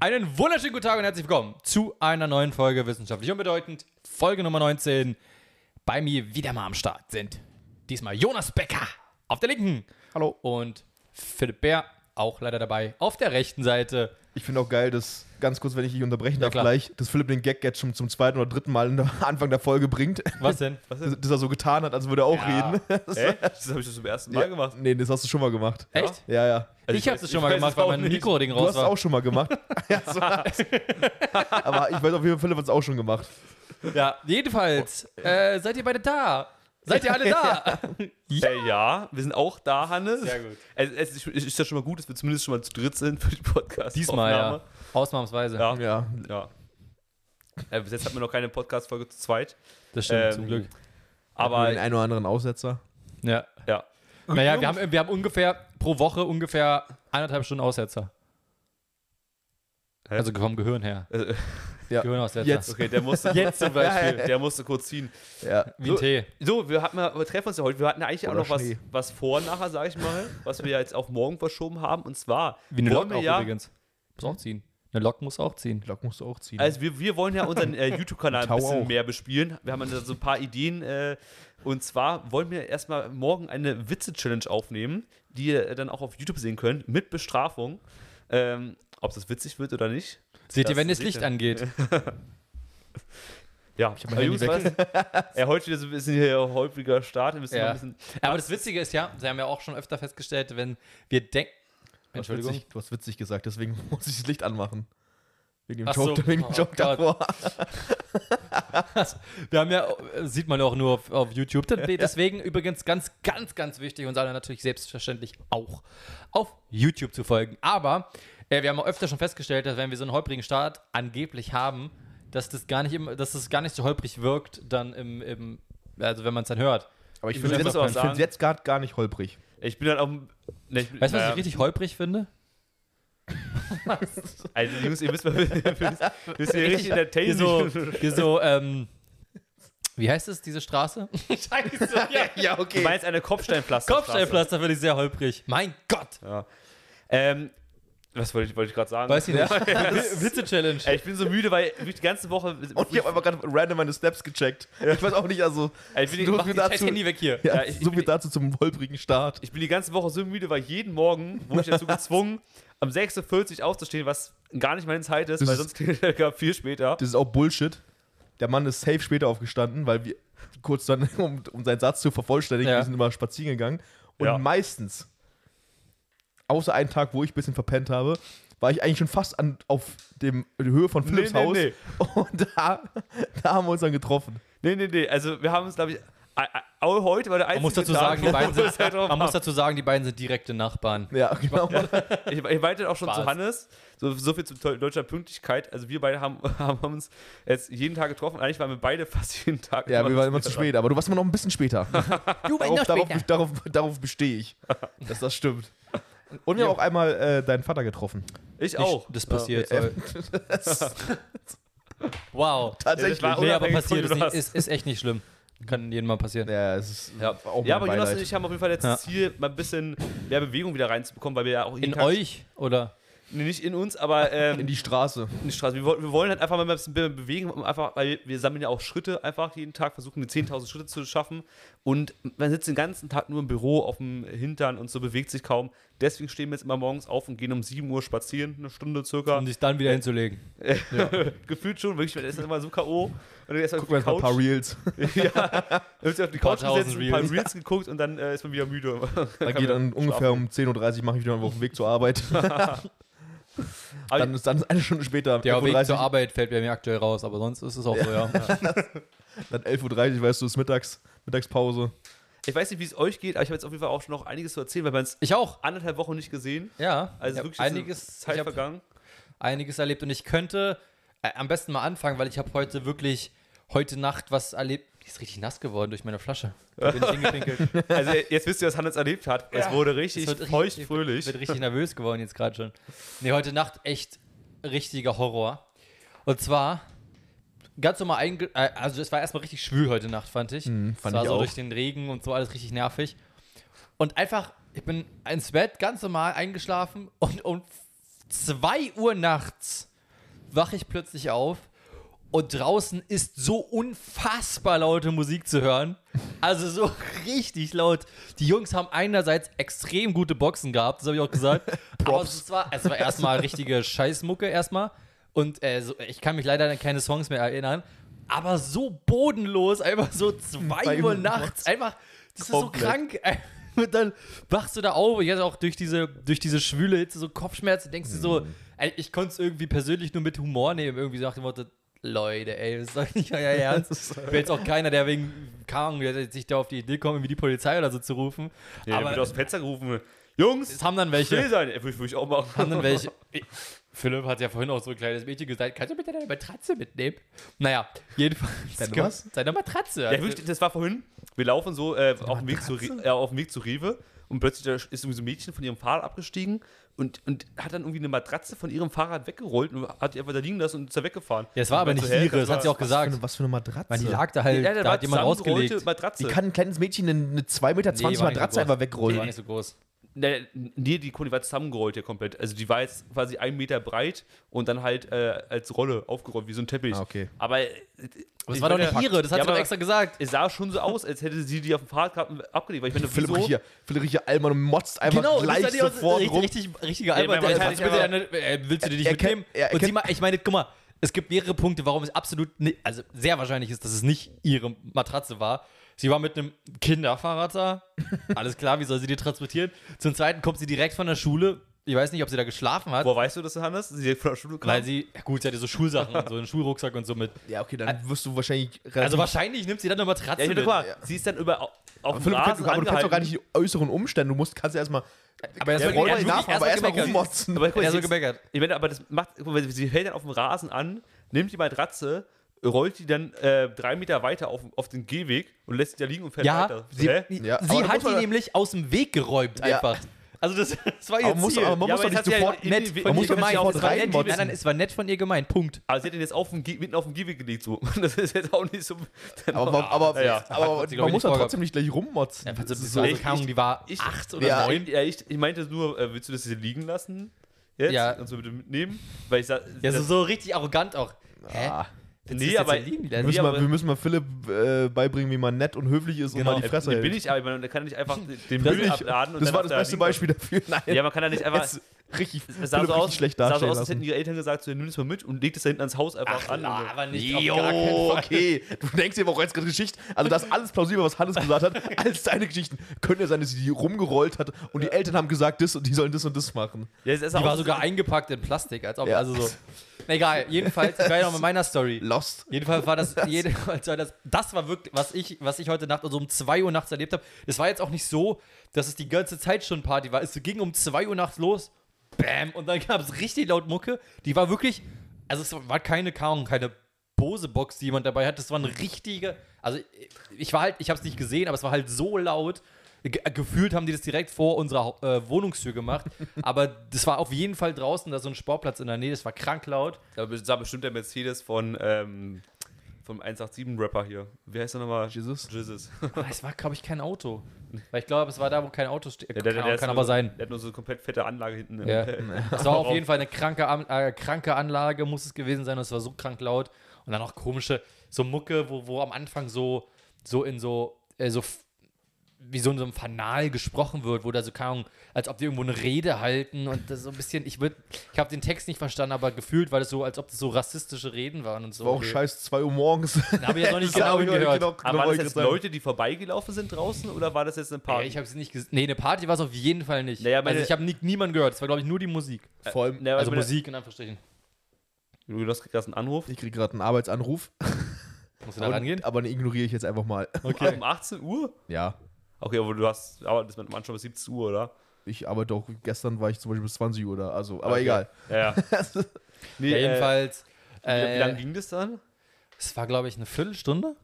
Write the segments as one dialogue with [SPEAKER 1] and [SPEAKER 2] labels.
[SPEAKER 1] Einen wunderschönen guten Tag und herzlich willkommen zu einer neuen Folge Wissenschaftlich Unbedeutend, Folge Nummer 19. Bei mir wieder mal am Start sind diesmal Jonas Becker auf der linken
[SPEAKER 2] Hallo.
[SPEAKER 1] und Philipp Bär, auch leider dabei, auf der rechten Seite.
[SPEAKER 2] Ich finde auch geil, dass, ganz kurz, wenn ich dich unterbrechen darf,
[SPEAKER 1] klar.
[SPEAKER 2] gleich, dass Philipp den Gag jetzt schon zum zweiten oder dritten Mal in der Anfang der Folge bringt.
[SPEAKER 1] Was denn?
[SPEAKER 2] Dass, dass er so getan hat, als würde er auch
[SPEAKER 1] Ja.
[SPEAKER 2] reden.
[SPEAKER 3] Hä? Das habe ich zum ersten Mal
[SPEAKER 2] Ja.
[SPEAKER 3] gemacht.
[SPEAKER 2] Nee, das hast du schon mal gemacht.
[SPEAKER 1] Echt?
[SPEAKER 2] Ja, ja.
[SPEAKER 3] Also
[SPEAKER 1] ich
[SPEAKER 3] ich
[SPEAKER 1] hab's
[SPEAKER 3] weiß-
[SPEAKER 1] schon
[SPEAKER 3] ich
[SPEAKER 1] mal
[SPEAKER 3] weiß
[SPEAKER 1] gemacht,
[SPEAKER 3] es
[SPEAKER 1] weil
[SPEAKER 3] auch
[SPEAKER 1] mein
[SPEAKER 3] nicht.
[SPEAKER 1] Mikroding
[SPEAKER 2] Du
[SPEAKER 1] raus
[SPEAKER 2] hast es
[SPEAKER 1] war.
[SPEAKER 2] auch schon mal gemacht. ja, so. Aber ich weiß auf jeden Fall, Philipp hat es auch schon gemacht.
[SPEAKER 1] Ja, jedenfalls,
[SPEAKER 3] Oh,
[SPEAKER 1] äh, seid ihr beide da? Seid ihr alle da?
[SPEAKER 3] Äh, ja, wir sind auch da, Hannes.
[SPEAKER 1] Sehr gut.
[SPEAKER 3] Also, es ist, ist ja schon mal gut, dass wir zumindest schon mal zu dritt sind für die podcast
[SPEAKER 1] Diesmal ja. Ausnahmsweise.
[SPEAKER 3] Ja. ja.
[SPEAKER 2] Ja.
[SPEAKER 3] Äh, bis jetzt hatten wir noch keine Podcast-Folge zu zweit.
[SPEAKER 1] Das stimmt,
[SPEAKER 3] Ähm,
[SPEAKER 1] zum Glück.
[SPEAKER 3] Aber
[SPEAKER 2] den einen oder anderen Aussetzer.
[SPEAKER 1] Ja.
[SPEAKER 3] ja.
[SPEAKER 1] Naja, wir haben, äh, wir haben ungefähr pro Woche ungefähr eineinhalb Stunden Aussetzer.
[SPEAKER 3] Hä?
[SPEAKER 1] Also vom Gehirn her.
[SPEAKER 3] Äh,
[SPEAKER 2] Ja.
[SPEAKER 1] Gehirnaussetzer.
[SPEAKER 2] Jetzt.
[SPEAKER 3] Okay, der musste
[SPEAKER 1] Jetzt zum Beispiel.
[SPEAKER 3] Der musste kurz ziehen.
[SPEAKER 2] Ja.
[SPEAKER 1] Wie ein Tee.
[SPEAKER 3] So, wir, hatten, mal- wir treffen uns ja heute. Wir hatten ja eigentlich
[SPEAKER 2] Oder
[SPEAKER 3] auch noch was,
[SPEAKER 2] Schnee.
[SPEAKER 3] was vor, nachher, sag ich mal, was wir ja jetzt auf morgen verschoben haben. Und zwar,
[SPEAKER 1] Wie eine
[SPEAKER 3] wollen
[SPEAKER 1] Lok
[SPEAKER 3] wir
[SPEAKER 1] auch
[SPEAKER 3] ja,
[SPEAKER 1] übrigens. Muss auch ziehen. Eine Lok muss auch ziehen.
[SPEAKER 2] Glock musst du auch ziehen.
[SPEAKER 3] Also wir, wir wollen ja unseren äh, YouTube-Kanal ein
[SPEAKER 2] Tau
[SPEAKER 3] bisschen
[SPEAKER 2] auch.
[SPEAKER 3] mehr bespielen. Wir haben da so ein paar Ideen. Äh, und zwar wollen wir erstmal morgen eine Witze-Challenge aufnehmen, die ihr dann auch auf YouTube sehen könnt, mit Bestrafung. Ähm, ob das witzig wird oder nicht.
[SPEAKER 1] Seht ihr,
[SPEAKER 3] Das
[SPEAKER 1] wenn das
[SPEAKER 3] seht
[SPEAKER 1] Licht
[SPEAKER 3] ihr.
[SPEAKER 1] angeht?
[SPEAKER 3] Ja, ich
[SPEAKER 2] mein Handy
[SPEAKER 3] ja, heute wieder so ein bisschen hier holpriger Start. Wir müssen
[SPEAKER 1] Ja.
[SPEAKER 3] noch ein bisschen,
[SPEAKER 1] Aber das Witzige ist ja, sie haben ja auch schon öfter festgestellt, wenn wir denken.
[SPEAKER 2] Du hast
[SPEAKER 1] Entschuldigung.
[SPEAKER 2] Witzig, du hast witzig gesagt, deswegen muss ich das Licht anmachen. Wegen dem
[SPEAKER 1] Ach so.
[SPEAKER 2] Joke, wegen dem
[SPEAKER 1] Oh
[SPEAKER 2] Joke
[SPEAKER 1] Gott.
[SPEAKER 2] davor.
[SPEAKER 1] Wir haben ja, äh, sieht man ja auch nur auf, auf YouTube. Dann- Deswegen übrigens ganz, ganz, ganz wichtig und alle natürlich selbstverständlich auch auf YouTube zu folgen. Aber äh, wir haben auch öfter schon festgestellt, dass wenn wir so einen holprigen Start angeblich haben, dass das gar nicht, im, dass das gar nicht so holprig wirkt, dann im, im also wenn man es dann hört.
[SPEAKER 2] Aber ich
[SPEAKER 3] Ich
[SPEAKER 2] finde
[SPEAKER 3] muss
[SPEAKER 2] es
[SPEAKER 3] auch
[SPEAKER 2] jetzt, ich find's
[SPEAKER 3] sagen-
[SPEAKER 2] jetzt gerade gar nicht holprig.
[SPEAKER 3] ich bin dann auch. Ne, ich bin,
[SPEAKER 1] Weißt du, was
[SPEAKER 3] naja,
[SPEAKER 1] ich richtig holprig finde?
[SPEAKER 3] Also, Jungs, ihr müsst mal. Wir sind hier richtig in der
[SPEAKER 1] Hier
[SPEAKER 3] Taste.
[SPEAKER 1] so, hier so ähm, wie heißt es, diese Straße? Scheiße, ja.
[SPEAKER 2] Ja,
[SPEAKER 3] Du
[SPEAKER 2] okay.
[SPEAKER 3] meinst eine Kopfsteinpflaster.
[SPEAKER 1] Kopfsteinpflaster finde ich sehr holprig. Mein Gott.
[SPEAKER 3] Ähm, was wollte ich, wollte ich gerade sagen?
[SPEAKER 1] Weiß ich nicht.
[SPEAKER 3] das-
[SPEAKER 1] Witze-Challenge.
[SPEAKER 3] Ey, ich bin so müde, weil ich die ganze Woche.
[SPEAKER 2] Und ich habe einfach gerade random meine Steps gecheckt. Ich weiß auch nicht, also
[SPEAKER 3] Ey, ich, bin die,
[SPEAKER 2] Du-
[SPEAKER 3] mach,
[SPEAKER 2] viel
[SPEAKER 1] Scheiß
[SPEAKER 2] dazu-
[SPEAKER 1] Handy weg hier.
[SPEAKER 2] ja,
[SPEAKER 3] Ja, ich-
[SPEAKER 2] so
[SPEAKER 3] ich-
[SPEAKER 2] viel dazu zum holprigen Start.
[SPEAKER 3] ich bin die ganze Woche so müde, weil jeden Morgen wurde ich dazu gezwungen, um 6.40 Uhr aufzustehen, was gar nicht meine Zeit ist,
[SPEAKER 2] Das
[SPEAKER 3] weil
[SPEAKER 2] ist-
[SPEAKER 3] sonst klingelt der Wecker viel später.
[SPEAKER 2] Das ist auch Bullshit. Der Mann ist safe später aufgestanden, weil wir kurz dann, um, um seinen Satz zu vervollständigen,
[SPEAKER 1] Ja.
[SPEAKER 2] wir sind immer spazieren gegangen. Und
[SPEAKER 3] Ja.
[SPEAKER 2] meistens, außer einen Tag, wo ich ein bisschen verpennt habe, war ich eigentlich schon fast an, auf dem, der Höhe von Philipps
[SPEAKER 3] nee,
[SPEAKER 2] Haus.
[SPEAKER 3] nee.
[SPEAKER 2] Und da, da haben wir uns dann getroffen.
[SPEAKER 3] Nee, nee, nee. Also, wir haben uns, glaube ich. a- a- Auch heute war der einzige
[SPEAKER 1] Man muss, dazu
[SPEAKER 3] Tag,
[SPEAKER 1] sagen, die
[SPEAKER 3] wo
[SPEAKER 1] beiden
[SPEAKER 3] wir uns
[SPEAKER 1] sind,
[SPEAKER 3] halt drauf
[SPEAKER 1] man muss
[SPEAKER 3] haben.
[SPEAKER 1] dazu sagen, die beiden sind direkte Nachbarn.
[SPEAKER 2] Ja, genau.
[SPEAKER 3] ich, ich weite auch schon
[SPEAKER 1] Spaß.
[SPEAKER 3] zu Hannes. So, so viel zu teu- deutscher Pünktlichkeit. Also, wir beide haben, haben uns jetzt jeden Tag getroffen. Eigentlich waren wir beide fast jeden Tag.
[SPEAKER 2] Ja, wir waren immer
[SPEAKER 3] dran.
[SPEAKER 2] zu spät, aber du warst immer noch ein bisschen später.
[SPEAKER 1] Du
[SPEAKER 2] darauf, darauf, darauf, darauf bestehe ich, dass das stimmt. Und wir haben auch einmal äh, deinen Vater getroffen.
[SPEAKER 3] Ich auch.
[SPEAKER 1] Das passiert.
[SPEAKER 2] Ja.
[SPEAKER 1] sorry. wow.
[SPEAKER 2] Tatsächlich.
[SPEAKER 3] war
[SPEAKER 1] Nee, aber
[SPEAKER 3] Unabhängig von
[SPEAKER 1] passiert. Ist,
[SPEAKER 3] dir,
[SPEAKER 1] nicht,
[SPEAKER 3] was.
[SPEAKER 1] ist, ist echt nicht schlimm. Kann jedem mal passieren.
[SPEAKER 2] Ja, es ist
[SPEAKER 3] Ja,
[SPEAKER 2] auch
[SPEAKER 3] ja
[SPEAKER 2] mein
[SPEAKER 3] aber Jonas
[SPEAKER 2] Beileid.
[SPEAKER 3] und ich haben auf jeden Fall jetzt
[SPEAKER 1] Ja.
[SPEAKER 3] das Ziel, mal ein bisschen mehr Bewegung wieder reinzubekommen, weil wir ja auch jeden
[SPEAKER 1] In
[SPEAKER 3] Tag-
[SPEAKER 1] euch oder?
[SPEAKER 3] Nee, nicht in uns, aber ähm,
[SPEAKER 2] in die Straße.
[SPEAKER 3] in die Straße. Wir, woll- wir wollen halt einfach mal ein bisschen be- bewegen, um einfach, weil wir sammeln ja auch Schritte einfach jeden Tag, versuchen die 10.000 Schritte zu schaffen und man sitzt den ganzen Tag nur im Büro auf dem Hintern und so bewegt sich kaum. Deswegen stehen wir jetzt immer morgens auf und gehen um 7 Uhr spazieren, eine Stunde circa.
[SPEAKER 1] Um sich dann wieder hinzulegen.
[SPEAKER 3] Gefühlt schon, wirklich, man ist immer so K.O. und dann erst mal auf
[SPEAKER 2] Gucken wir
[SPEAKER 3] die
[SPEAKER 2] jetzt mal ein paar
[SPEAKER 3] Couch,
[SPEAKER 2] Reels.
[SPEAKER 3] ja, dann wird sich auf die
[SPEAKER 1] Paar
[SPEAKER 3] Couch gesetzt,
[SPEAKER 1] tausend
[SPEAKER 3] ein paar
[SPEAKER 1] Reels.
[SPEAKER 3] Reels geguckt und dann äh, ist man wieder müde.
[SPEAKER 2] Dann geht dann ungefähr um 10.30 Uhr mache ich wieder auf den Weg zur Arbeit.
[SPEAKER 3] Aber
[SPEAKER 2] Dann ist dann ist eine Stunde später,
[SPEAKER 1] Der Weg
[SPEAKER 2] 11.30
[SPEAKER 1] zur
[SPEAKER 2] Uhr,
[SPEAKER 1] Arbeit fällt bei mir aktuell raus, aber sonst ist es auch so, ja.
[SPEAKER 2] dann 11.30 Uhr, weißt du, ist mittags, Mittagspause.
[SPEAKER 3] Ich weiß nicht, wie es euch geht, aber ich habe jetzt auf jeden Fall auch schon noch einiges zu erzählen, weil wir uns
[SPEAKER 1] Ich auch.
[SPEAKER 3] anderthalb Wochen nicht gesehen.
[SPEAKER 1] Ja.
[SPEAKER 3] Also
[SPEAKER 1] ich hab
[SPEAKER 3] wirklich jetzt
[SPEAKER 1] einiges,
[SPEAKER 3] eine Zeit
[SPEAKER 1] ich hab
[SPEAKER 3] vergangen.
[SPEAKER 1] einiges erlebt und ich könnte äh, am besten mal anfangen, weil ich habe heute wirklich heute Nacht was erlebt. Die ist richtig nass geworden durch meine Flasche. Da bin ich hingepinkelt.
[SPEAKER 3] Also jetzt wisst ihr, was Hannes erlebt hat. Es wurde richtig
[SPEAKER 1] Es wird richtig-
[SPEAKER 3] feucht
[SPEAKER 1] Ich bin
[SPEAKER 3] fröhlich.
[SPEAKER 1] richtig nervös geworden jetzt gerade schon. Nee, heute Nacht echt richtiger Horror. Und zwar ganz normal einge äh, also es war erstmal richtig schwül heute Nacht, fand ich. es
[SPEAKER 2] fand
[SPEAKER 1] war
[SPEAKER 2] ich
[SPEAKER 1] so
[SPEAKER 2] auch.
[SPEAKER 1] durch den Regen und so alles richtig nervig. Und einfach ich bin ins Bett ganz normal eingeschlafen und um 2 Uhr nachts wache ich plötzlich auf und draußen ist so unfassbar laute Musik zu hören. Also so richtig laut. Die Jungs haben einerseits extrem gute Boxen gehabt, das habe ich auch gesagt. Aber es war, es war erstmal richtige Scheißmucke erstmal. Und äh, so, ich kann mich leider an keine Songs mehr erinnern. Aber so bodenlos, einfach so 2
[SPEAKER 2] Zwei
[SPEAKER 1] Uhr
[SPEAKER 2] Uhr
[SPEAKER 1] nachts, einfach, das ist
[SPEAKER 2] Komplett.
[SPEAKER 1] so krank. Und dann wachst du da auf, ich hatte auch durch diese, durch diese schwüle Hitze so Kopfschmerzen, denkst du
[SPEAKER 3] Mhm.
[SPEAKER 1] so, ey, ich konnte es irgendwie persönlich nur mit Humor nehmen, irgendwie so nach dem Motto, Leute, ey, das ist doch nicht euer Ernst. Ich bin jetzt auch keiner, der wegen, keine Ahnung, der sich da auf die Idee kommt, irgendwie die Polizei oder so zu rufen.
[SPEAKER 3] Ja, aber
[SPEAKER 1] aber
[SPEAKER 3] wird aus dem Fenster gerufen. Jungs,
[SPEAKER 1] es haben dann welche.
[SPEAKER 3] still sein. Ja, Würde ich- würde ich auch machen.
[SPEAKER 1] Haben dann welche. Ich- Philipp hat ja vorhin auch so ein kleines Mädchen gesagt, kannst du bitte deine Matratze mitnehmen? Naja, jedenfalls.
[SPEAKER 2] Deine was?
[SPEAKER 1] Deine Matratze.
[SPEAKER 3] Ja, wirklich, das war vorhin. Wir laufen so äh, auf, dem Weg zu, Ri- äh, auf dem Weg zu Rewe und plötzlich da ist irgendwie so ein Mädchen von ihrem Fahrrad abgestiegen und, und hat dann irgendwie eine Matratze von ihrem Fahrrad weggerollt und hat die einfach da liegen lassen und ist da weggefahren.
[SPEAKER 1] Ja, es war
[SPEAKER 3] Und
[SPEAKER 1] aber
[SPEAKER 3] ich
[SPEAKER 1] nicht
[SPEAKER 3] meinte so, hä,
[SPEAKER 1] ihre, das hat sie auch
[SPEAKER 2] Was für
[SPEAKER 1] gesagt.
[SPEAKER 2] eine, was für eine Matratze?
[SPEAKER 1] Weil die lag da halt,
[SPEAKER 3] Ja, da
[SPEAKER 1] da
[SPEAKER 3] war
[SPEAKER 1] hat jemand
[SPEAKER 3] zusammengerollte
[SPEAKER 1] rausgelegt.
[SPEAKER 2] Wie
[SPEAKER 3] Matratze.
[SPEAKER 2] kann ein kleines Mädchen eine, eine 2,20 Meter
[SPEAKER 1] Nee, die war nicht so
[SPEAKER 2] Matratze
[SPEAKER 1] groß.
[SPEAKER 2] einfach
[SPEAKER 1] Die
[SPEAKER 2] wegrollen?
[SPEAKER 1] war nicht so groß.
[SPEAKER 3] Nee, nee, die, Kunde war zusammengerollt ja komplett. Also die war jetzt quasi einen Meter breit und dann halt äh, als Rolle aufgerollt, wie so ein Teppich.
[SPEAKER 2] Ah, okay.
[SPEAKER 3] Aber äh,
[SPEAKER 1] Das
[SPEAKER 3] ich
[SPEAKER 1] war doch
[SPEAKER 3] meine,
[SPEAKER 1] nicht ihre, das hat
[SPEAKER 3] ja,
[SPEAKER 1] sie doch
[SPEAKER 3] aber
[SPEAKER 1] extra gesagt.
[SPEAKER 3] Es sah schon so aus, als hätte sie die auf dem Fahrrad gerade abgelegt. Weil ich meine,
[SPEAKER 2] Philipp
[SPEAKER 3] wieso?
[SPEAKER 2] Riecher, Philipp Riecher Allmann und motzt einfach
[SPEAKER 1] Genau,
[SPEAKER 2] gleich sofort rum.
[SPEAKER 1] richtig, richtiger
[SPEAKER 3] Ey, man
[SPEAKER 1] Albert.
[SPEAKER 3] kann
[SPEAKER 1] der
[SPEAKER 3] nicht
[SPEAKER 1] ist- bitte
[SPEAKER 3] aber-
[SPEAKER 1] eine- äh, willst du dir nicht
[SPEAKER 2] Er kennt-
[SPEAKER 1] mitnehmen?
[SPEAKER 2] er
[SPEAKER 1] Und sie
[SPEAKER 2] kennt-
[SPEAKER 1] ma- ich meine, guck mal, es gibt mehrere Punkte, warum es absolut, ni- also sehr wahrscheinlich ist, dass es nicht ihre Matratze war. Sie war mit einem Kinderfahrrad da. Alles klar, wie soll sie die transportieren? Zum Zweiten kommt sie direkt von der Schule. Ich weiß nicht, ob sie da geschlafen hat,
[SPEAKER 3] Wo weißt du das, Hannes? Sie von der Schule kam?
[SPEAKER 1] weil sie, ja gut, sie hatte so Schulsachen, so einen Schulrucksack und so mit.
[SPEAKER 2] Ja, okay, dann wirst du wahrscheinlich
[SPEAKER 1] Also
[SPEAKER 2] relativ-
[SPEAKER 1] wahrscheinlich nimmt sie dann eine Matratze
[SPEAKER 3] Ja, ich meine,
[SPEAKER 1] mit.
[SPEAKER 3] guck mal, sie ist dann über au- auf
[SPEAKER 2] Aber
[SPEAKER 3] dem
[SPEAKER 2] Philipp,
[SPEAKER 3] Rasen
[SPEAKER 2] du, aber du kannst doch
[SPEAKER 3] angehalten.
[SPEAKER 2] gar nicht die äußeren Umstände. Du musst, kannst ja erstmal.
[SPEAKER 1] Aber er ist
[SPEAKER 2] Der
[SPEAKER 1] wirklich-
[SPEAKER 2] rollt
[SPEAKER 1] er hat
[SPEAKER 2] nicht nach,
[SPEAKER 1] wirklich
[SPEAKER 2] aber
[SPEAKER 1] erst mal
[SPEAKER 2] erstmal
[SPEAKER 1] gemeckert.
[SPEAKER 2] rummotzen.
[SPEAKER 3] Aber guck,
[SPEAKER 1] Er
[SPEAKER 3] mal,
[SPEAKER 1] hat so
[SPEAKER 3] sie ist,
[SPEAKER 1] gemeckert.
[SPEAKER 3] ich meine, aber das macht, guck mal, sie hält dann auf dem Rasen an, nimmt die Matratze, rollt die dann äh, drei Meter weiter auf, auf den Gehweg und lässt sie da liegen und fährt
[SPEAKER 1] Ja,
[SPEAKER 3] weiter.
[SPEAKER 1] sie,
[SPEAKER 3] Hä?
[SPEAKER 2] Ja, aber
[SPEAKER 1] sie
[SPEAKER 2] da
[SPEAKER 1] hat
[SPEAKER 2] muss
[SPEAKER 1] die
[SPEAKER 2] man-
[SPEAKER 1] nämlich aus dem Weg geräumt
[SPEAKER 2] Ja.
[SPEAKER 1] einfach. Also das, das war ihr
[SPEAKER 2] Aber man muss,
[SPEAKER 1] Ziel.
[SPEAKER 2] aber man
[SPEAKER 3] Ja,
[SPEAKER 2] muss doch nicht
[SPEAKER 3] aber jetzt hat sie
[SPEAKER 2] sofort.
[SPEAKER 3] ja-
[SPEAKER 1] nett
[SPEAKER 3] Individ-
[SPEAKER 1] von
[SPEAKER 2] Man
[SPEAKER 1] ihr
[SPEAKER 2] muss doch nicht
[SPEAKER 1] gemeint.
[SPEAKER 2] sofort
[SPEAKER 1] Es war, nett, nein,
[SPEAKER 2] reinmotzen.
[SPEAKER 1] nein, es war nett von ihr gemeint. Punkt.
[SPEAKER 3] Aber sie hat ihn jetzt auf dem, Ge- mitten auf dem Gehweg gelegt. So. Das ist jetzt auch nicht so.
[SPEAKER 2] Aber, aber, aber,
[SPEAKER 3] Ja, ja.
[SPEAKER 1] Hat-
[SPEAKER 2] aber
[SPEAKER 1] hat sie, glaub
[SPEAKER 2] man
[SPEAKER 1] ich,
[SPEAKER 2] muss
[SPEAKER 1] nicht
[SPEAKER 2] doch
[SPEAKER 1] vorgehabt.
[SPEAKER 2] trotzdem nicht gleich rummotzen.
[SPEAKER 1] Also,
[SPEAKER 2] Das ist
[SPEAKER 1] also,
[SPEAKER 2] so-
[SPEAKER 3] ich-
[SPEAKER 1] keine Ahnung, die war
[SPEAKER 3] ich-
[SPEAKER 1] acht oder
[SPEAKER 2] Ja,
[SPEAKER 1] neun.
[SPEAKER 3] Ja, ich, ich meinte nur, äh, willst du das hier liegen lassen? Jetzt?
[SPEAKER 1] Ja.
[SPEAKER 3] Und so bitte mitnehmen? Weil ich sag,
[SPEAKER 1] Ja, so,
[SPEAKER 3] das-
[SPEAKER 1] so richtig arrogant auch. Hä?
[SPEAKER 2] Ah,
[SPEAKER 1] Willst
[SPEAKER 3] Nee,
[SPEAKER 1] du das jetzt
[SPEAKER 3] aber-
[SPEAKER 1] hier liegen
[SPEAKER 2] wir,
[SPEAKER 1] lassen?
[SPEAKER 2] müssen
[SPEAKER 3] Nee,
[SPEAKER 2] mal,
[SPEAKER 3] aber-
[SPEAKER 2] wir müssen mal Philipp äh, beibringen, wie man nett und höflich ist
[SPEAKER 1] Genau.
[SPEAKER 2] und mal die Fresse
[SPEAKER 3] den bin
[SPEAKER 2] hält.
[SPEAKER 3] ich, aber ich meine, der kann nicht einfach den
[SPEAKER 2] Das,
[SPEAKER 3] Müll abladen. und
[SPEAKER 2] das
[SPEAKER 3] dann
[SPEAKER 2] war
[SPEAKER 3] auf
[SPEAKER 2] das
[SPEAKER 3] der
[SPEAKER 2] beste
[SPEAKER 3] liegen lassen.
[SPEAKER 2] Beispiel dafür. Nein,
[SPEAKER 3] Ja, man kann ja nicht einfach.
[SPEAKER 2] jetzt richtig,
[SPEAKER 3] Es sah
[SPEAKER 2] Philipp
[SPEAKER 3] so
[SPEAKER 2] richtig
[SPEAKER 3] aus,
[SPEAKER 2] schlecht
[SPEAKER 3] sah so
[SPEAKER 2] dastehen
[SPEAKER 3] aus als hätten
[SPEAKER 2] lassen.
[SPEAKER 3] ihre Eltern gesagt, so, nimm das mal mit und leg das da hinten ans Haus einfach
[SPEAKER 1] Ach,
[SPEAKER 3] an.
[SPEAKER 1] la,
[SPEAKER 3] Junge.
[SPEAKER 1] aber nicht auf gar keinen
[SPEAKER 2] Jo,
[SPEAKER 1] Fall.
[SPEAKER 2] okay. Du denkst dir aber auch jetzt gerade Geschichten. Also, das ist alles plausibel, was Hannes gesagt hat, als seine Geschichten. Könnte ja sein, dass sie die rumgerollt hat und die Eltern haben gesagt, das und die sollen das und das machen.
[SPEAKER 3] Ja, es ist
[SPEAKER 1] Die
[SPEAKER 3] auch
[SPEAKER 1] war
[SPEAKER 3] so-
[SPEAKER 1] sogar eingepackt in Plastik, als ob,
[SPEAKER 2] Ja.
[SPEAKER 1] also so. Na, egal, jedenfalls, ich war ja noch mit meiner Story.
[SPEAKER 2] Lost.
[SPEAKER 1] Jedenfalls war das, jedenfalls war das, das war wirklich, was ich, was ich heute Nacht, also um 2 Uhr nachts erlebt habe. Es war jetzt auch nicht so, dass es die ganze Zeit schon Party war. Es ging um 2 Uhr nachts los, bam, und dann gab es richtig laut Mucke. Die war wirklich, also es war keine Karung, keine Bose-Box, die jemand dabei hat. Das war eine richtige, also ich war halt, ich habe es nicht gesehen, aber es war halt so laut. Ge gefühlt haben die das direkt vor unserer Hau- äh, Wohnungstür gemacht. aber das war auf jeden Fall draußen, da ist so ein Sportplatz in der Nähe, das war krank laut.
[SPEAKER 3] Da be- sah bestimmt der Mercedes von ähm, vom 187-Rapper hier. Wie heißt der nochmal?
[SPEAKER 2] Jesus.
[SPEAKER 3] Jesus.
[SPEAKER 1] Aber es war, glaube ich, kein Auto. Weil ich glaube, es war da, wo kein Auto steht.
[SPEAKER 3] Ja,
[SPEAKER 1] Keine Ahnung,
[SPEAKER 3] ist also
[SPEAKER 1] kann
[SPEAKER 3] nur
[SPEAKER 1] aber
[SPEAKER 3] so,
[SPEAKER 1] sein.
[SPEAKER 3] Der hat nur so eine komplett fette Anlage hinten. im-
[SPEAKER 1] Ja. Es war auf
[SPEAKER 3] Warum?
[SPEAKER 1] jeden Fall eine kranke, An äh, kranke Anlage, muss es gewesen sein. Und es war so krank laut. Und dann auch komische, so Mucke, wo, wo am Anfang so, so in so, äh, so f- wie so in so einem Fanal gesprochen wird, wo da so, keine Ahnung, als ob die irgendwo eine Rede halten und das so ein bisschen, ich würde, ich habe den Text nicht verstanden, aber gefühlt war das so, als ob das so rassistische Reden waren und so.
[SPEAKER 2] War auch scheiß 2 Uhr morgens.
[SPEAKER 1] Da habe ich ja noch nicht
[SPEAKER 2] Das
[SPEAKER 1] genau
[SPEAKER 2] hab ich heute
[SPEAKER 1] gehört.
[SPEAKER 3] Aber
[SPEAKER 2] genau
[SPEAKER 3] waren das
[SPEAKER 2] heute
[SPEAKER 3] jetzt
[SPEAKER 2] gesagt.
[SPEAKER 3] Leute, die vorbeigelaufen sind draußen oder war das jetzt eine
[SPEAKER 1] Ja,
[SPEAKER 3] Party?
[SPEAKER 1] ich habe es nicht gesehen. Nee, eine Party war es auf jeden Fall nicht.
[SPEAKER 3] Naja, meine-
[SPEAKER 1] also ich habe nie, niemanden gehört. Es war, glaube ich, nur die Musik.
[SPEAKER 2] Vor allem,
[SPEAKER 3] Naja,
[SPEAKER 1] also
[SPEAKER 3] aber-
[SPEAKER 1] Musik in Anführungsstrichen.
[SPEAKER 3] Ne, Du hast gerade einen Anruf.
[SPEAKER 2] ich krieg gerade einen Arbeitsanruf.
[SPEAKER 1] Musst du da rangehen?
[SPEAKER 2] Und, aber den ignoriere ich jetzt einfach mal.
[SPEAKER 3] Um 18 Uhr?
[SPEAKER 2] Ja.
[SPEAKER 3] Okay, aber du hast arbeitest mit manchmal bis 17 Uhr, oder?
[SPEAKER 2] Ich arbeite auch, gestern war ich zum Beispiel bis 20 Uhr da, also, aber
[SPEAKER 3] Okay.
[SPEAKER 2] egal.
[SPEAKER 3] Ja, ja. Nee,
[SPEAKER 1] Ja,
[SPEAKER 3] äh,
[SPEAKER 1] jedenfalls.
[SPEAKER 3] wie, wie
[SPEAKER 1] Äh,
[SPEAKER 3] lange ging das dann?
[SPEAKER 1] es war, glaube ich, eine Viertelstunde.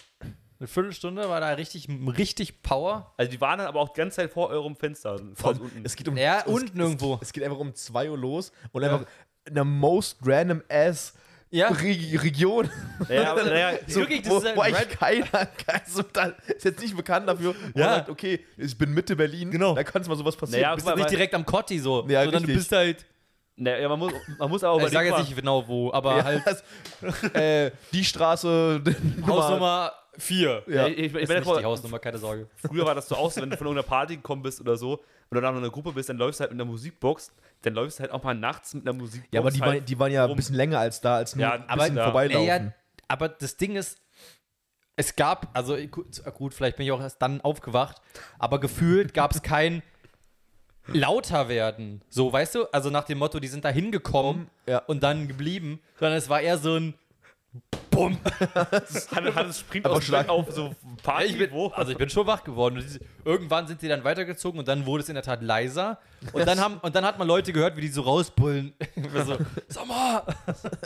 [SPEAKER 1] Eine Viertelstunde war da richtig, richtig Power.
[SPEAKER 3] Also die waren dann aber auch die ganze Zeit vor eurem Fenster. Vor unten.
[SPEAKER 2] Es geht um,
[SPEAKER 1] Ja,
[SPEAKER 2] es-
[SPEAKER 1] unten irgendwo.
[SPEAKER 2] Es, es geht einfach um 2 Uhr los und
[SPEAKER 1] Ja.
[SPEAKER 2] einfach in der most random ass
[SPEAKER 1] Ja.
[SPEAKER 2] Re Region,
[SPEAKER 3] Naja, aber- naja,
[SPEAKER 1] So, Wirklich, das
[SPEAKER 2] wo,
[SPEAKER 1] ist ein
[SPEAKER 2] wo eigentlich
[SPEAKER 1] Red-
[SPEAKER 2] keiner, kein, so, da, ist jetzt nicht bekannt dafür. wo man
[SPEAKER 1] Ja.
[SPEAKER 2] sagt, okay, ich bin Mitte Berlin,
[SPEAKER 1] Genau.
[SPEAKER 2] da kann es mal sowas passieren.
[SPEAKER 3] Naja,
[SPEAKER 1] Du bist
[SPEAKER 3] guck
[SPEAKER 1] jetzt
[SPEAKER 3] mal,
[SPEAKER 1] nicht
[SPEAKER 3] weil-
[SPEAKER 1] direkt am Kotti so,
[SPEAKER 2] Ja,
[SPEAKER 1] sondern du
[SPEAKER 2] richtig.
[SPEAKER 1] bist halt
[SPEAKER 3] Naja, man muss, man muss aber
[SPEAKER 1] Ich sage jetzt
[SPEAKER 3] überlegen,
[SPEAKER 1] nicht genau wo, aber
[SPEAKER 2] Ja,
[SPEAKER 1] halt
[SPEAKER 2] das- äh, die Straße, Nummer-
[SPEAKER 1] Hausnummer 4.
[SPEAKER 2] Ja.
[SPEAKER 3] Ich, ich, ich,
[SPEAKER 1] Ist
[SPEAKER 3] meine,
[SPEAKER 1] nicht die
[SPEAKER 3] früher,
[SPEAKER 1] Hausnummer, keine Sorge.
[SPEAKER 3] früher war das so aus, wenn du von irgendeiner Party gekommen bist oder so, oder dann in einer Gruppe bist, dann läufst du halt mit einer Musikbox, dann läufst du halt auch mal nachts mit einer Musikbox.
[SPEAKER 2] Ja, aber die,
[SPEAKER 3] halt
[SPEAKER 2] waren, die waren ja ein
[SPEAKER 3] rum.
[SPEAKER 2] bisschen länger als da, als nur
[SPEAKER 3] Ja,
[SPEAKER 2] ein
[SPEAKER 3] ein
[SPEAKER 2] bisschen
[SPEAKER 3] bisschen da.
[SPEAKER 2] vorbeilaufen.
[SPEAKER 1] Naja, aber das Ding ist, es gab, also gut, gut, vielleicht bin ich auch erst dann aufgewacht, aber gefühlt gab es kein lauter werden. So, weißt du? Also nach dem Motto, die sind da hingekommen
[SPEAKER 2] Ja.
[SPEAKER 1] und dann geblieben, sondern es war eher so ein Bumm.
[SPEAKER 3] Hannes, Hannes springt
[SPEAKER 2] Aber
[SPEAKER 3] aus dem Bett
[SPEAKER 2] schlag-
[SPEAKER 3] auf so Party.
[SPEAKER 1] Ich bin, also ich bin schon wach geworden. Und diese- irgendwann sind sie dann weitergezogen und dann wurde es in der Tat leiser. Und dann, haben, und dann hat man Leute gehört, wie die so rausbullen. Wir so, Sommer!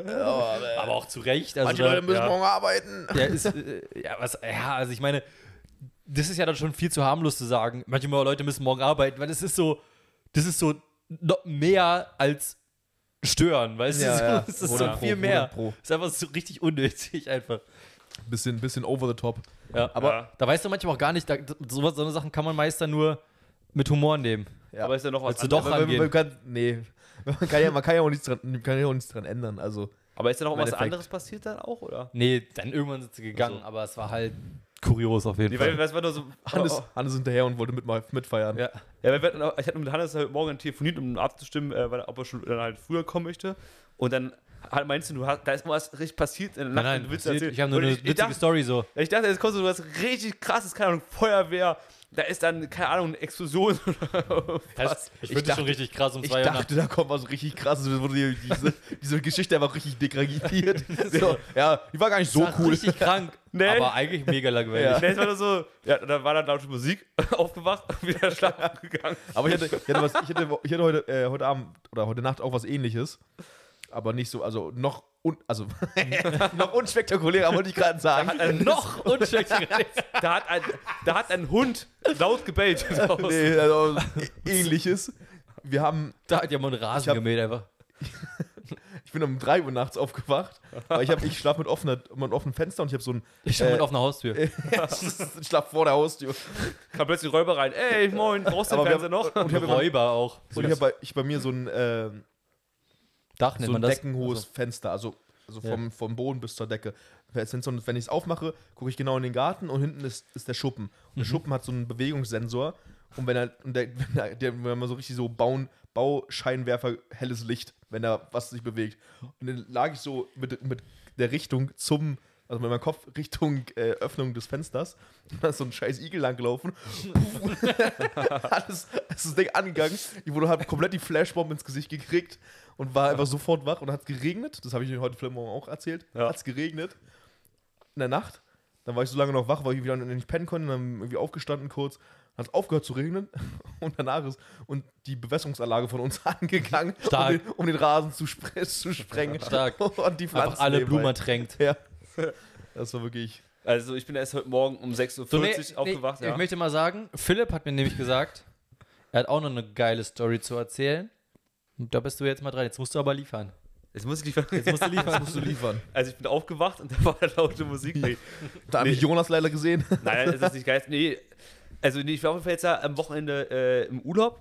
[SPEAKER 1] aber auch zu Recht. Also da- ja.
[SPEAKER 2] arbeiten.
[SPEAKER 1] Ja, ist, äh, ja, was, ja, also ich meine, das ist ja dann schon viel zu harmlos zu sagen. Manchmal Leute müssen morgen arbeiten, weil das ist so, das ist so noch mehr als stören, weißt
[SPEAKER 2] Ja,
[SPEAKER 1] du? So,
[SPEAKER 2] ja.
[SPEAKER 1] Das ist so
[SPEAKER 2] 100
[SPEAKER 1] viel
[SPEAKER 2] pro,
[SPEAKER 1] mehr.
[SPEAKER 2] 100 pro.
[SPEAKER 1] Ist einfach so richtig unnötig einfach.
[SPEAKER 2] Bisschen, bisschen over the top.
[SPEAKER 1] Ja.
[SPEAKER 2] Aber-
[SPEAKER 3] ja.
[SPEAKER 1] Da weißt du manchmal auch gar nicht, da, sowas, so eine Sachen kann man meistern nur mit Humor nehmen.
[SPEAKER 2] Ja.
[SPEAKER 3] aber ist ja noch was
[SPEAKER 1] Willst du doch
[SPEAKER 3] anderes.
[SPEAKER 1] Doch
[SPEAKER 2] man,
[SPEAKER 1] angehen.
[SPEAKER 2] man kann, nee, man kann ja, man kann ja auch nichts dran, man kann ja auch nichts dran ändern. Also,
[SPEAKER 1] Oh.
[SPEAKER 3] Aber ist ja noch
[SPEAKER 2] Im
[SPEAKER 3] was
[SPEAKER 2] Endeffekt.
[SPEAKER 3] anderes passiert dann auch, oder?
[SPEAKER 1] Nee, dann irgendwann sind sie gegangen, aber es war halt kurios auf jeden
[SPEAKER 3] Nee, weil,
[SPEAKER 1] Fall.
[SPEAKER 3] weil es war nur so. Oh,
[SPEAKER 2] Hannes, Hannes hinterher und wollte mit, mitfeiern.
[SPEAKER 1] Ja.
[SPEAKER 3] Ja, weil wir hatten auch- ich hatte mit Hannes heute Morgen telefoniert, um abzustimmen, äh, weil, ob er schon dann halt früher kommen möchte. Und dann hat- meinst du, du hast, da ist mal was richtig passiert in der Nacht.
[SPEAKER 1] Nein, nein,
[SPEAKER 3] und du willst
[SPEAKER 1] passiert.
[SPEAKER 3] erzählen.
[SPEAKER 1] ich habe nur
[SPEAKER 3] Und
[SPEAKER 1] eine
[SPEAKER 3] ich, ich,
[SPEAKER 1] witzige
[SPEAKER 3] dachte,
[SPEAKER 1] Story so.
[SPEAKER 3] ich dachte, jetzt kommt so was richtig krasses, keine Ahnung, Feuerwehr. Da ist dann, keine Ahnung, eine Explosion.
[SPEAKER 1] Das, ich finde das
[SPEAKER 2] dachte-
[SPEAKER 1] schon richtig krass um
[SPEAKER 2] Ich
[SPEAKER 1] zwei Uhr nachts.
[SPEAKER 2] dachte, da kommt was richtig krasses. Es wurde hier diese, diese Geschichte einfach richtig degradiert. so, ja, die war gar nicht so
[SPEAKER 1] Das war
[SPEAKER 2] cool.
[SPEAKER 1] Richtig krank.
[SPEAKER 3] Nee.
[SPEAKER 1] Aber eigentlich mega
[SPEAKER 2] Ja.
[SPEAKER 1] langweilig.
[SPEAKER 3] Nee, es war nur so, ja, da war dann laute Musik, aufgewacht und wieder schlafen gegangen.
[SPEAKER 2] Aber ich hatte, ich hatte, was, ich hatte, ich hatte heute, äh, heute Abend oder heute Nacht auch was ähnliches. Aber nicht so, also noch, un, also noch unspektakulärer, wollte ich gerade sagen.
[SPEAKER 3] Hat ein,
[SPEAKER 1] Also Noch unspektakulär.
[SPEAKER 3] Äh, da, hat ein, da hat ein Hund laut gebellt. draußen.
[SPEAKER 2] Nee, also ähnliches. Wir haben,
[SPEAKER 1] Da hat ja mal einen Rasen
[SPEAKER 2] hab-
[SPEAKER 1] gemäht einfach.
[SPEAKER 2] ich bin um 3 Uhr nachts aufgewacht, weil ich, hab, ich schlaf mit, offener, mit offenem Fenster und ich habe so ein,
[SPEAKER 1] Ich stand
[SPEAKER 2] Äh,
[SPEAKER 1] mit offener Haustür.
[SPEAKER 2] ich schlaf vor der Haustür.
[SPEAKER 3] Kam plötzlich ein Räuber rein. Ey, moin, brauchst du den
[SPEAKER 2] Aber wir
[SPEAKER 3] Fernseher noch?
[SPEAKER 1] Und Räuber auch.
[SPEAKER 2] Und ich habe bei, ich bei mir so ein, äh,
[SPEAKER 1] Dach nennt
[SPEAKER 2] so ein
[SPEAKER 1] man das.
[SPEAKER 2] deckenhohes Fenster, also, also vom, vom Boden bis zur Decke. Wenn's- Wenn ich es aufmache, gucke ich genau in den Garten und hinten ist, ist der Schuppen. Und der
[SPEAKER 1] Mhm.
[SPEAKER 2] Schuppen hat so einen Bewegungssensor und wenn er, und der, wenn, er der, wenn man so richtig so bauen, Bauscheinwerfer, helles Licht, wenn da was sich bewegt. Und dann lag ich so mit, mit der Richtung zum, also mit meinem Kopf Richtung äh, Öffnung des Fensters. Und da ist so ein scheiß Igel langgelaufen. Puh. Alles ist das Ding angegangen. Ich wurde halt komplett die Flashbomb ins Gesicht gekriegt und war einfach sofort wach und hat geregnet. Das habe ich Ihnen heute vielleicht morgen auch erzählt.
[SPEAKER 3] Ja.
[SPEAKER 2] Hat es geregnet in der Nacht. Dann war ich so lange noch wach, weil ich wieder nicht pennen konnte. Dann irgendwie aufgestanden kurz. Hat es aufgehört zu regnen und danach ist und die Bewässerungsanlage von uns angegangen, um
[SPEAKER 1] Stark.
[SPEAKER 2] den, um den Rasen zu, spre zu sprengen.
[SPEAKER 1] Stark.
[SPEAKER 2] Und die Pflanzen
[SPEAKER 1] Einfach alle
[SPEAKER 2] nebenbei.
[SPEAKER 1] Blumen tränkt.
[SPEAKER 2] Ja. Das war wirklich.
[SPEAKER 3] Also ich bin erst heute Morgen um 6.40 Uhr aufgewacht.
[SPEAKER 1] Ich
[SPEAKER 3] ja.
[SPEAKER 1] möchte mal sagen, Philipp hat mir nämlich gesagt, er hat auch noch eine geile Story zu erzählen. Und da bist du jetzt mal dran. Jetzt musst du aber liefern.
[SPEAKER 3] Jetzt muss ich dich
[SPEAKER 1] Jetzt musst du liefern.
[SPEAKER 2] Musst du liefern.
[SPEAKER 3] Also ich bin aufgewacht und da war laute Musik. Nee,
[SPEAKER 2] Da habe ich Jonas leider gesehen.
[SPEAKER 3] nein, das ist nicht geil. Nee, also nee, ich war auf jeden Fall jetzt ja am Wochenende äh, im Urlaub.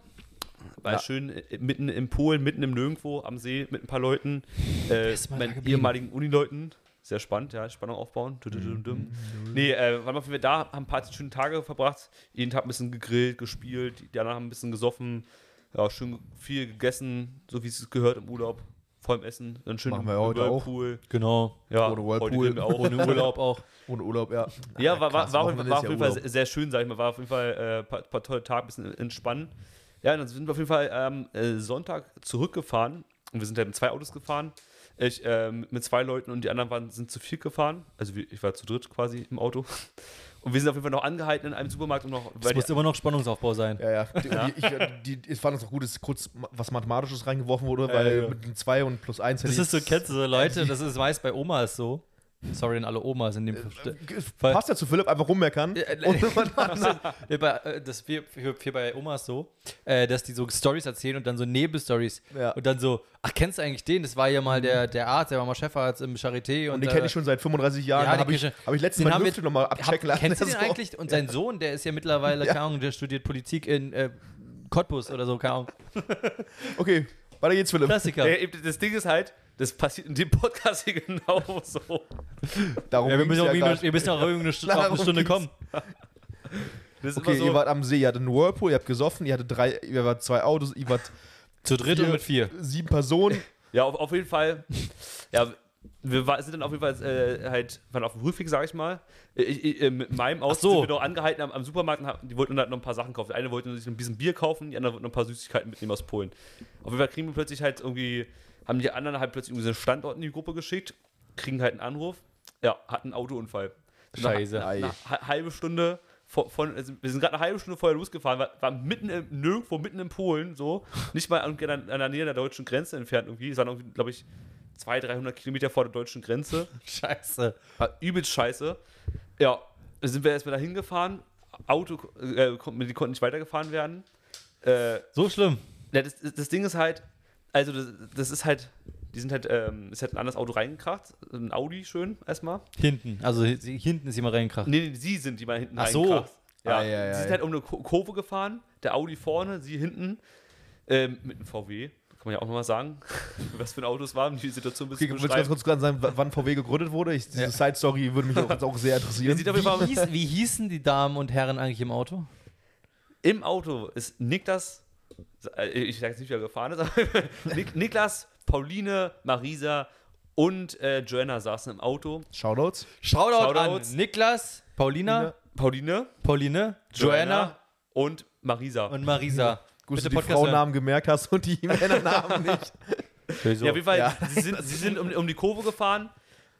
[SPEAKER 3] War
[SPEAKER 2] Ja.
[SPEAKER 3] schön äh, mitten in Polen, mitten im Nirgendwo am See mit ein paar Leuten, äh,
[SPEAKER 1] ist mal da
[SPEAKER 3] meinen
[SPEAKER 1] geblieben.
[SPEAKER 3] ehemaligen Unileuten. Sehr spannend, ja, Spannung aufbauen. Dum, dum, dum,
[SPEAKER 2] Mhm.
[SPEAKER 3] dum. Nee, äh, waren wir auf jeden Fall da, haben ein paar schöne Tage verbracht, jeden Tag ein bisschen gegrillt, gespielt, die anderen haben ein bisschen gesoffen, ja, schön viel gegessen, so wie es gehört im Urlaub, vor dem Essen, dann schön
[SPEAKER 2] Machen wir heute auch.
[SPEAKER 3] Whirlpool.
[SPEAKER 1] Genau.
[SPEAKER 3] Ja,
[SPEAKER 2] Ohne
[SPEAKER 3] heute
[SPEAKER 2] Whirlpool.
[SPEAKER 3] grillen wir auch.
[SPEAKER 1] Ohne Urlaub auch.
[SPEAKER 2] Ohne Urlaub, ja.
[SPEAKER 3] Ja, war, war,
[SPEAKER 2] krass,
[SPEAKER 3] war, auf jeden-
[SPEAKER 2] Wochenende ist
[SPEAKER 3] war auf
[SPEAKER 2] ja
[SPEAKER 3] jeden Fall
[SPEAKER 2] Urlaub.
[SPEAKER 3] sehr, sehr schön, sag ich mal. War auf jeden Fall ein äh, paar, paar tolle Tage, ein bisschen entspannen. Ja, und dann sind wir auf jeden Fall am äh, Sonntag zurückgefahren. Und wir sind dann mit zwei Autos gefahren. Ich ähm, mit zwei Leuten und die anderen waren, sind zu viert gefahren. Also wir, ich war zu dritt quasi im Auto. Und wir sind auf jeden Fall noch angehalten in einem Supermarkt und noch.
[SPEAKER 1] Es muss immer noch Spannungsaufbau sein.
[SPEAKER 2] Ja, ja. Die, Die, ich, ich fand das auch gut, dass kurz ma- was Mathematisches reingeworfen wurde, weil
[SPEAKER 1] ja.
[SPEAKER 2] mit einem 2 und plus 1 hätte
[SPEAKER 1] Das
[SPEAKER 2] ich-
[SPEAKER 1] ist so, kennst du so Leute, das ist meist bei Omas so. Sorry an alle Omas
[SPEAKER 2] Äh,
[SPEAKER 1] in dem Verste-
[SPEAKER 2] Es
[SPEAKER 1] Weil-
[SPEAKER 2] Passt ja zu Philipp, einfach rummeckern.
[SPEAKER 1] Ja, nee.
[SPEAKER 2] Und man-
[SPEAKER 1] Wir bei, äh, das wir, wir, wir bei Omas so, äh, dass die so Stories erzählen und dann so Nebelstories.
[SPEAKER 2] Ja.
[SPEAKER 1] Und dann so, ach, kennst du eigentlich den? Das war ja mal der, der Arzt, der war mal Chefarzt im Charité. Und,
[SPEAKER 2] den kenne ich schon seit 35 Jahren.
[SPEAKER 1] Ja,
[SPEAKER 2] Ja,
[SPEAKER 1] den
[SPEAKER 2] habe ich,
[SPEAKER 1] kenn ich schon.
[SPEAKER 2] hab ich letztens
[SPEAKER 1] Den
[SPEAKER 2] mal
[SPEAKER 1] haben wir-
[SPEAKER 2] Lüfte nochmal abchecken
[SPEAKER 1] hab,
[SPEAKER 2] lassen.
[SPEAKER 1] Kennst du den
[SPEAKER 2] So.
[SPEAKER 1] eigentlich? Und sein Sohn, der ist ja mittlerweile, keine Ahnung, der studiert Politik in äh, Cottbus oder so, keine Ahnung.
[SPEAKER 2] Okay, Weiter geht's, Philipp.
[SPEAKER 1] Klassiker.
[SPEAKER 3] Ey, Das Ding ist halt, das passiert in dem Podcast hier genau so.
[SPEAKER 2] Darum
[SPEAKER 1] Ja, wir müssen
[SPEAKER 2] ging's
[SPEAKER 1] auch irgendeine-
[SPEAKER 2] grad.
[SPEAKER 1] wir müssen auch irgendeine Stu- auf
[SPEAKER 2] Darum
[SPEAKER 1] eine Stunde
[SPEAKER 2] ging's.
[SPEAKER 1] kommen.
[SPEAKER 3] Das ist
[SPEAKER 2] Okay,
[SPEAKER 3] immer so.
[SPEAKER 2] ihr wart am See, ihr hattet einen Whirlpool, ihr habt gesoffen, ihr hattet drei, ihr wart zwei Autos, ihr wart
[SPEAKER 1] Zu dritt und mit vier.
[SPEAKER 2] sieben Personen.
[SPEAKER 3] Ja, auf, auf jeden Fall. Ja, wir war, sind dann auf jeden Fall äh, halt waren auf dem Rückweg, sag ich mal. Ich, ich, äh, mit meinem Auto
[SPEAKER 1] so.
[SPEAKER 3] sind wir doch angehalten am, am Supermarkt und haben, die wollten halt noch ein paar Sachen kaufen. Die eine wollte sich ein bisschen Bier kaufen, die andere wollte noch ein paar Süßigkeiten mitnehmen aus Polen. Auf jeden Fall kriegen wir plötzlich halt irgendwie, haben die anderen halt plötzlich irgendwie so einen Standort in die Gruppe geschickt, kriegen halt einen Anruf, ja, hat einen Autounfall. Sind
[SPEAKER 1] Scheiße.
[SPEAKER 3] Eine, eine, eine halbe Stunde von, von also wir sind gerade eine halbe Stunde vorher losgefahren, war, war mitten im, nirgendwo, mitten in Polen, so, nicht mal an, an der Nähe der deutschen Grenze entfernt irgendwie, sondern irgendwie, glaube ich, 200, 300 Kilometer vor der deutschen Grenze.
[SPEAKER 1] Scheiße.
[SPEAKER 3] War übelst scheiße. Ja, sind wir erstmal dahin gefahren, Auto, äh, konnten, die konnten nicht weitergefahren werden. Äh,
[SPEAKER 1] So schlimm.
[SPEAKER 3] ja, das, das- das Ding ist halt, also das, das ist halt, die sind halt, ähm, ist halt ein anderes Auto reingekracht, ein Audi schön erstmal.
[SPEAKER 1] Hinten. Also hi- sie- hinten ist jemand reingekracht.
[SPEAKER 3] Nee, nee, sie sind die mal hinten
[SPEAKER 1] Ach so.
[SPEAKER 3] reingekracht. Ja,
[SPEAKER 2] Ah, ja, ja,
[SPEAKER 3] sie sind
[SPEAKER 2] ja.
[SPEAKER 3] halt um eine Ku- Kurve gefahren, der Audi vorne, sie hinten, ähm, mit einem VW, kann man ja auch nochmal sagen, was für ein Auto es war, um die Situation ein
[SPEAKER 2] Okay, willst
[SPEAKER 3] bisschen zu
[SPEAKER 2] du ganz
[SPEAKER 3] beschreiben.
[SPEAKER 2] kurz kurz sagen, w- wann VW gegründet wurde? Ich, diese
[SPEAKER 1] Ja.
[SPEAKER 2] Side-Story würde mich auch, jetzt auch sehr interessieren.
[SPEAKER 3] Sieht auf jeden
[SPEAKER 1] Wie,
[SPEAKER 3] Fall,
[SPEAKER 1] hieß, wie hießen die Damen und Herren eigentlich im Auto?
[SPEAKER 3] Im Auto ist Niklas, äh, ich sage jetzt nicht, wer gefahren ist, aber Nik Niklas, Pauline, Marisa und äh, Joanna saßen im Auto.
[SPEAKER 2] Shoutouts.
[SPEAKER 1] Shoutout
[SPEAKER 3] Shoutouts.
[SPEAKER 1] an Niklas, Paulina,
[SPEAKER 3] Pauline,
[SPEAKER 1] Pauline, Joanna
[SPEAKER 3] und Marisa.
[SPEAKER 1] und Marisa.
[SPEAKER 2] Gut,
[SPEAKER 1] Bitte
[SPEAKER 2] dass du die
[SPEAKER 1] Podcast
[SPEAKER 2] Frauennamen gemerkt hast und die Männernamen nicht.
[SPEAKER 1] Wieso?
[SPEAKER 3] ja, auf jeden Fall,
[SPEAKER 2] Ja.
[SPEAKER 3] sie sind, sie sind um, um die Kurve gefahren.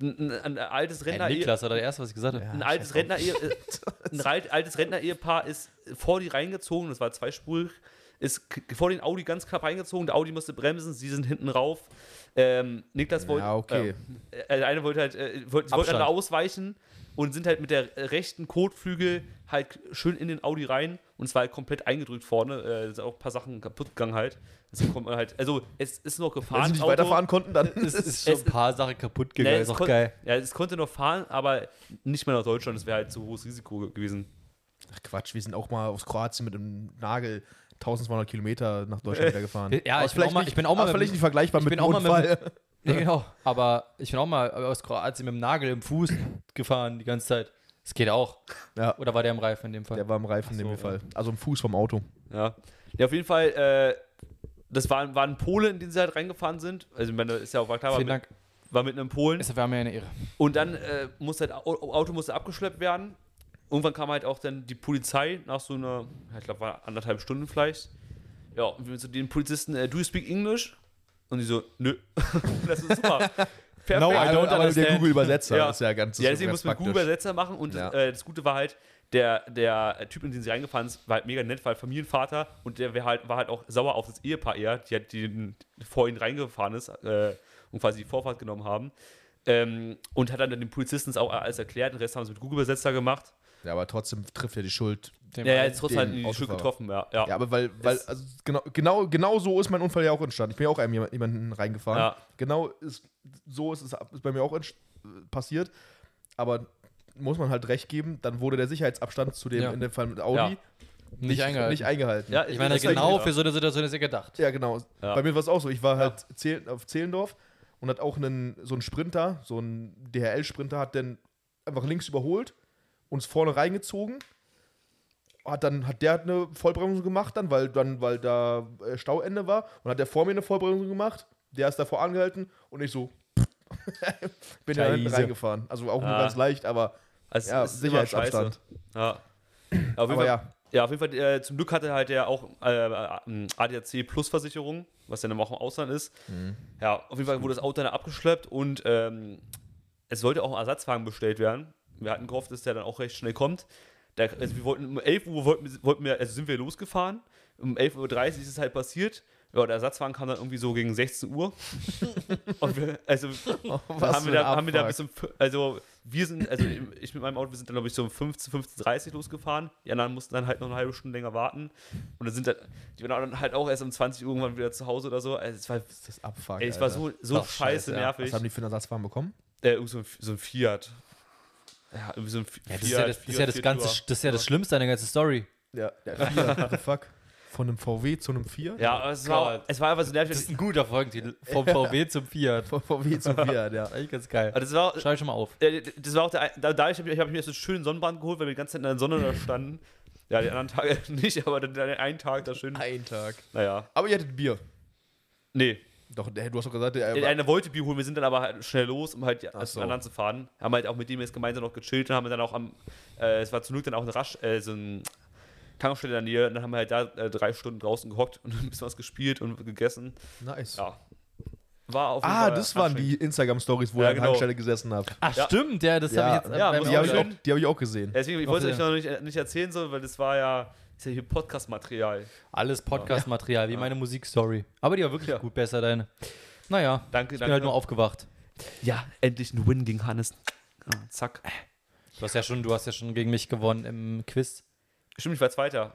[SPEAKER 3] Ein, ein, ein altes Rentner.
[SPEAKER 1] Niklas war der erste, was ich gesagt habe.
[SPEAKER 3] ein altes Rentner ein rei- altes Rentner-Ehepaar ist vor die reingezogen, das war zweispurig, ist k- vor den Audi ganz knapp reingezogen, der Audi musste bremsen, sie sind hinten rauf. Ähm, Niklas wollte,
[SPEAKER 2] Ja, okay.
[SPEAKER 3] äh, äh, der eine wollte halt, äh, wollte, sie wollten
[SPEAKER 1] Abstand.
[SPEAKER 3] halt ausweichen und sind halt mit der äh, rechten Kotflügel halt schön in den Audi rein und zwar halt komplett eingedrückt vorne, äh, sind auch ein paar Sachen kaputt gegangen halt. Deswegen kommt man halt, also es ist noch
[SPEAKER 2] Wenn
[SPEAKER 3] gefahren.
[SPEAKER 2] sie nicht weiterfahren konnten, dann
[SPEAKER 1] Es ist schon
[SPEAKER 3] es-
[SPEAKER 1] ein paar Sachen kaputt gegangen.
[SPEAKER 3] Nee,
[SPEAKER 1] ist
[SPEAKER 3] es
[SPEAKER 1] auch
[SPEAKER 3] kon-
[SPEAKER 1] geil.
[SPEAKER 3] Ja, es konnte noch fahren, aber nicht mehr nach Deutschland, das wäre halt zu hohes Risiko ge- gewesen.
[SPEAKER 2] Ach Quatsch, wir sind auch mal aus Kroatien mit einem Nagel 1200 Kilometer nach Deutschland wieder gefahren.
[SPEAKER 1] Ja,
[SPEAKER 2] Aber
[SPEAKER 1] ich bin auch mal- ich bin auch mal
[SPEAKER 2] aber
[SPEAKER 1] mit-
[SPEAKER 2] vielleicht nicht vergleichbar
[SPEAKER 1] ich
[SPEAKER 2] mit
[SPEAKER 1] bin
[SPEAKER 2] einem
[SPEAKER 1] auch mal mit-
[SPEAKER 2] Unfall.
[SPEAKER 1] Ja, genau. Aber ich bin auch mal aus Kroatien mit dem Nagel im Fuß gefahren die ganze Zeit. Es geht auch.
[SPEAKER 2] ja,
[SPEAKER 1] Oder war der im Reifen in dem Fall?
[SPEAKER 2] der war im Reifen in dem Fall. Also im Fuß vom Auto.
[SPEAKER 3] Ja. ja, auf jeden Fall, äh, das waren, waren Polen, in die sie halt reingefahren sind. Also, ich meine, ist ja auch klar, war
[SPEAKER 1] Vielen
[SPEAKER 3] mit,
[SPEAKER 1] Dank.
[SPEAKER 3] war mit einem Polen.
[SPEAKER 1] Es war mir eine Ehre.
[SPEAKER 3] Und dann äh, musste halt, Au- Auto musste abgeschleppt werden. Irgendwann kam halt auch dann die Polizei nach so einer, ja, ich glaube, war anderthalb Stunden vielleicht. Ja, und wir zu den Polizisten, äh, do you speak English? Und die so, nö. das ist super. Perfekt.
[SPEAKER 2] aber der Google-Übersetzer
[SPEAKER 3] Ja.
[SPEAKER 2] ist ja ganz
[SPEAKER 3] Ja, deswegen
[SPEAKER 2] ganz
[SPEAKER 3] muss man
[SPEAKER 2] praktisch.
[SPEAKER 3] Google Übersetzer machen und
[SPEAKER 2] Ja.
[SPEAKER 3] das, äh, das Gute war halt, der, der Typ, in den sie reingefahren ist, war halt mega nett, war halt Familienvater und der wär halt, war halt auch sauer auf das Ehepaar eher, die, halt den vor ihn reingefahren ist äh, und quasi die Vorfahrt genommen haben. Ähm, und hat dann den Polizisten es auch alles erklärt, den Rest haben sie mit Google Übersetzer gemacht.
[SPEAKER 2] Ja, aber trotzdem trifft er die Schuld.
[SPEAKER 1] Dem
[SPEAKER 3] Ja, ja,
[SPEAKER 1] Reifen.
[SPEAKER 3] jetzt trotzdem halt
[SPEAKER 2] den
[SPEAKER 3] in die Schuld
[SPEAKER 2] Autofahrer.
[SPEAKER 3] getroffen, ja. ja.
[SPEAKER 2] Ja, aber weil, weil
[SPEAKER 3] Es-
[SPEAKER 2] also genau, genau, genau so ist mein Unfall ja auch entstanden. Ich bin ja auch einem jemand- jemanden reingefahren.
[SPEAKER 3] Ja.
[SPEAKER 2] Genau ist, so ist es ab- ist bei mir auch entst- passiert. Aber muss man halt recht geben, dann wurde der Sicherheitsabstand zu dem,
[SPEAKER 1] Ja.
[SPEAKER 2] in dem Fall mit Audi,
[SPEAKER 3] Ja.
[SPEAKER 1] nicht eingehalten.
[SPEAKER 2] Nicht eingehalten.
[SPEAKER 3] Ja,
[SPEAKER 1] ich meine,
[SPEAKER 3] das ist halt-
[SPEAKER 1] genau für so eine Situation ist er gedacht.
[SPEAKER 2] Ja, genau.
[SPEAKER 3] Ja.
[SPEAKER 2] Bei mir war es auch so. Ich war halt Zehl- auf Zehlendorf und hat auch einen, so einen Sprinter, so einen DHL-Sprinter, hat dann einfach links überholt, uns vorne reingezogen. Hat dann, hat der hat eine Vollbremsung gemacht dann, weil dann, weil da äh, Stauende war und hat der vor mir eine Vollbremsung gemacht, der ist davor angehalten und ich so bin da hinten
[SPEAKER 1] Scheiße.
[SPEAKER 2] reingefahren. Also auch nur
[SPEAKER 3] Ah.
[SPEAKER 2] ganz leicht, aber
[SPEAKER 3] Also,
[SPEAKER 2] ja,
[SPEAKER 3] es ist immer
[SPEAKER 2] Sicherheitsabstand.
[SPEAKER 3] scheiße. Ja. Ja, Auf jeden
[SPEAKER 2] Aber
[SPEAKER 3] Fall,
[SPEAKER 2] ja.
[SPEAKER 3] Ja, auf jeden Fall, äh, zum Glück hatte halt der auch äh, ähm, ADAC Plus Versicherung, was ja dann auch im Ausland ist. Ja, auf jeden Fall wurde das Auto dann abgeschleppt und ähm, es sollte auch ein Ersatzwagen bestellt werden. Wir hatten gehofft, dass der dann auch recht schnell kommt. Da, also wir wollten um 11 Uhr wollten, wir- wollten wir, also sind wir losgefahren. Um 11.30 Uhr ist es halt passiert. Ja, der Ersatzwagen kam dann irgendwie so gegen 16 Uhr. und wir, also
[SPEAKER 2] was
[SPEAKER 3] haben, wir
[SPEAKER 2] für ein
[SPEAKER 3] da, haben wir da
[SPEAKER 2] Abfuck.
[SPEAKER 3] bis um, fü- also wir sind, also ich mit meinem Auto, wir sind dann glaube ich so um 15, 15.30 Uhr losgefahren. Die anderen mussten dann halt noch eine halbe Stunde länger warten. Und dann sind dann, die waren dann halt auch erst um 20 Uhr irgendwann wieder zu Hause oder so. Also es war,
[SPEAKER 2] ist das Abfuck.
[SPEAKER 3] ey, es war
[SPEAKER 2] Alter.
[SPEAKER 3] so, so
[SPEAKER 1] Ach,
[SPEAKER 3] scheiße,
[SPEAKER 1] scheiße, ja.
[SPEAKER 3] nervig.
[SPEAKER 2] Was haben die für einen Ersatzfahren bekommen?
[SPEAKER 3] Äh, irgend so ein, so ein Fiat. Ja, irgendwie so ein Fiat.
[SPEAKER 1] Ja, das, ist ja das, das ist ja das ganze, das ist ja das Schlimmste an der ganzen Story.
[SPEAKER 2] Ja, der Fiat, what the fuck. Von einem VW zu einem Fiat?
[SPEAKER 3] Ja, aber es war,
[SPEAKER 1] Gott.
[SPEAKER 3] es war einfach so nervig.
[SPEAKER 1] Das ist ein guter Folgentitel. Vom VW zum Fiat.
[SPEAKER 2] Von VW zu Fiat, ja.
[SPEAKER 1] Eigentlich ganz geil.
[SPEAKER 3] Aber das war,
[SPEAKER 1] Schreib schon mal auf.
[SPEAKER 3] äh, das war auch der, ein- da- dadurch habe ich, hab ich mir so einen schönen Sonnenbrand geholt, weil wir die ganze Zeit in der Sonne da standen. Ja, den anderen Tag nicht, aber dann den einen Tag da schön.
[SPEAKER 2] Ein Tag.
[SPEAKER 3] Naja,
[SPEAKER 2] Aber ihr hattet Bier.
[SPEAKER 3] nee.
[SPEAKER 2] Doch, hey, du hast doch gesagt, der,
[SPEAKER 3] Äh, Einer wollte Bier holen, wir sind dann aber halt schnell los, um halt
[SPEAKER 2] Ach so.
[SPEAKER 3] so. anderen zu fahren. Haben halt auch mit dem jetzt gemeinsam noch gechillt und haben dann auch am, äh, es war zum Glück dann auch ein Rasch, äh, so ein Tankstelle in der Nähe. Und dann haben wir halt da äh, drei Stunden draußen gehockt und ein bisschen was gespielt und gegessen.
[SPEAKER 2] nice.
[SPEAKER 3] Ja. War auf jeden
[SPEAKER 2] Ah,
[SPEAKER 3] Fall
[SPEAKER 2] das waren die
[SPEAKER 3] anstrengend.
[SPEAKER 2] Instagram-Stories, wo
[SPEAKER 3] Ja,
[SPEAKER 2] ihr an der
[SPEAKER 3] genau.
[SPEAKER 2] Tankstelle gesessen habt.
[SPEAKER 1] Ach,
[SPEAKER 3] Ja.
[SPEAKER 1] stimmt, ja, das
[SPEAKER 2] Ja.
[SPEAKER 1] habe ich jetzt. äh,
[SPEAKER 3] Ja,
[SPEAKER 1] beim
[SPEAKER 3] muss
[SPEAKER 2] Die habe ich,
[SPEAKER 1] Aufschreiben-
[SPEAKER 2] auch- die hab ich auch gesehen.
[SPEAKER 3] Deswegen, ich wollte es euch
[SPEAKER 1] Okay.
[SPEAKER 3] noch nicht, äh, nicht erzählen, so, weil das war ja, ist ja hier Podcast-Material.
[SPEAKER 1] Alles Podcast-Material, wie meine Musikstory. Aber die war wirklich
[SPEAKER 3] Ja.
[SPEAKER 1] gut, besser deine. Naja,
[SPEAKER 3] Danke,
[SPEAKER 1] ich bin
[SPEAKER 3] danke.
[SPEAKER 1] halt nur aufgewacht.
[SPEAKER 3] Ja, endlich ein Win gegen Hannes. Ja, Zack.
[SPEAKER 1] Du hast ja schon, du hast ja schon gegen mich gewonnen im Quiz.
[SPEAKER 3] Stimmt, ich war Zweiter.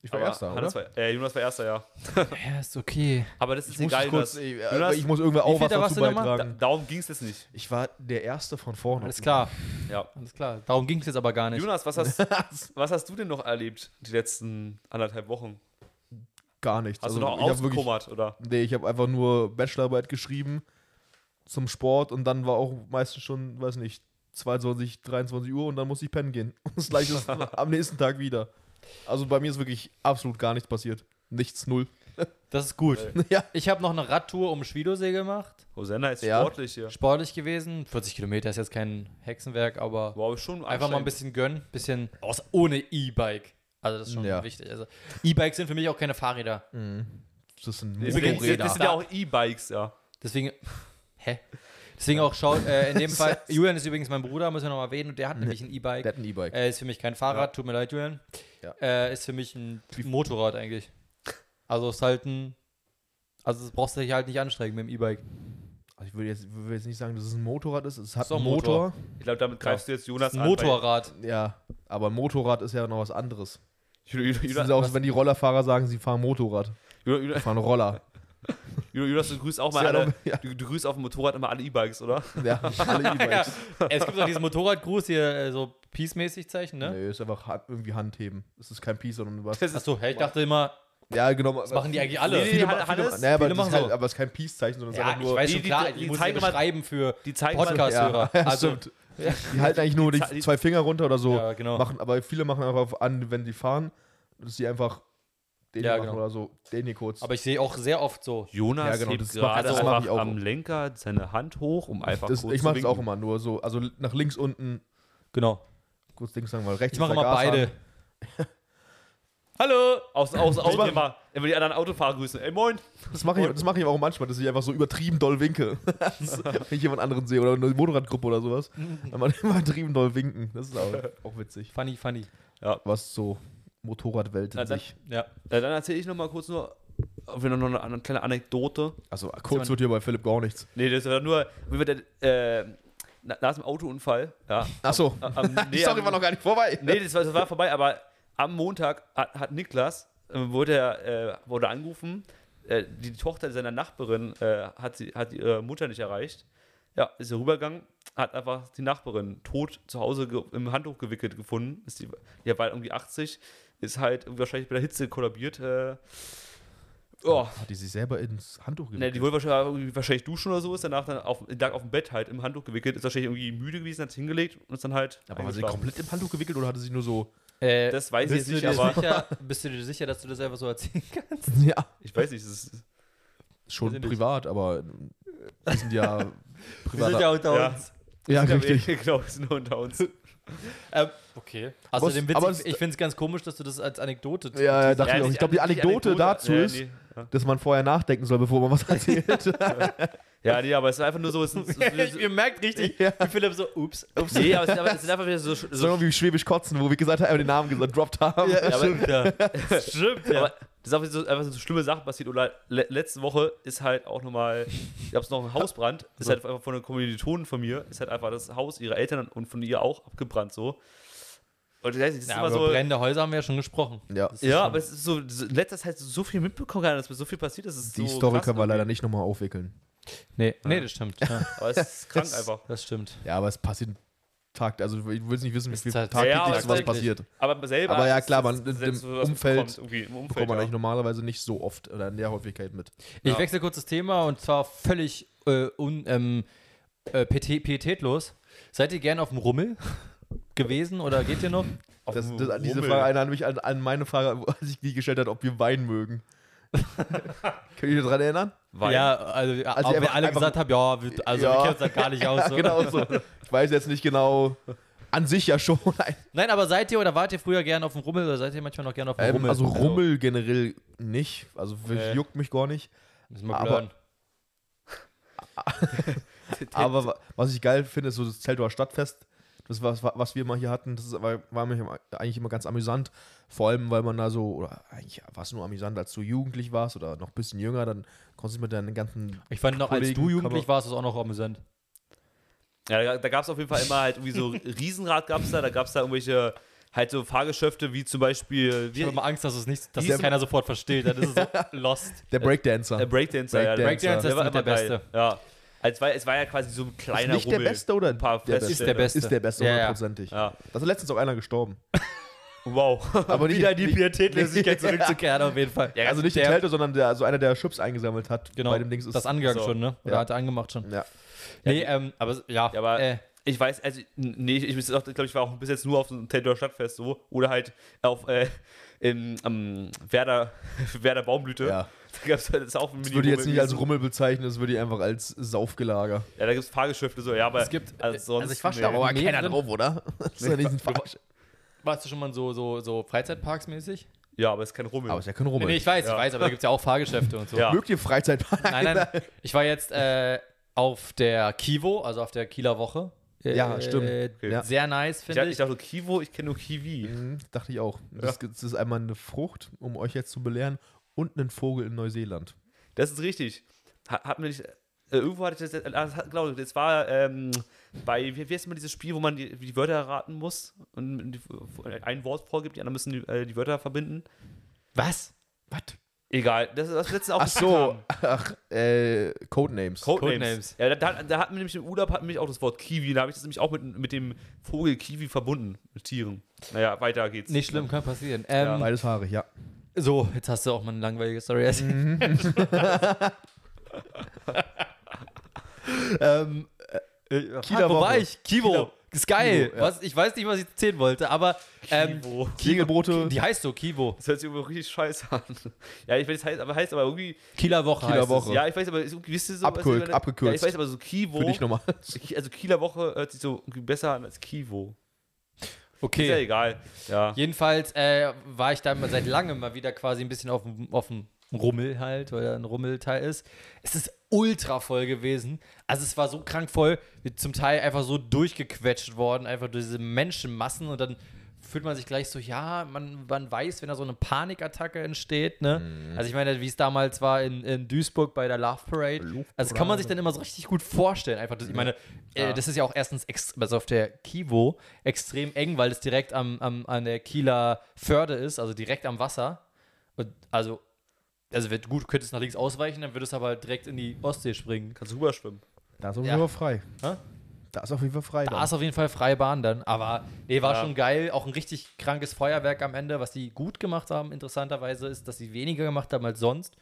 [SPEAKER 2] Ich war
[SPEAKER 3] aber
[SPEAKER 2] erster, oder?
[SPEAKER 3] Hannes War, äh, Jonas war Erster, ja.
[SPEAKER 1] Ja, ist okay.
[SPEAKER 3] Aber das ist
[SPEAKER 2] Ich muss
[SPEAKER 3] egal.
[SPEAKER 2] kurz,
[SPEAKER 3] das-
[SPEAKER 2] ey,
[SPEAKER 3] Jonas,
[SPEAKER 2] ich muss irgendwer
[SPEAKER 1] Wie
[SPEAKER 2] auch
[SPEAKER 1] viel
[SPEAKER 2] was
[SPEAKER 1] da warst
[SPEAKER 2] dazu
[SPEAKER 1] du nochmal?
[SPEAKER 3] da,
[SPEAKER 2] beitragen.
[SPEAKER 3] darum ging es jetzt nicht.
[SPEAKER 2] Ich war der Erste von vorne.
[SPEAKER 1] Alles klar,
[SPEAKER 3] Ja.
[SPEAKER 1] alles klar. Darum ging es jetzt aber gar nicht.
[SPEAKER 3] Jonas, was hast, was hast du denn noch erlebt die letzten anderthalb Wochen?
[SPEAKER 2] Gar nichts.
[SPEAKER 3] Hast
[SPEAKER 2] Also,
[SPEAKER 3] du noch
[SPEAKER 2] ich hab wirklich-
[SPEAKER 3] ausgekummert, oder?
[SPEAKER 2] Nee, ich habe einfach nur Bachelorarbeit geschrieben zum Sport und dann war auch meistens schon, weiß nicht, 22, 23 Uhr und dann musste ich pennen gehen. Und das gleiche ist am nächsten Tag wieder. Also bei mir ist wirklich absolut gar nichts passiert. Nichts, null.
[SPEAKER 1] Das ist gut.
[SPEAKER 2] Ja.
[SPEAKER 1] Ich habe noch eine Radtour um Schwiedosee gemacht.
[SPEAKER 3] Hosanna ist
[SPEAKER 2] Ja.
[SPEAKER 3] sportlich hier.
[SPEAKER 1] Sportlich gewesen. 40 Kilometer ist jetzt kein Hexenwerk, aber
[SPEAKER 3] Wow, schon
[SPEAKER 1] einfach mal ein
[SPEAKER 3] anstrengend.
[SPEAKER 1] bisschen gönnen. Bisschen aus, ohne E-Bike. Also das ist schon
[SPEAKER 2] Ja.
[SPEAKER 1] wichtig. Also E-Bikes sind für mich auch keine Fahrräder.
[SPEAKER 2] Das sind
[SPEAKER 3] Das sind-
[SPEAKER 1] Motorräder.
[SPEAKER 3] Das sind ja auch E-Bikes, ja.
[SPEAKER 1] Deswegen. Hä? Deswegen auch schaut, äh, in dem Fall, Julian ist übrigens mein Bruder, müssen wir nochmal erwähnen, und der hat nämlich ein E-Bike.
[SPEAKER 2] Ne, Der hat ein E-Bike.
[SPEAKER 1] Äh, ist für mich kein Fahrrad, tut mir leid, Julian.
[SPEAKER 2] Ja.
[SPEAKER 1] Äh, ist für mich ein Motorrad eigentlich. Also ist halt ein. Also das brauchst du dich halt nicht anstrengen mit dem E-Bike.
[SPEAKER 2] Also ich würde jetzt, würde jetzt nicht sagen, dass es ein Motorrad ist. Es hat
[SPEAKER 1] Ist doch
[SPEAKER 2] einen
[SPEAKER 1] ein
[SPEAKER 2] Motor.
[SPEAKER 3] Ich glaube, damit greifst du jetzt
[SPEAKER 1] Das
[SPEAKER 3] Jonas
[SPEAKER 1] ist ein
[SPEAKER 3] an, weil-
[SPEAKER 1] Motorrad.
[SPEAKER 2] Ja, aber ein Motorrad ist ja noch was anderes.
[SPEAKER 3] Judas,
[SPEAKER 2] Das
[SPEAKER 3] Judas,
[SPEAKER 2] ist auch, wenn die Rollerfahrer sagen, sie fahren Motorrad,
[SPEAKER 3] Judas, Judas,
[SPEAKER 2] fahren Roller.
[SPEAKER 3] Judas, du grüßt auch mal
[SPEAKER 2] Ist ja
[SPEAKER 3] alle,
[SPEAKER 2] noch- ja.
[SPEAKER 3] du, du grüßt auf dem Motorrad immer alle E-Bikes, oder?
[SPEAKER 2] Ja, alle E-Bikes.
[SPEAKER 1] es gibt doch diesen Motorradgruß hier, äh, so peace-mäßig Zeichen, ne?
[SPEAKER 2] Nee, ist einfach Hand, irgendwie Handheben. Es ist kein Peace, sondern was.
[SPEAKER 3] Das ist,
[SPEAKER 1] Achso, hä, ich dachte immer,
[SPEAKER 2] Ja, genau. Das
[SPEAKER 1] machen die eigentlich alle.
[SPEAKER 3] Nee,
[SPEAKER 2] Viele,
[SPEAKER 3] Han-
[SPEAKER 2] ma- viele,
[SPEAKER 3] Hannes-
[SPEAKER 2] naja, aber,
[SPEAKER 1] viele
[SPEAKER 2] das
[SPEAKER 1] machen
[SPEAKER 2] ist halt,
[SPEAKER 1] so.
[SPEAKER 2] aber es ist kein Peace-Zeichen, sondern es ist
[SPEAKER 1] ja,
[SPEAKER 2] einfach
[SPEAKER 1] ich
[SPEAKER 2] nur.
[SPEAKER 1] weiß schon,
[SPEAKER 3] Die- die-
[SPEAKER 1] klar,
[SPEAKER 3] die
[SPEAKER 1] ich muss
[SPEAKER 3] zeigen
[SPEAKER 1] es
[SPEAKER 3] immer-
[SPEAKER 1] beschreiben für
[SPEAKER 3] die zeigen mal,
[SPEAKER 1] Podcast-Hörer.
[SPEAKER 2] Ja, ja,
[SPEAKER 1] also,
[SPEAKER 2] stimmt. Die halten eigentlich nur die,
[SPEAKER 3] die-
[SPEAKER 2] zwei Finger runter oder so.
[SPEAKER 1] Ja, genau.
[SPEAKER 2] machen, aber viele machen einfach an, wenn die fahren, dass sie einfach den
[SPEAKER 1] Ja,
[SPEAKER 2] hier machen
[SPEAKER 1] genau.
[SPEAKER 2] oder so. Den hier kurz.
[SPEAKER 1] aber ich sehe auch sehr oft so,
[SPEAKER 3] Jonas
[SPEAKER 2] Ja, genau,
[SPEAKER 3] hebt
[SPEAKER 2] das mach-
[SPEAKER 3] gerade
[SPEAKER 2] das mach
[SPEAKER 3] einfach
[SPEAKER 2] ich auch.
[SPEAKER 3] am Lenker seine Hand hoch, um einfach
[SPEAKER 2] das,
[SPEAKER 3] kurz
[SPEAKER 2] ich
[SPEAKER 3] zu
[SPEAKER 2] mache das auch
[SPEAKER 3] winken.
[SPEAKER 2] immer nur so. Also nach links unten,
[SPEAKER 1] genau.
[SPEAKER 2] kurz links sagen, weil rechts
[SPEAKER 1] Ich mache
[SPEAKER 2] ist der
[SPEAKER 1] immer beide.
[SPEAKER 2] Gashahn.
[SPEAKER 3] Hallo! Aus, aus dem Auto
[SPEAKER 2] mach-
[SPEAKER 3] immer. Immer die anderen Autofahrer grüßen. Ey, moin!
[SPEAKER 2] Das mache ich, das mach ich auch manchmal, dass ich einfach so übertrieben doll winke. Das- wenn ich jemand anderen sehe oder eine Motorradgruppe oder sowas. Dann mal immer übertrieben doll winken. Das ist auch, auch witzig.
[SPEAKER 1] Funny, funny.
[SPEAKER 2] Was so Motorradwelt
[SPEAKER 3] Na,
[SPEAKER 2] in
[SPEAKER 3] dann-
[SPEAKER 2] sich.
[SPEAKER 1] Ja.
[SPEAKER 3] Ja, dann erzähle ich noch mal kurz nur, ob wir noch eine, eine kleine Anekdote.
[SPEAKER 2] Also kurz wird hier bei Philipp gar nichts.
[SPEAKER 3] Nee, das war nur, wie wir der, äh, na- nach dem Autounfall, ja.
[SPEAKER 2] Achso,
[SPEAKER 3] Am,
[SPEAKER 2] die
[SPEAKER 3] nee,
[SPEAKER 2] Story
[SPEAKER 3] am-
[SPEAKER 2] war noch gar nicht vorbei.
[SPEAKER 3] Nee, das war, das war vorbei, aber am Montag hat, hat Niklas, äh, wurde, er, äh, wurde angerufen, äh, die Tochter seiner Nachbarin äh, hat, sie, hat ihre Mutter nicht erreicht. Ja, ist er rübergegangen, hat einfach die Nachbarin tot zu Hause ge- im Handtuch gewickelt gefunden. Ist die, die war irgendwie 80, ist halt irgendwie wahrscheinlich bei der Hitze kollabiert. Äh, oh,
[SPEAKER 2] Hat die sich selber ins Handtuch
[SPEAKER 3] Ne,
[SPEAKER 2] gewickelt?
[SPEAKER 3] die wurde wahrscheinlich, irgendwie- wahrscheinlich duschen oder so, ist danach dann auf, lag auf dem Bett halt im Handtuch gewickelt, ist wahrscheinlich irgendwie müde gewesen, hat sich hingelegt und ist dann halt.
[SPEAKER 2] aber war sie
[SPEAKER 3] eingeschlafen.
[SPEAKER 2] komplett im Handtuch gewickelt oder hatte sie nur so.
[SPEAKER 1] Äh,
[SPEAKER 3] Das weiß ich
[SPEAKER 1] bist
[SPEAKER 3] jetzt
[SPEAKER 1] du
[SPEAKER 3] nicht,
[SPEAKER 1] dir
[SPEAKER 3] aber-
[SPEAKER 1] Sicher, bist du dir sicher, dass du das einfach so erzählen kannst?
[SPEAKER 2] Ja.
[SPEAKER 3] Ich weiß nicht, es ist.
[SPEAKER 2] Schon
[SPEAKER 1] Wir sind
[SPEAKER 2] privat, aber wir sind ja privat.
[SPEAKER 1] unter
[SPEAKER 3] Ja.
[SPEAKER 2] ja,
[SPEAKER 3] Ja,
[SPEAKER 2] richtig.
[SPEAKER 3] wir- genau, wir sind nur unter uns.
[SPEAKER 1] Ähm, okay.
[SPEAKER 2] Aber
[SPEAKER 1] Außerdem
[SPEAKER 2] es- aber es-
[SPEAKER 1] witzig, ich finde es ganz komisch, dass du das als Anekdote
[SPEAKER 2] Ja, ja, dachte
[SPEAKER 3] Ja,
[SPEAKER 2] ich auch.
[SPEAKER 3] die-
[SPEAKER 2] Ich glaube, die Anekdote dazu
[SPEAKER 3] ja,
[SPEAKER 2] ist,
[SPEAKER 3] Nee, ja.
[SPEAKER 2] dass man vorher nachdenken soll, bevor man was erzählt.
[SPEAKER 3] ja, nee, aber es ist einfach nur so. Es ist, es
[SPEAKER 1] Ich-
[SPEAKER 3] ist,
[SPEAKER 1] Ihr merkt richtig,
[SPEAKER 2] Ja.
[SPEAKER 1] wie Philipp so, ups, ups.
[SPEAKER 3] nee, aber es sind einfach, es sind einfach wieder so.
[SPEAKER 2] so
[SPEAKER 3] so
[SPEAKER 2] irgendwie schwäbisch kotzen, wo wir gesagt haben, den Namen gesagt, dropped haben.
[SPEAKER 3] ja, aber,
[SPEAKER 1] Stimmt, ja. Stimmt, ja.
[SPEAKER 3] aber das ist einfach so, einfach so schlimme Sachen passiert. Oder le letzte Woche ist halt auch nochmal, gab es noch einen Hausbrand. Ist halt einfach von einer Kommilitonen von mir, ist halt einfach das Haus ihrer Eltern und von ihr auch abgebrannt so. Und ich weiß nicht, das ist
[SPEAKER 1] Na,
[SPEAKER 3] immer
[SPEAKER 1] über
[SPEAKER 3] so.
[SPEAKER 1] brennende Häuser haben wir ja schon gesprochen.
[SPEAKER 2] Ja.
[SPEAKER 1] Das ist
[SPEAKER 3] Ja,
[SPEAKER 1] schon-
[SPEAKER 3] aber es ist so, so- in letzter Zeit so viel mitbekommen, gerade, dass mir so viel passiert ist. es ist
[SPEAKER 2] Die
[SPEAKER 3] so
[SPEAKER 2] Story
[SPEAKER 3] krass
[SPEAKER 2] können wir
[SPEAKER 3] irgendwie.
[SPEAKER 2] leider nicht nochmal aufwickeln.
[SPEAKER 1] Nee, nee, das stimmt. Ja,
[SPEAKER 3] Aber es ist krank einfach.
[SPEAKER 1] das stimmt.
[SPEAKER 2] Ja, aber es passiert Takt. Also du willst nicht wissen, wie
[SPEAKER 1] Ist
[SPEAKER 2] viel
[SPEAKER 1] tats-
[SPEAKER 2] tagtäglich
[SPEAKER 1] Ja,
[SPEAKER 3] aber
[SPEAKER 2] sowas
[SPEAKER 3] tatsächlich.
[SPEAKER 2] passiert.
[SPEAKER 3] Aber selber.
[SPEAKER 2] Aber ja,
[SPEAKER 3] ist-
[SPEAKER 2] klar, man-
[SPEAKER 3] ist-
[SPEAKER 2] im
[SPEAKER 3] selbst so was
[SPEAKER 2] Umfeld
[SPEAKER 3] bekommt, irgendwie, im Umfeld
[SPEAKER 2] Bekommt man
[SPEAKER 3] ja.
[SPEAKER 2] eigentlich normalerweise nicht so oft oder in der Häufigkeit mit.
[SPEAKER 1] Ich
[SPEAKER 3] Ja.
[SPEAKER 1] wechsle kurz das Thema und zwar völlig äh, un, ähm, äh, pietät- pietätlos. Seid ihr gern auf dem Rummel gewesen oder geht ihr noch?
[SPEAKER 3] Auf
[SPEAKER 2] Das,
[SPEAKER 3] dem
[SPEAKER 2] das, diese
[SPEAKER 3] Rummel.
[SPEAKER 2] Frage erinnert mich an, an meine Frage, als ich die gestellt habe, ob wir Wein mögen. Könnt ihr euch daran erinnern?
[SPEAKER 3] Weil-
[SPEAKER 1] Ja, also,
[SPEAKER 2] Also
[SPEAKER 1] ob
[SPEAKER 2] einfach-
[SPEAKER 1] wir alle
[SPEAKER 2] einfach-
[SPEAKER 1] gesagt haben, ja, wir, also
[SPEAKER 2] Ja.
[SPEAKER 1] wir kennen uns da gar nicht aus. so.
[SPEAKER 2] genau so. Ich weiß jetzt nicht genau. An sich ja schon. Ein,
[SPEAKER 1] Nein, aber seid ihr oder wart ihr früher gern auf dem Rummel oder seid ihr manchmal noch gern auf dem
[SPEAKER 2] ähm,
[SPEAKER 1] Rummel?
[SPEAKER 2] also Rummel generell nicht. Also
[SPEAKER 1] Nee.
[SPEAKER 2] juckt mich gar nicht.
[SPEAKER 1] Müssen wir
[SPEAKER 2] aber-
[SPEAKER 1] blurren.
[SPEAKER 2] Aber wa- was ich geil finde, ist so das Zeltower Stadtfest. Das, was, was wir mal hier hatten, das ist- war, war mir eigentlich immer ganz amüsant. Vor allem, weil man da so, oder eigentlich war es nur amüsant, als du jugendlich warst oder noch ein bisschen jünger, dann konntest du mit deinen ganzen.
[SPEAKER 1] Ich fand noch, als
[SPEAKER 2] Kollegen
[SPEAKER 1] du
[SPEAKER 2] kann
[SPEAKER 1] jugendlich
[SPEAKER 2] man-
[SPEAKER 1] warst, ist auch noch amüsant.
[SPEAKER 3] Ja, da, da gab es auf jeden Fall immer halt irgendwie so Riesenrad gab es da, da gab es da irgendwelche halt so Fahrgeschäfte wie zum Beispiel
[SPEAKER 1] Ich
[SPEAKER 3] wie,
[SPEAKER 1] habe immer Angst, dass es nicht, dass
[SPEAKER 2] Hieß-
[SPEAKER 1] es keiner sofort versteht. Dann ist es so lost.
[SPEAKER 2] Der Breakdancer.
[SPEAKER 3] äh, Breakdancer. ja.
[SPEAKER 2] Breakdancer.
[SPEAKER 1] Breakdancer
[SPEAKER 3] Der
[SPEAKER 1] ist
[SPEAKER 3] war
[SPEAKER 1] mit der
[SPEAKER 3] immer geil.
[SPEAKER 1] Beste.
[SPEAKER 3] Ja. Also Es war, es war ja quasi so ein kleiner
[SPEAKER 2] nicht der
[SPEAKER 3] Rummel.
[SPEAKER 2] Beste oder
[SPEAKER 3] ein paar
[SPEAKER 2] der
[SPEAKER 3] Feste.
[SPEAKER 1] Ist der Beste.
[SPEAKER 2] Ist der Beste,
[SPEAKER 1] Ja, ja.
[SPEAKER 2] hundertprozentig.
[SPEAKER 3] Ja.
[SPEAKER 2] Da ist letztens auch einer gestorben.
[SPEAKER 3] Wow.
[SPEAKER 2] Aber nicht-
[SPEAKER 3] Wieder die
[SPEAKER 2] nicht-
[SPEAKER 3] Pietätlosigkeit zurück.
[SPEAKER 1] zurückzukehren auf jeden Fall.
[SPEAKER 3] Ja,
[SPEAKER 2] also nicht der
[SPEAKER 1] der-
[SPEAKER 2] Kälte, sondern der, also einer, der Chips eingesammelt hat.
[SPEAKER 1] Genau,
[SPEAKER 2] Bei dem Dings ist
[SPEAKER 1] das angegangen
[SPEAKER 3] so.
[SPEAKER 1] schon, ne? Oder
[SPEAKER 2] Ja.
[SPEAKER 1] hat er angemacht schon?
[SPEAKER 2] ja.
[SPEAKER 1] Nee, ähm, aber ja.
[SPEAKER 3] Ja, aber
[SPEAKER 1] äh,
[SPEAKER 3] ich weiß, also, nee, ich, ich glaube, ich war auch bis jetzt nur auf dem Tätower Stadtfest so. Oder halt auf äh, im, am Werder, Werder Baumblüte.
[SPEAKER 2] Ja.
[SPEAKER 3] Da gab's halt- das ist auch ein
[SPEAKER 2] Das würde ich jetzt nicht als
[SPEAKER 3] Rummel.
[SPEAKER 2] Rummel bezeichnen, das würde ich einfach als Saufgelager.
[SPEAKER 3] Ja, da gibt es Fahrgeschäfte so, ja, aber
[SPEAKER 1] Es gibt-
[SPEAKER 3] ansonsten,
[SPEAKER 1] also ich war schon
[SPEAKER 3] nee.
[SPEAKER 1] da, aber keiner drauf,
[SPEAKER 2] oder? Das ist ja nicht ein Fahrsch-
[SPEAKER 1] warst du schon mal so, so, so Freizeitparks-mäßig?
[SPEAKER 3] Ja, aber es ist kein Rummel.
[SPEAKER 2] Aber ist ja kein
[SPEAKER 1] Nee,
[SPEAKER 2] Rummel.
[SPEAKER 1] nee, ich weiß,
[SPEAKER 3] Ja.
[SPEAKER 1] ich weiß, aber da gibt es ja auch Fahrgeschäfte und so.
[SPEAKER 3] Ja.
[SPEAKER 2] Mögt ihr Freizeitpark?
[SPEAKER 1] Nein, nein. Ich war jetzt äh, auf der Kivo, also auf der Kieler Woche. Äh,
[SPEAKER 2] Ja, stimmt. Ja.
[SPEAKER 1] Sehr nice,
[SPEAKER 3] ich,
[SPEAKER 1] finde
[SPEAKER 3] dachte-
[SPEAKER 1] ich.
[SPEAKER 3] ich dachte Kivo, ich kenne nur Kiwi.
[SPEAKER 2] Mhm, Dachte ich auch. Das, das ist einmal eine Frucht, um euch jetzt zu belehren, und einen Vogel in Neuseeland.
[SPEAKER 3] Das ist richtig. Hat, hat mir nicht. Äh, irgendwo hatte ich das. Äh, das hat, glaube ich, das war ähm, bei. Wie, wie heißt immer dieses Spiel, wo man die, die Wörter erraten muss und die, ein Wort vorgibt, die anderen müssen die, äh, die Wörter verbinden?
[SPEAKER 1] Was?
[SPEAKER 2] Was?
[SPEAKER 3] Egal, das ist das letzte auch
[SPEAKER 2] Ach
[SPEAKER 3] gespielt
[SPEAKER 2] so,
[SPEAKER 3] haben.
[SPEAKER 2] ach, äh, Codenames.
[SPEAKER 3] Codenames.
[SPEAKER 1] Codenames.
[SPEAKER 3] Ja, da, da, da hat mir nämlich im Urlaub hat mich auch das Wort Kiwi, da habe ich das nämlich auch mit, mit dem Vogel Kiwi verbunden, mit Tieren. Naja, weiter geht's.
[SPEAKER 1] Nicht schlimm, kann passieren. Ähm,
[SPEAKER 2] Beides Haare, ja.
[SPEAKER 1] So, jetzt hast du auch mal eine langweilige Story erzählt. ähm, äh,
[SPEAKER 2] Kieler
[SPEAKER 1] ah, wo war
[SPEAKER 2] Woche.
[SPEAKER 1] ich? Kivo. Ist geil.
[SPEAKER 2] Kivo, ja.
[SPEAKER 1] was, ich weiß nicht, was ich erzählen wollte, aber ähm,
[SPEAKER 3] Kivo.
[SPEAKER 2] Kegelbrote,
[SPEAKER 1] die heißt so Kivo.
[SPEAKER 3] Das hört sich irgendwie richtig scheiße an. Ja, ich weiß, heißt aber, heißt aber irgendwie.
[SPEAKER 1] Kieler Woche
[SPEAKER 2] Kieler
[SPEAKER 1] heißt
[SPEAKER 2] Woche.
[SPEAKER 3] Ja, ich weiß aber, ist irgendwie, wisst ihr so.
[SPEAKER 2] Abkür-
[SPEAKER 3] weißt du, wenn-
[SPEAKER 2] abgekürzt.
[SPEAKER 3] Ja, ich weiß aber so Kivo.
[SPEAKER 2] für dich nochmal.
[SPEAKER 3] Also Kieler Woche hört sich so irgendwie besser an als Kivo.
[SPEAKER 1] es.
[SPEAKER 3] Ist ja
[SPEAKER 1] Okay.
[SPEAKER 3] egal. Ja.
[SPEAKER 1] Jedenfalls äh, war ich da mal seit langem mal wieder quasi ein bisschen auf dem, auf dem Rummel halt, weil er ein Rummelteil ist. Es ist ultra voll gewesen. Also es war so krank voll, wir zum Teil einfach so durchgequetscht worden, einfach durch diese Menschenmassen und dann fühlt man sich gleich so, ja, man, man weiß, wenn da so eine Panikattacke entsteht, ne? Also ich meine, wie es damals war in, in Duisburg bei der Love Parade. Also kann man sich dann immer so richtig gut vorstellen. Einfach, das, ich meine, äh, das ist ja auch erstens ex, also auf der Kivo extrem eng, weil es direkt am, am, an der Kieler Förde ist, also direkt am Wasser. Und also, also wird gut, könntest nach links ausweichen, dann würdest du aber direkt in die Ostsee springen.
[SPEAKER 3] Kannst du rüberschwimmen.
[SPEAKER 2] Da ist auf
[SPEAKER 1] Ja.
[SPEAKER 2] jeden Fall frei.
[SPEAKER 1] Hä?
[SPEAKER 2] Da ist auf jeden Fall frei.
[SPEAKER 1] Da ist auf jeden Fall freie Bahn dann. Aber nee, war
[SPEAKER 3] Ja.
[SPEAKER 1] schon geil. Auch ein richtig krankes Feuerwerk am Ende. Was die gut gemacht haben, interessanterweise, ist, dass sie weniger gemacht haben als sonst.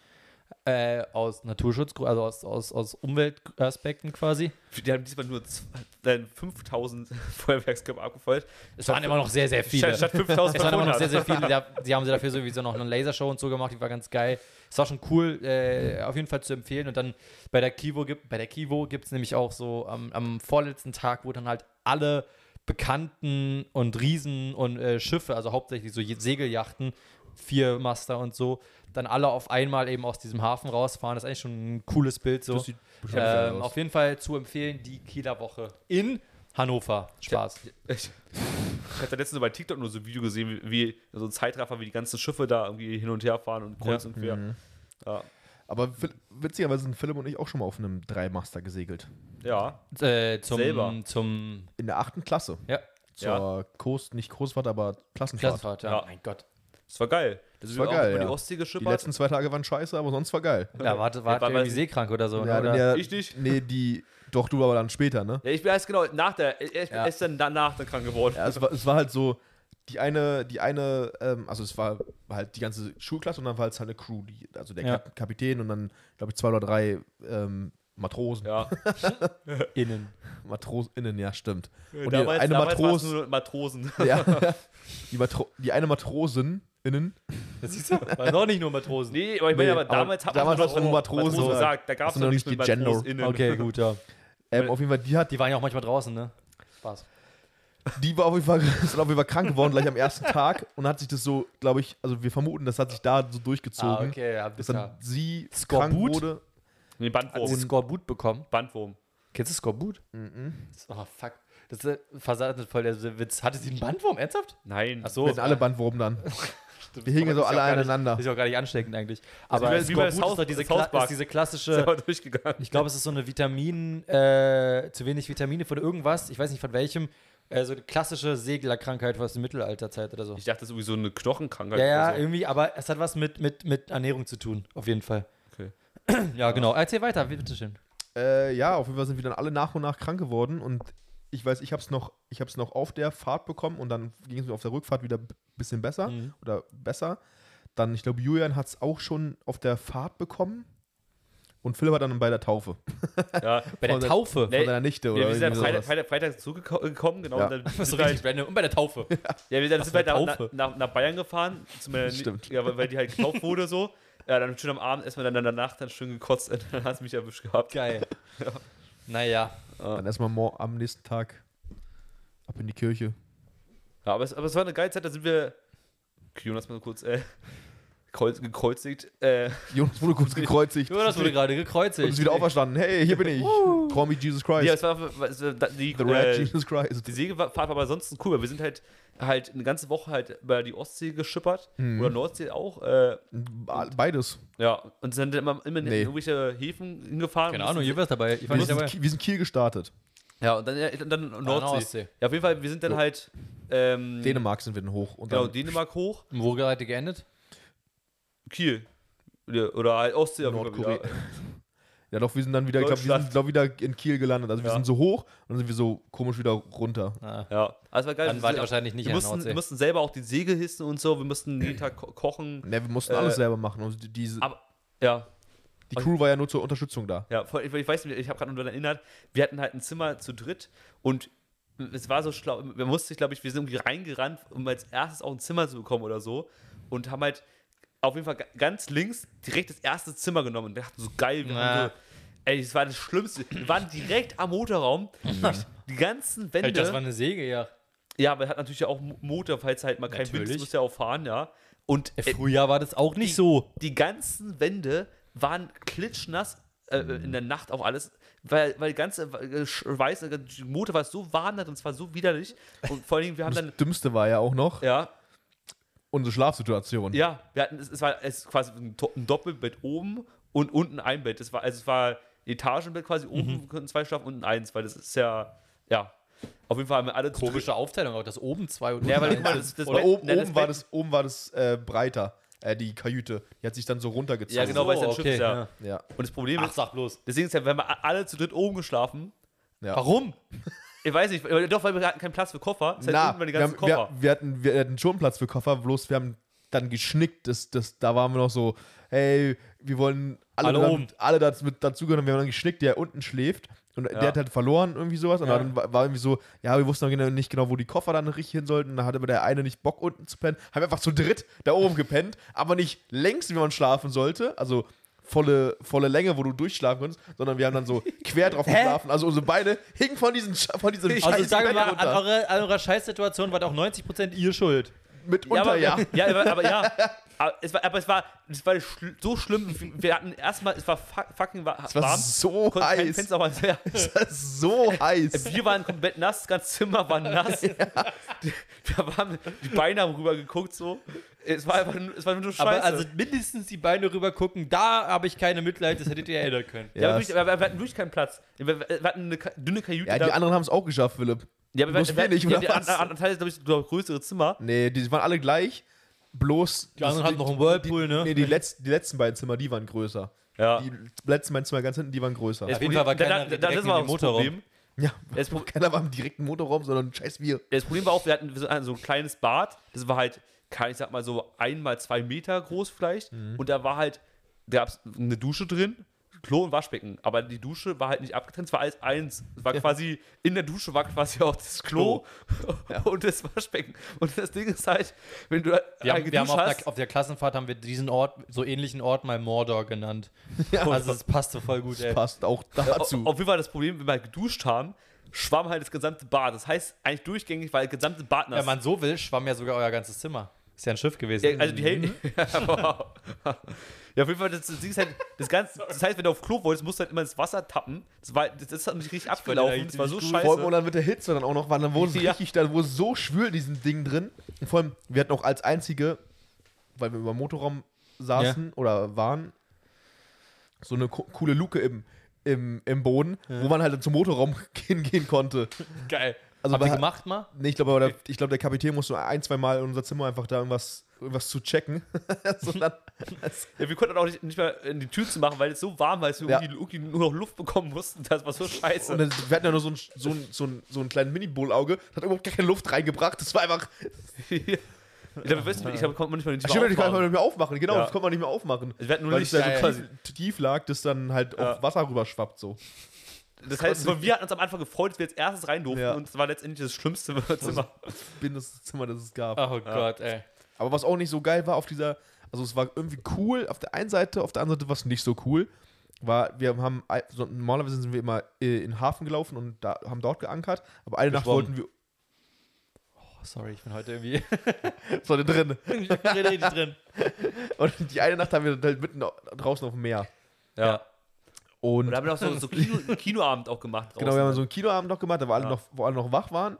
[SPEAKER 1] Äh, aus Naturschutz, also aus, aus, aus Umweltaspekten quasi.
[SPEAKER 3] Die haben diesmal nur zwei- äh, 5000 Feuerwerkskörper abgefeuert.
[SPEAKER 1] Es waren immer noch sehr, sehr viele.
[SPEAKER 3] Statt, statt 5500.
[SPEAKER 1] Es waren immer noch sehr, sehr viele. Da, die haben sie dafür sowieso noch eine Lasershow und so gemacht. Die war ganz geil. Es war schon cool, äh, auf jeden Fall zu empfehlen. Und dann bei der Kivo gibt bei der Kivo gibt's nämlich auch so am, am vorletzten Tag, wo dann halt alle Bekannten und Riesen und äh, Schiffe, also hauptsächlich so Je- Segeljachten, Viermaster und so, dann alle auf einmal eben aus diesem Hafen rausfahren. Das ist eigentlich schon ein cooles Bild so.
[SPEAKER 2] Das sieht bestimmt geil
[SPEAKER 1] Ähm,
[SPEAKER 2] aus.
[SPEAKER 1] auf jeden Fall zu empfehlen, die Kieler Woche in Hannover. Spaß.
[SPEAKER 3] Ich, ich hatte letztens so bei TikTok nur so ein Video gesehen, wie, wie so ein Zeitraffer, wie die ganzen Schiffe da irgendwie hin und her fahren und kreuz und quer.
[SPEAKER 2] Mhm.
[SPEAKER 3] Ja.
[SPEAKER 2] Aber Phil- witzigerweise sind Philipp und ich auch schon mal auf einem Dreimaster gesegelt.
[SPEAKER 3] ja.
[SPEAKER 1] Äh, zum,
[SPEAKER 3] Selber.
[SPEAKER 1] zum
[SPEAKER 2] In der achten Klasse.
[SPEAKER 1] ja,
[SPEAKER 2] Zur Kurs, nicht Kursfahrt, aber Klassenfahrt.
[SPEAKER 1] Klassenfahrt, ja.
[SPEAKER 3] Ja.
[SPEAKER 1] Mein Gott.
[SPEAKER 3] Das war geil. Das ist
[SPEAKER 2] war
[SPEAKER 3] auch
[SPEAKER 2] geil,
[SPEAKER 3] über
[SPEAKER 2] ja.
[SPEAKER 3] die Ostsee
[SPEAKER 2] Die
[SPEAKER 3] geschippert.
[SPEAKER 2] letzten zwei Tage waren scheiße, aber sonst war geil.
[SPEAKER 1] Ja, war, war,
[SPEAKER 3] Ja, war-
[SPEAKER 1] irgendwie seekrank oder so. ne,
[SPEAKER 2] Ja,
[SPEAKER 1] oder?
[SPEAKER 2] denn der-
[SPEAKER 3] Ich nicht.
[SPEAKER 2] Nee, die. Doch, du aber dann später, ne?
[SPEAKER 3] ja, ich bin erst genau nach der, ich bin
[SPEAKER 2] Ja.
[SPEAKER 3] erst dann danach dann krank geworden.
[SPEAKER 2] Ja, es war, es war halt so, die eine, die eine, ähm, also es war halt die ganze Schulklasse und dann war es halt eine Crew, die, also der
[SPEAKER 1] Ja.
[SPEAKER 2] Kap Kapitän und dann, glaube ich, zwei oder drei ähm, Matrosen.
[SPEAKER 3] Ja.
[SPEAKER 1] Innen.
[SPEAKER 2] MatrosInnen, ja, stimmt. Und die,
[SPEAKER 3] Damals-
[SPEAKER 2] eine
[SPEAKER 3] damals war's
[SPEAKER 2] Matrosen,
[SPEAKER 3] nur Matrosen.
[SPEAKER 2] ja, die, Matro die eine Matrosin, innen,
[SPEAKER 1] Das siehst du? War doch nicht nur Matrosen.
[SPEAKER 3] Nee, aber ich meine,
[SPEAKER 2] Nee,
[SPEAKER 3] aber
[SPEAKER 2] aber
[SPEAKER 3] damals hat
[SPEAKER 2] damals
[SPEAKER 3] man
[SPEAKER 2] hast du nur Matrosen gesagt.
[SPEAKER 3] gesagt. Da gab es
[SPEAKER 2] Hast du
[SPEAKER 3] noch
[SPEAKER 2] noch
[SPEAKER 3] nichts mit
[SPEAKER 2] nicht gegendert.
[SPEAKER 3] MatrosInnen.
[SPEAKER 1] Okay, gut, ja.
[SPEAKER 2] ähm, auf jeden Fall, die hat,
[SPEAKER 1] Die waren ja auch manchmal draußen, ne? Spaß.
[SPEAKER 2] die war auf jeden Fall, ist auf jeden Fall krank geworden gleich am ersten Tag und hat sich das so, glaube ich, also wir vermuten, das hat sich da so durchgezogen,
[SPEAKER 1] Ah, okay, ja,
[SPEAKER 2] dass
[SPEAKER 1] bis
[SPEAKER 2] dann
[SPEAKER 1] da.
[SPEAKER 2] sie
[SPEAKER 1] Skorbut?
[SPEAKER 2] krank wurde.
[SPEAKER 3] Nee,
[SPEAKER 1] Hat sie
[SPEAKER 3] Bandwurm.
[SPEAKER 1] Skorbut bekommen?
[SPEAKER 3] Bandwurm.
[SPEAKER 1] Kennst du Skorbut? Mhm. Oh, fuck. Das äh, versagt voll der Witz. Hatte sie einen Bandwurm? Ernsthaft?
[SPEAKER 3] Nein.
[SPEAKER 1] Ach so.
[SPEAKER 2] Wir sind alle Bandwurm dann. Wir hingen so
[SPEAKER 1] Ist ja
[SPEAKER 2] alle
[SPEAKER 1] auch gar nicht-
[SPEAKER 2] aneinander.
[SPEAKER 1] Ist ja auch gar nicht ansteckend eigentlich. Aber
[SPEAKER 3] wie bei- wie bei
[SPEAKER 1] Skorbut
[SPEAKER 3] South-
[SPEAKER 1] ist doch diese,
[SPEAKER 3] South
[SPEAKER 1] Kla
[SPEAKER 3] Park.
[SPEAKER 1] ist diese
[SPEAKER 3] Ist
[SPEAKER 1] klassische
[SPEAKER 3] aber durchgegangen.
[SPEAKER 1] Ich glaube, es ist so eine Vitamin, äh, zu wenig Vitamine von irgendwas, ich weiß nicht von welchem, äh, so eine klassische Seglerkrankheit aus der Mittelalterzeit oder so.
[SPEAKER 3] Ich dachte, das ist irgendwie so eine Knochenkrankheit.
[SPEAKER 1] Ja, ja,
[SPEAKER 3] oder so.
[SPEAKER 1] irgendwie, aber es hat was mit, mit, mit Ernährung zu tun, auf jeden Fall.
[SPEAKER 3] Okay.
[SPEAKER 1] Ja, genau. Erzähl weiter, bitteschön.
[SPEAKER 2] Äh, ja, auf jeden Fall sind wir dann alle nach und nach krank geworden und ich weiß, ich habe es noch, ich hab's noch auf der Fahrt bekommen und dann ging es mir auf der Rückfahrt wieder ein bisschen besser
[SPEAKER 1] Mhm.
[SPEAKER 2] oder besser. Dann, ich glaube, Julian hat es auch schon auf der Fahrt bekommen und Philipp hat dann bei der Taufe
[SPEAKER 3] ja.
[SPEAKER 1] Bei der
[SPEAKER 2] Von der-
[SPEAKER 1] Taufe.
[SPEAKER 3] Nee,
[SPEAKER 2] von seiner Nichte
[SPEAKER 3] Ja,
[SPEAKER 2] oder
[SPEAKER 3] wir sind
[SPEAKER 2] irgendwie
[SPEAKER 3] Freitag,
[SPEAKER 2] sowas.
[SPEAKER 3] Freitag, Freitag zugekommen, genau.
[SPEAKER 2] Ja.
[SPEAKER 3] Und dann
[SPEAKER 1] Das ist
[SPEAKER 3] sind
[SPEAKER 1] so
[SPEAKER 3] wir halt,
[SPEAKER 1] richtig random. Und bei der Taufe.
[SPEAKER 3] ja, wir sind, sind wir halt
[SPEAKER 1] für eine
[SPEAKER 3] nach,
[SPEAKER 1] Taufe?
[SPEAKER 3] nach, nach Bayern gefahren, zu meiner,
[SPEAKER 2] Stimmt.
[SPEAKER 3] Ja, weil, weil die halt getauft wurde so. Ja, dann schön am Abend erstmal dann danach dann schön gekotzt, dann hast du mich erwischt gehabt.
[SPEAKER 1] Geil. Naja.
[SPEAKER 2] Dann erstmal mor- am nächsten Tag ab in die Kirche.
[SPEAKER 3] Ja, aber es, aber es war eine geile Zeit, da sind wir. Okay, Jonas mal kurz äh, kreuz, gekreuzigt. Äh,
[SPEAKER 2] Jonas wurde kurz gekreuzigt und
[SPEAKER 1] Jonas wurde gerade gekreuzigt.
[SPEAKER 2] ist wieder auferstanden. Hey, hier bin ich. Call me Jesus Christ.
[SPEAKER 3] ja, es war, war- es war da- die,
[SPEAKER 2] The Red
[SPEAKER 3] äh,
[SPEAKER 2] Jesus Christ.
[SPEAKER 3] die Segelfahrt war aber sonst cool, weil wir sind halt halt eine ganze Woche halt über die Ostsee geschippert
[SPEAKER 2] Mhm.
[SPEAKER 3] oder Nordsee auch. Äh,
[SPEAKER 2] Beides.
[SPEAKER 3] ja, und sind dann immer, immer
[SPEAKER 2] Nee.
[SPEAKER 3] in irgendwelche Häfen hingefahren.
[SPEAKER 1] Keine
[SPEAKER 3] und
[SPEAKER 1] Ahnung,
[SPEAKER 3] sind-
[SPEAKER 1] ihr wart dabei. Ich war
[SPEAKER 2] Wir
[SPEAKER 1] nicht
[SPEAKER 2] sind,
[SPEAKER 1] dabei.
[SPEAKER 2] wir sind Kiel gestartet.
[SPEAKER 3] Ja, und dann, ja, und dann Nordsee.
[SPEAKER 1] Ah, Nordsee.
[SPEAKER 3] Ja, auf jeden Fall, wir sind dann halt ähm,
[SPEAKER 2] Dänemark sind wir dann hoch. Und
[SPEAKER 3] Genau,
[SPEAKER 2] dann
[SPEAKER 3] Dänemark hoch,
[SPEAKER 1] Wo seid ihr geendet?
[SPEAKER 3] Kiel. Oder oder halt Ostsee. auf jeden Fall
[SPEAKER 2] Nordkorea.
[SPEAKER 3] wieder.
[SPEAKER 2] Ja, doch, wir sind dann wieder, ich glaub, wir sind,
[SPEAKER 3] Deutschland.
[SPEAKER 2] glaub, wieder in Kiel gelandet. Also wir
[SPEAKER 3] Ja.
[SPEAKER 2] sind so hoch und dann sind wir so komisch wieder runter.
[SPEAKER 1] Ah.
[SPEAKER 3] Ja, also war geil.
[SPEAKER 1] Dann
[SPEAKER 3] Wir
[SPEAKER 1] wart
[SPEAKER 3] sind-
[SPEAKER 1] ihr wahrscheinlich nicht
[SPEAKER 3] wir
[SPEAKER 1] in der
[SPEAKER 3] mussten,
[SPEAKER 1] Nordsee.
[SPEAKER 3] wir mussten selber auch die Segel hissen und so. Wir mussten jeden Tag ko kochen.
[SPEAKER 2] Ne, wir mussten
[SPEAKER 3] Äh,
[SPEAKER 2] alles selber machen. Also die, diese,
[SPEAKER 3] Aber ja,
[SPEAKER 2] die Crew war ja nur zur Unterstützung da.
[SPEAKER 3] ja voll, ich, ich weiß nicht, ich habe gerade nur daran erinnert, wir hatten halt ein Zimmer zu dritt und es war so schlau. Man musste, glaube ich, wir sind irgendwie reingerannt, um als erstes auch ein Zimmer zu bekommen oder so. Und haben halt auf jeden Fall ga- ganz links direkt das erste Zimmer genommen und dachten so geil, wir haben
[SPEAKER 1] Na.
[SPEAKER 3] so, ey, das war das Schlimmste. Wir waren direkt am Motorraum. Die ganzen Wände.
[SPEAKER 1] Ey, das war eine Säge, ja.
[SPEAKER 3] ja, aber er hat natürlich ja auch Mo- Motor, falls halt mal kein Wind ist,
[SPEAKER 1] Natürlich.
[SPEAKER 3] muss ja auch fahren, ja. Und
[SPEAKER 1] Ey,
[SPEAKER 3] äh,
[SPEAKER 1] Frühjahr war das auch nicht so.
[SPEAKER 3] die ganzen Wände waren klitschnass äh, in
[SPEAKER 2] Mhm.
[SPEAKER 3] der Nacht auch alles, weil, weil die ganze äh, Schweiß, äh, die Motor war so warnend und es war so widerlich. Und vor allen Dingen, wir haben dann,
[SPEAKER 2] Das Dümmste war ja auch noch
[SPEAKER 3] ja,
[SPEAKER 2] unsere Schlafsituation.
[SPEAKER 3] ja, wir hatten, es, es war es ist quasi ein, To- ein Doppelbett oben und unten ein Bett. Es war, also es war ein Etagenbett quasi, oben
[SPEAKER 2] Mhm.
[SPEAKER 3] konnten zwei schlafen, unten eins, weil das ist ja, ja. Auf jeden Fall haben wir alle zu
[SPEAKER 1] Komische Aufteilung, auch das oben zwei und
[SPEAKER 3] Ja, weil
[SPEAKER 1] unten
[SPEAKER 3] guck mal,
[SPEAKER 1] eins.
[SPEAKER 3] das, das
[SPEAKER 2] Oder
[SPEAKER 3] Bett-
[SPEAKER 2] oben,
[SPEAKER 3] ne,
[SPEAKER 2] oben, war
[SPEAKER 3] Bett-
[SPEAKER 2] das, oben war das äh, breiter, äh, die Kajüte. Die hat sich dann so runtergezogen.
[SPEAKER 3] Ja, genau, weil es ja ein
[SPEAKER 1] Oh,
[SPEAKER 3] Schiff
[SPEAKER 1] okay,
[SPEAKER 3] ist, ja.
[SPEAKER 1] ja.
[SPEAKER 2] Ja,
[SPEAKER 3] Und das Problem
[SPEAKER 1] Ach,
[SPEAKER 3] ist,
[SPEAKER 1] sag bloß.
[SPEAKER 3] deswegen ist ja, wir haben alle zu dritt oben geschlafen.
[SPEAKER 2] ja.
[SPEAKER 1] Warum?
[SPEAKER 3] Ich weiß nicht, weil- doch, weil wir hatten keinen Platz für Koffer. Das heißt,
[SPEAKER 2] Na,
[SPEAKER 3] unten waren die
[SPEAKER 2] wir, haben,
[SPEAKER 3] ganzen Koffer.
[SPEAKER 2] wir, wir, hatten, wir hatten schon Platz für Koffer, bloß wir haben dann geschnickt. Das, das, da waren wir noch so, hey, wir wollen alle,
[SPEAKER 1] Alle
[SPEAKER 2] dann-
[SPEAKER 1] oben.
[SPEAKER 2] alle dazu, mit dazugehören. Und wir haben dann geschnickt, der unten schläft. Und der hat halt verloren, irgendwie sowas. Und
[SPEAKER 1] Ja.
[SPEAKER 2] dann war war irgendwie so, ja, wir wussten noch genau, nicht genau, wo die Koffer dann richtig hin sollten. Und dann hatte aber der eine nicht Bock, unten zu pennen. Haben einfach zu dritt da oben gepennt, aber nicht längs, wie man schlafen sollte. Also volle, volle Länge, wo du durchschlafen konntest, sondern wir haben dann so quer drauf geschlafen. Also unsere Beine hingen von diesem, Sch- von diesem
[SPEAKER 1] Also
[SPEAKER 2] scheiß
[SPEAKER 1] sagen wir
[SPEAKER 2] Bett
[SPEAKER 1] mal, an
[SPEAKER 2] runter.
[SPEAKER 1] eurer, an eurer Scheißsituation war auch 90% ihr Schuld.
[SPEAKER 2] Mitunter,
[SPEAKER 3] ja,
[SPEAKER 2] ja.
[SPEAKER 3] aber, ja. aber, aber ja. Aber es war, aber es war, es war schl so schlimm. Wir hatten erstmal, es war fuck, fucking wa
[SPEAKER 2] war
[SPEAKER 3] warm.
[SPEAKER 2] so
[SPEAKER 3] Konnten kein
[SPEAKER 2] heiß.
[SPEAKER 3] Fenster Äh, aber ja.
[SPEAKER 2] Das ist so heiß.
[SPEAKER 3] Wir waren komplett nass, das ganze Zimmer war nass. Die- Wir waren, die Beine haben rübergeguckt so. Es war einfach nur, es war nur Scheiße.
[SPEAKER 1] Aber also mindestens die Beine rüber gucken, da habe ich keine Mitleid, das hättet ihr erinnern können.
[SPEAKER 3] ja, aber
[SPEAKER 2] Ja,
[SPEAKER 3] wirklich, aber wir hatten wirklich keinen Platz. Wir, wir hatten eine Ka- dünne Kajüte.
[SPEAKER 2] ja, die anderen haben es auch geschafft, Philipp.
[SPEAKER 3] genau. ja, aber
[SPEAKER 2] bloß wir nicht,
[SPEAKER 3] ja,
[SPEAKER 2] oder
[SPEAKER 3] die
[SPEAKER 2] was?
[SPEAKER 3] anderen- anderen Teil ist, glaube ich, glaub, größere Zimmer.
[SPEAKER 2] Nee, die waren alle gleich. bloß.
[SPEAKER 1] Die anderen hatten noch einen Whirlpool, ne?
[SPEAKER 2] Nee, die, letzten, die letzten beiden Zimmer, die waren größer.
[SPEAKER 3] Ja.
[SPEAKER 2] Die letzten beiden Zimmer ganz hinten, die waren größer.
[SPEAKER 1] Auf jeden Fall war keiner
[SPEAKER 3] da, da,
[SPEAKER 1] direkt
[SPEAKER 3] das
[SPEAKER 1] in
[SPEAKER 3] war
[SPEAKER 1] den
[SPEAKER 3] auch das
[SPEAKER 1] Motorraum.
[SPEAKER 3] Problem.
[SPEAKER 2] Ja,
[SPEAKER 3] Das, Pro-
[SPEAKER 2] keiner war im direkten Motorraum, sondern scheiß wir.
[SPEAKER 3] das Problem war auch, wir hatten so ein, so ein kleines Bad, das war halt, kann ich sag mal so einmal zwei Meter groß vielleicht.
[SPEAKER 1] Mhm.
[SPEAKER 3] Und da war halt, da gab es eine Dusche drin, Klo und Waschbecken. Aber die Dusche war halt nicht abgetrennt, es war alles eins. Es war quasi, in der Dusche war quasi auch das Klo und das Waschbecken. Und das Ding ist halt, wenn du
[SPEAKER 1] Oh. Wir haben,
[SPEAKER 3] geduscht
[SPEAKER 1] wir haben auf,
[SPEAKER 3] hast,
[SPEAKER 1] der, auf der Klassenfahrt haben wir diesen Ort, so ähnlichen Ort mal Mordor genannt.
[SPEAKER 2] Ja.
[SPEAKER 1] Also es passte voll gut, ey.
[SPEAKER 2] Passt auch
[SPEAKER 3] äh,
[SPEAKER 2] dazu.
[SPEAKER 3] Auf jeden Fall das Problem, wenn wir halt geduscht haben, schwamm halt das gesamte Bad. Das heißt, eigentlich durchgängig war das gesamte Bad nass.
[SPEAKER 1] Wenn man so will, schwamm ja sogar euer ganzes Zimmer. Ist ja ein Schiff gewesen.
[SPEAKER 3] Ja, also die
[SPEAKER 2] Mhm.
[SPEAKER 3] Helden. Wow. ja, auf jeden Fall, das, das Ding ist halt, das Ganze, das heißt, wenn du auf Klo wolltest, musst du halt immer ins Wasser tappen. Das, war, das ist halt nicht richtig abgelaufen.
[SPEAKER 1] eigentlich
[SPEAKER 3] Das war so
[SPEAKER 1] nicht
[SPEAKER 2] Vor allem und
[SPEAKER 3] scheiße.
[SPEAKER 2] dann mit der Hitze dann auch noch, waren, dann wurde es
[SPEAKER 3] Ja.
[SPEAKER 2] richtig, dann wurde es so schwül in diesem Ding drin. Und vor allem, wir hatten auch als einzige, weil wir über dem Motorraum saßen oder waren, so eine co coole Luke im, im, im Boden, wo man halt dann zum Motorraum hingehen konnte.
[SPEAKER 1] geil.
[SPEAKER 2] Also
[SPEAKER 1] Habt ihr
[SPEAKER 2] bei-
[SPEAKER 1] gemacht mal?
[SPEAKER 2] Nee, ich glaube, aber der, ich glaube, der Kapitän musste ein, zwei Mal in unser Zimmer einfach da irgendwas, irgendwas zu checken. Sondern,
[SPEAKER 3] Ja, wir konnten dann auch nicht, nicht mal in die Tür zu machen, weil es so warm war, dass wir
[SPEAKER 2] Ja.
[SPEAKER 3] irgendwie, irgendwie nur noch Luft bekommen mussten. Das war so scheiße.
[SPEAKER 2] und dann, wir hatten ja nur so einen so ein, so ein, so ein kleinen Mini-Bullauge, das hat überhaupt gar keine Luft reingebracht. Das war einfach.
[SPEAKER 3] ich glaube, weißt du, ich glaube, konnte man nicht mal in die
[SPEAKER 2] Stimmt, das
[SPEAKER 3] Tür
[SPEAKER 2] konnte man nicht
[SPEAKER 3] aufmachen.
[SPEAKER 2] mehr aufmachen. Genau,
[SPEAKER 3] Ja.
[SPEAKER 2] das konnte man nicht mehr aufmachen.
[SPEAKER 3] Wir hatten nur
[SPEAKER 2] weil
[SPEAKER 3] Licht
[SPEAKER 2] es ja
[SPEAKER 3] da,
[SPEAKER 2] so
[SPEAKER 3] ja.
[SPEAKER 2] quasi tief lag, dass dann halt
[SPEAKER 3] Ja.
[SPEAKER 2] auch Wasser rüberschwappt so.
[SPEAKER 3] Das heißt, wir hatten uns am Anfang gefreut, dass wir jetzt erstes rein durften.
[SPEAKER 2] Ja.
[SPEAKER 3] Und es war letztendlich das schlimmste Zimmer.
[SPEAKER 2] Bin das Zimmer, das es gab.
[SPEAKER 1] Oh Gott, ey.
[SPEAKER 2] Aber was auch nicht so geil war auf dieser, also es war irgendwie cool auf der einen Seite, auf der anderen Seite war es nicht so cool. War, wir haben, ein- so, normalerweise sind wir immer äh, in den Hafen gelaufen und da, haben dort geankert, aber eine Nacht
[SPEAKER 1] Geschwommen.
[SPEAKER 2] wollten wir,
[SPEAKER 1] Oh, sorry, ich bin heute irgendwie
[SPEAKER 2] das war da drin.
[SPEAKER 1] ich bin richtig drin.
[SPEAKER 2] Und die eine Nacht haben wir halt mitten au- draußen auf dem Meer.
[SPEAKER 1] Ja.
[SPEAKER 2] Und
[SPEAKER 3] Und da haben wir auch so, so Kino, Kinoabend auch gemacht.
[SPEAKER 2] genau, wir haben so einen Kinoabend noch gemacht, da war alle
[SPEAKER 3] Ja.
[SPEAKER 2] noch, wo alle noch wach waren.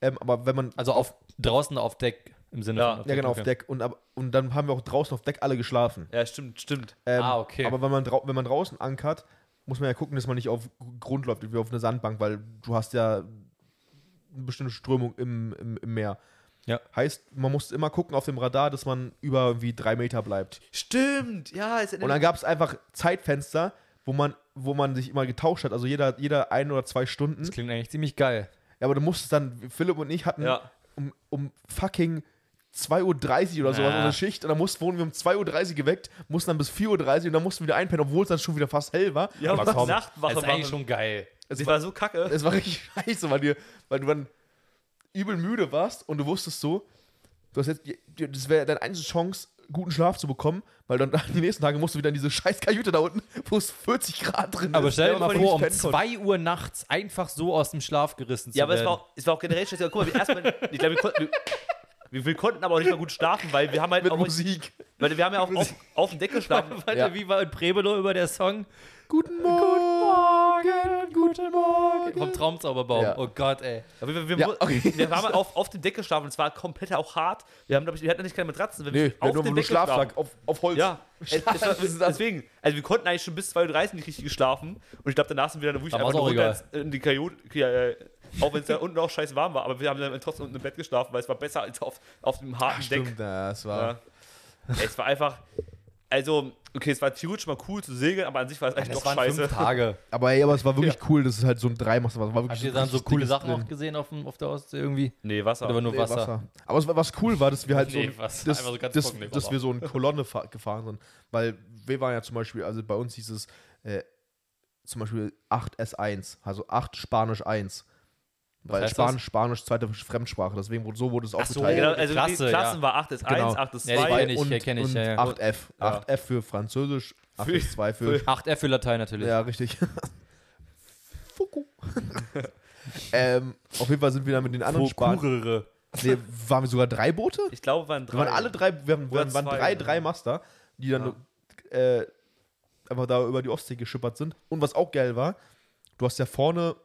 [SPEAKER 2] Ähm, aber wenn man
[SPEAKER 1] Also auf, draußen auf Deck im Sinne
[SPEAKER 3] Ja.
[SPEAKER 1] von.
[SPEAKER 2] Ja, genau, auf
[SPEAKER 1] okay.
[SPEAKER 2] Deck. Und, ab- und dann haben wir auch draußen auf Deck alle geschlafen.
[SPEAKER 3] Ja, stimmt, stimmt.
[SPEAKER 2] Ähm,
[SPEAKER 1] Ah, okay.
[SPEAKER 2] Aber wenn man, drau wenn man draußen ankert, muss man ja gucken, dass man nicht auf Grund läuft, wie auf eine Sandbank, weil du hast ja eine bestimmte Strömung im, im, im Meer.
[SPEAKER 1] Ja.
[SPEAKER 2] Heißt, man muss immer gucken auf dem Radar, dass man über irgendwie drei Meter bleibt.
[SPEAKER 3] Stimmt, ja, ist
[SPEAKER 2] Und dann gab es einfach Zeitfenster, wo man, wo man sich immer getauscht hat. Also jeder, jeder ein oder zwei Stunden.
[SPEAKER 1] Das klingt eigentlich ziemlich geil.
[SPEAKER 2] Ja, aber du musstest dann, Philipp und ich hatten
[SPEAKER 3] Ja.
[SPEAKER 2] um, um fucking 2.30 Uhr oder sowas
[SPEAKER 1] Ah.
[SPEAKER 2] unsere Schicht und dann mussten, wurden wir um 2.30 Uhr geweckt, mussten dann bis 4.30 Uhr und dann mussten wir wieder einpennen, obwohl es dann schon wieder fast hell war.
[SPEAKER 3] ja,
[SPEAKER 2] aber
[SPEAKER 3] aber
[SPEAKER 2] kaum.
[SPEAKER 1] Das
[SPEAKER 3] Nachtwache
[SPEAKER 1] ist eigentlich
[SPEAKER 3] machen.
[SPEAKER 1] schon geil.
[SPEAKER 3] Das war so kacke.
[SPEAKER 2] Es war richtig scheiße, weil, dir, weil du dann übel müde warst und du wusstest so, du hast jetzt, dir- das wäre deine einzige Chance, guten Schlaf zu bekommen, weil dann die nächsten Tage musst du wieder in diese scheiß Kajüte da unten, wo es 40 Grad drin
[SPEAKER 1] Aber
[SPEAKER 2] ist.
[SPEAKER 1] stell dir
[SPEAKER 2] Ja,
[SPEAKER 1] mal
[SPEAKER 2] weil
[SPEAKER 1] vor, um
[SPEAKER 2] ich nicht pennen
[SPEAKER 1] 2 Uhr nachts einfach so aus dem Schlaf gerissen zu
[SPEAKER 3] Ja, aber es
[SPEAKER 1] werden.
[SPEAKER 3] war, auch, es war auch generell schlecht. Guck mal, wir erstmal, ich glaube, wir konnten, wir, wir, wir konnten aber auch nicht mal gut schlafen, weil wir haben halt
[SPEAKER 2] konnte.
[SPEAKER 3] auch,
[SPEAKER 2] mit Musik.
[SPEAKER 3] weil wir haben ja auch auf, auf dem Deck geschlafen.
[SPEAKER 1] Warte,
[SPEAKER 2] Ja.
[SPEAKER 1] wie war in Prebelo über der Song?
[SPEAKER 2] Guten Morgen, guten Morgen.
[SPEAKER 1] Vom Traumzauberbaum.
[SPEAKER 2] Ja.
[SPEAKER 1] Oh Gott, ey.
[SPEAKER 3] Aber wir, wir,
[SPEAKER 2] Ja, okay.
[SPEAKER 3] wir haben auf, auf dem Deck geschlafen und es war komplett auch hart. Wir, haben, glaub ich, wir hatten nicht keine Matratzen. Wir
[SPEAKER 2] Nee,
[SPEAKER 3] haben
[SPEAKER 2] auf nur, nur Schlafsack, auf, auf Holz.
[SPEAKER 3] Ja, es, es war,
[SPEAKER 2] Das ist das-
[SPEAKER 3] deswegen. Also wir konnten eigentlich schon bis 2.30 Uhr nicht richtig geschlafen. Und ich glaube, danach sind wir dann wirklich
[SPEAKER 1] Da war's
[SPEAKER 3] einfach
[SPEAKER 1] auch
[SPEAKER 3] nur runter
[SPEAKER 1] egal.
[SPEAKER 3] ins- in die Kajot, ja, ja, auch wenn es da unten auch scheiß warm war. Aber wir haben dann trotzdem unten im Bett geschlafen, weil es war besser als auf, auf dem harten Deck.
[SPEAKER 2] Stimmt, ja, es war.
[SPEAKER 3] Ja. Ey, es war einfach. Also, okay, es war theoretisch mal cool zu segeln, aber an sich war es eigentlich
[SPEAKER 1] Das
[SPEAKER 3] doch
[SPEAKER 1] waren
[SPEAKER 3] scheiße.
[SPEAKER 1] fünf Tage.
[SPEAKER 2] Aber, ey, aber es war wirklich cool, dass es halt so ein 3 macht. Es war wirklich
[SPEAKER 1] Habt ihr dann so coole
[SPEAKER 2] richtiges
[SPEAKER 1] Sachen
[SPEAKER 2] Ding.
[SPEAKER 1] auch gesehen auf, dem, auf der Ostsee irgendwie?
[SPEAKER 3] Nee, Wasser.
[SPEAKER 1] Oder war nur
[SPEAKER 2] Nee,
[SPEAKER 1] Wasser?
[SPEAKER 2] Wasser. Aber es, war- was cool war, dass wir halt so,
[SPEAKER 1] Nee, Wasser.
[SPEAKER 2] dass,
[SPEAKER 1] Einfach so ganz
[SPEAKER 2] dass,
[SPEAKER 1] trocken, nee,
[SPEAKER 2] dass
[SPEAKER 1] Wasser.
[SPEAKER 2] wir so eine Kolonne fa- gefahren sind. Weil wir waren ja zum Beispiel, also bei uns hieß es äh, zum Beispiel 8S1, also 8 Spanisch 1. Weil
[SPEAKER 1] heißt
[SPEAKER 2] Spanisch, Spanisch, zweite Fremdsprache. Deswegen wurde, so wurde es
[SPEAKER 1] Ach so,
[SPEAKER 2] aufgeteilt.
[SPEAKER 3] Genau, also
[SPEAKER 1] Klasse,
[SPEAKER 3] die Klassen
[SPEAKER 1] ja.
[SPEAKER 3] war 8 ist 1,
[SPEAKER 2] Genau.
[SPEAKER 3] 8 ist
[SPEAKER 1] Ja, die
[SPEAKER 3] 2.
[SPEAKER 1] kenn ich,
[SPEAKER 2] und,
[SPEAKER 1] kenn ich,
[SPEAKER 2] und
[SPEAKER 1] ja, ja.
[SPEAKER 2] 8F.
[SPEAKER 3] Ja.
[SPEAKER 2] 8F für Französisch, 8S2 für
[SPEAKER 1] 8F für Latein natürlich.
[SPEAKER 2] Ja, richtig. Fuku. ähm, auf jeden Fall sind wir dann mit den anderen Spaniern.
[SPEAKER 1] Prokurere.
[SPEAKER 2] Nee, waren wir sogar drei Boote?
[SPEAKER 3] ich glaube, waren drei.
[SPEAKER 2] Wir waren alle drei, wir haben,
[SPEAKER 3] Oder
[SPEAKER 2] wir waren
[SPEAKER 3] zwei,
[SPEAKER 2] drei,
[SPEAKER 3] ja.
[SPEAKER 2] drei Master, die dann äh, einfach da über die Ostsee geschippert sind. Und was auch geil war, du hast ja vorne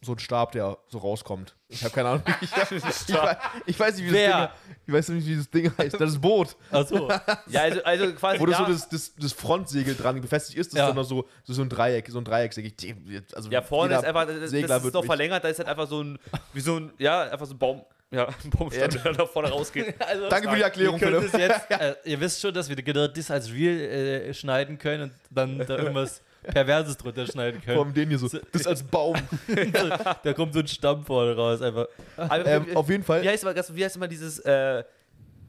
[SPEAKER 2] so einen Stab, der so rauskommt. Ich habe keine Ahnung. wie- Ich, ich, weiß, ich weiß nicht, wie
[SPEAKER 1] Wer?
[SPEAKER 2] das Ding, ich weiß nicht, wie dieses Ding heißt. Das Boot,
[SPEAKER 1] Achso.
[SPEAKER 3] Ja, also, also quasi.
[SPEAKER 2] wo das
[SPEAKER 3] da,
[SPEAKER 2] so das, das, das Frontsegel dran befestigt ist, das
[SPEAKER 1] Ja.
[SPEAKER 2] ist dann noch so, das ist so ein Dreieck, so ein Dreiecksegel. Die- Also
[SPEAKER 3] Ja, vorne
[SPEAKER 2] jeder
[SPEAKER 3] ist einfach, das, das
[SPEAKER 2] Segler
[SPEAKER 3] ist
[SPEAKER 2] wird
[SPEAKER 3] noch
[SPEAKER 2] mich-
[SPEAKER 3] verlängert, da ist halt einfach so ein, wie so ein, ja, einfach so ein Baum, Ja, ein Baumstamm, der da vorne rausgeht.
[SPEAKER 1] Also,
[SPEAKER 2] Danke für die Erklärung,
[SPEAKER 1] ihr, könnt
[SPEAKER 2] Philipp.
[SPEAKER 1] es jetzt, äh, ihr wisst schon, dass wir genau das als Real äh, schneiden können und dann da irgendwas Perverses drunter schneiden
[SPEAKER 2] Vor
[SPEAKER 1] können.
[SPEAKER 2] allem den hier so. Das ist als Baum.
[SPEAKER 1] da kommt so ein Stamm vorne raus. Einfach.
[SPEAKER 3] Aber
[SPEAKER 2] ähm, auf jeden Fall.
[SPEAKER 3] Wie heißt, immer, das- wie heißt immer dieses, äh,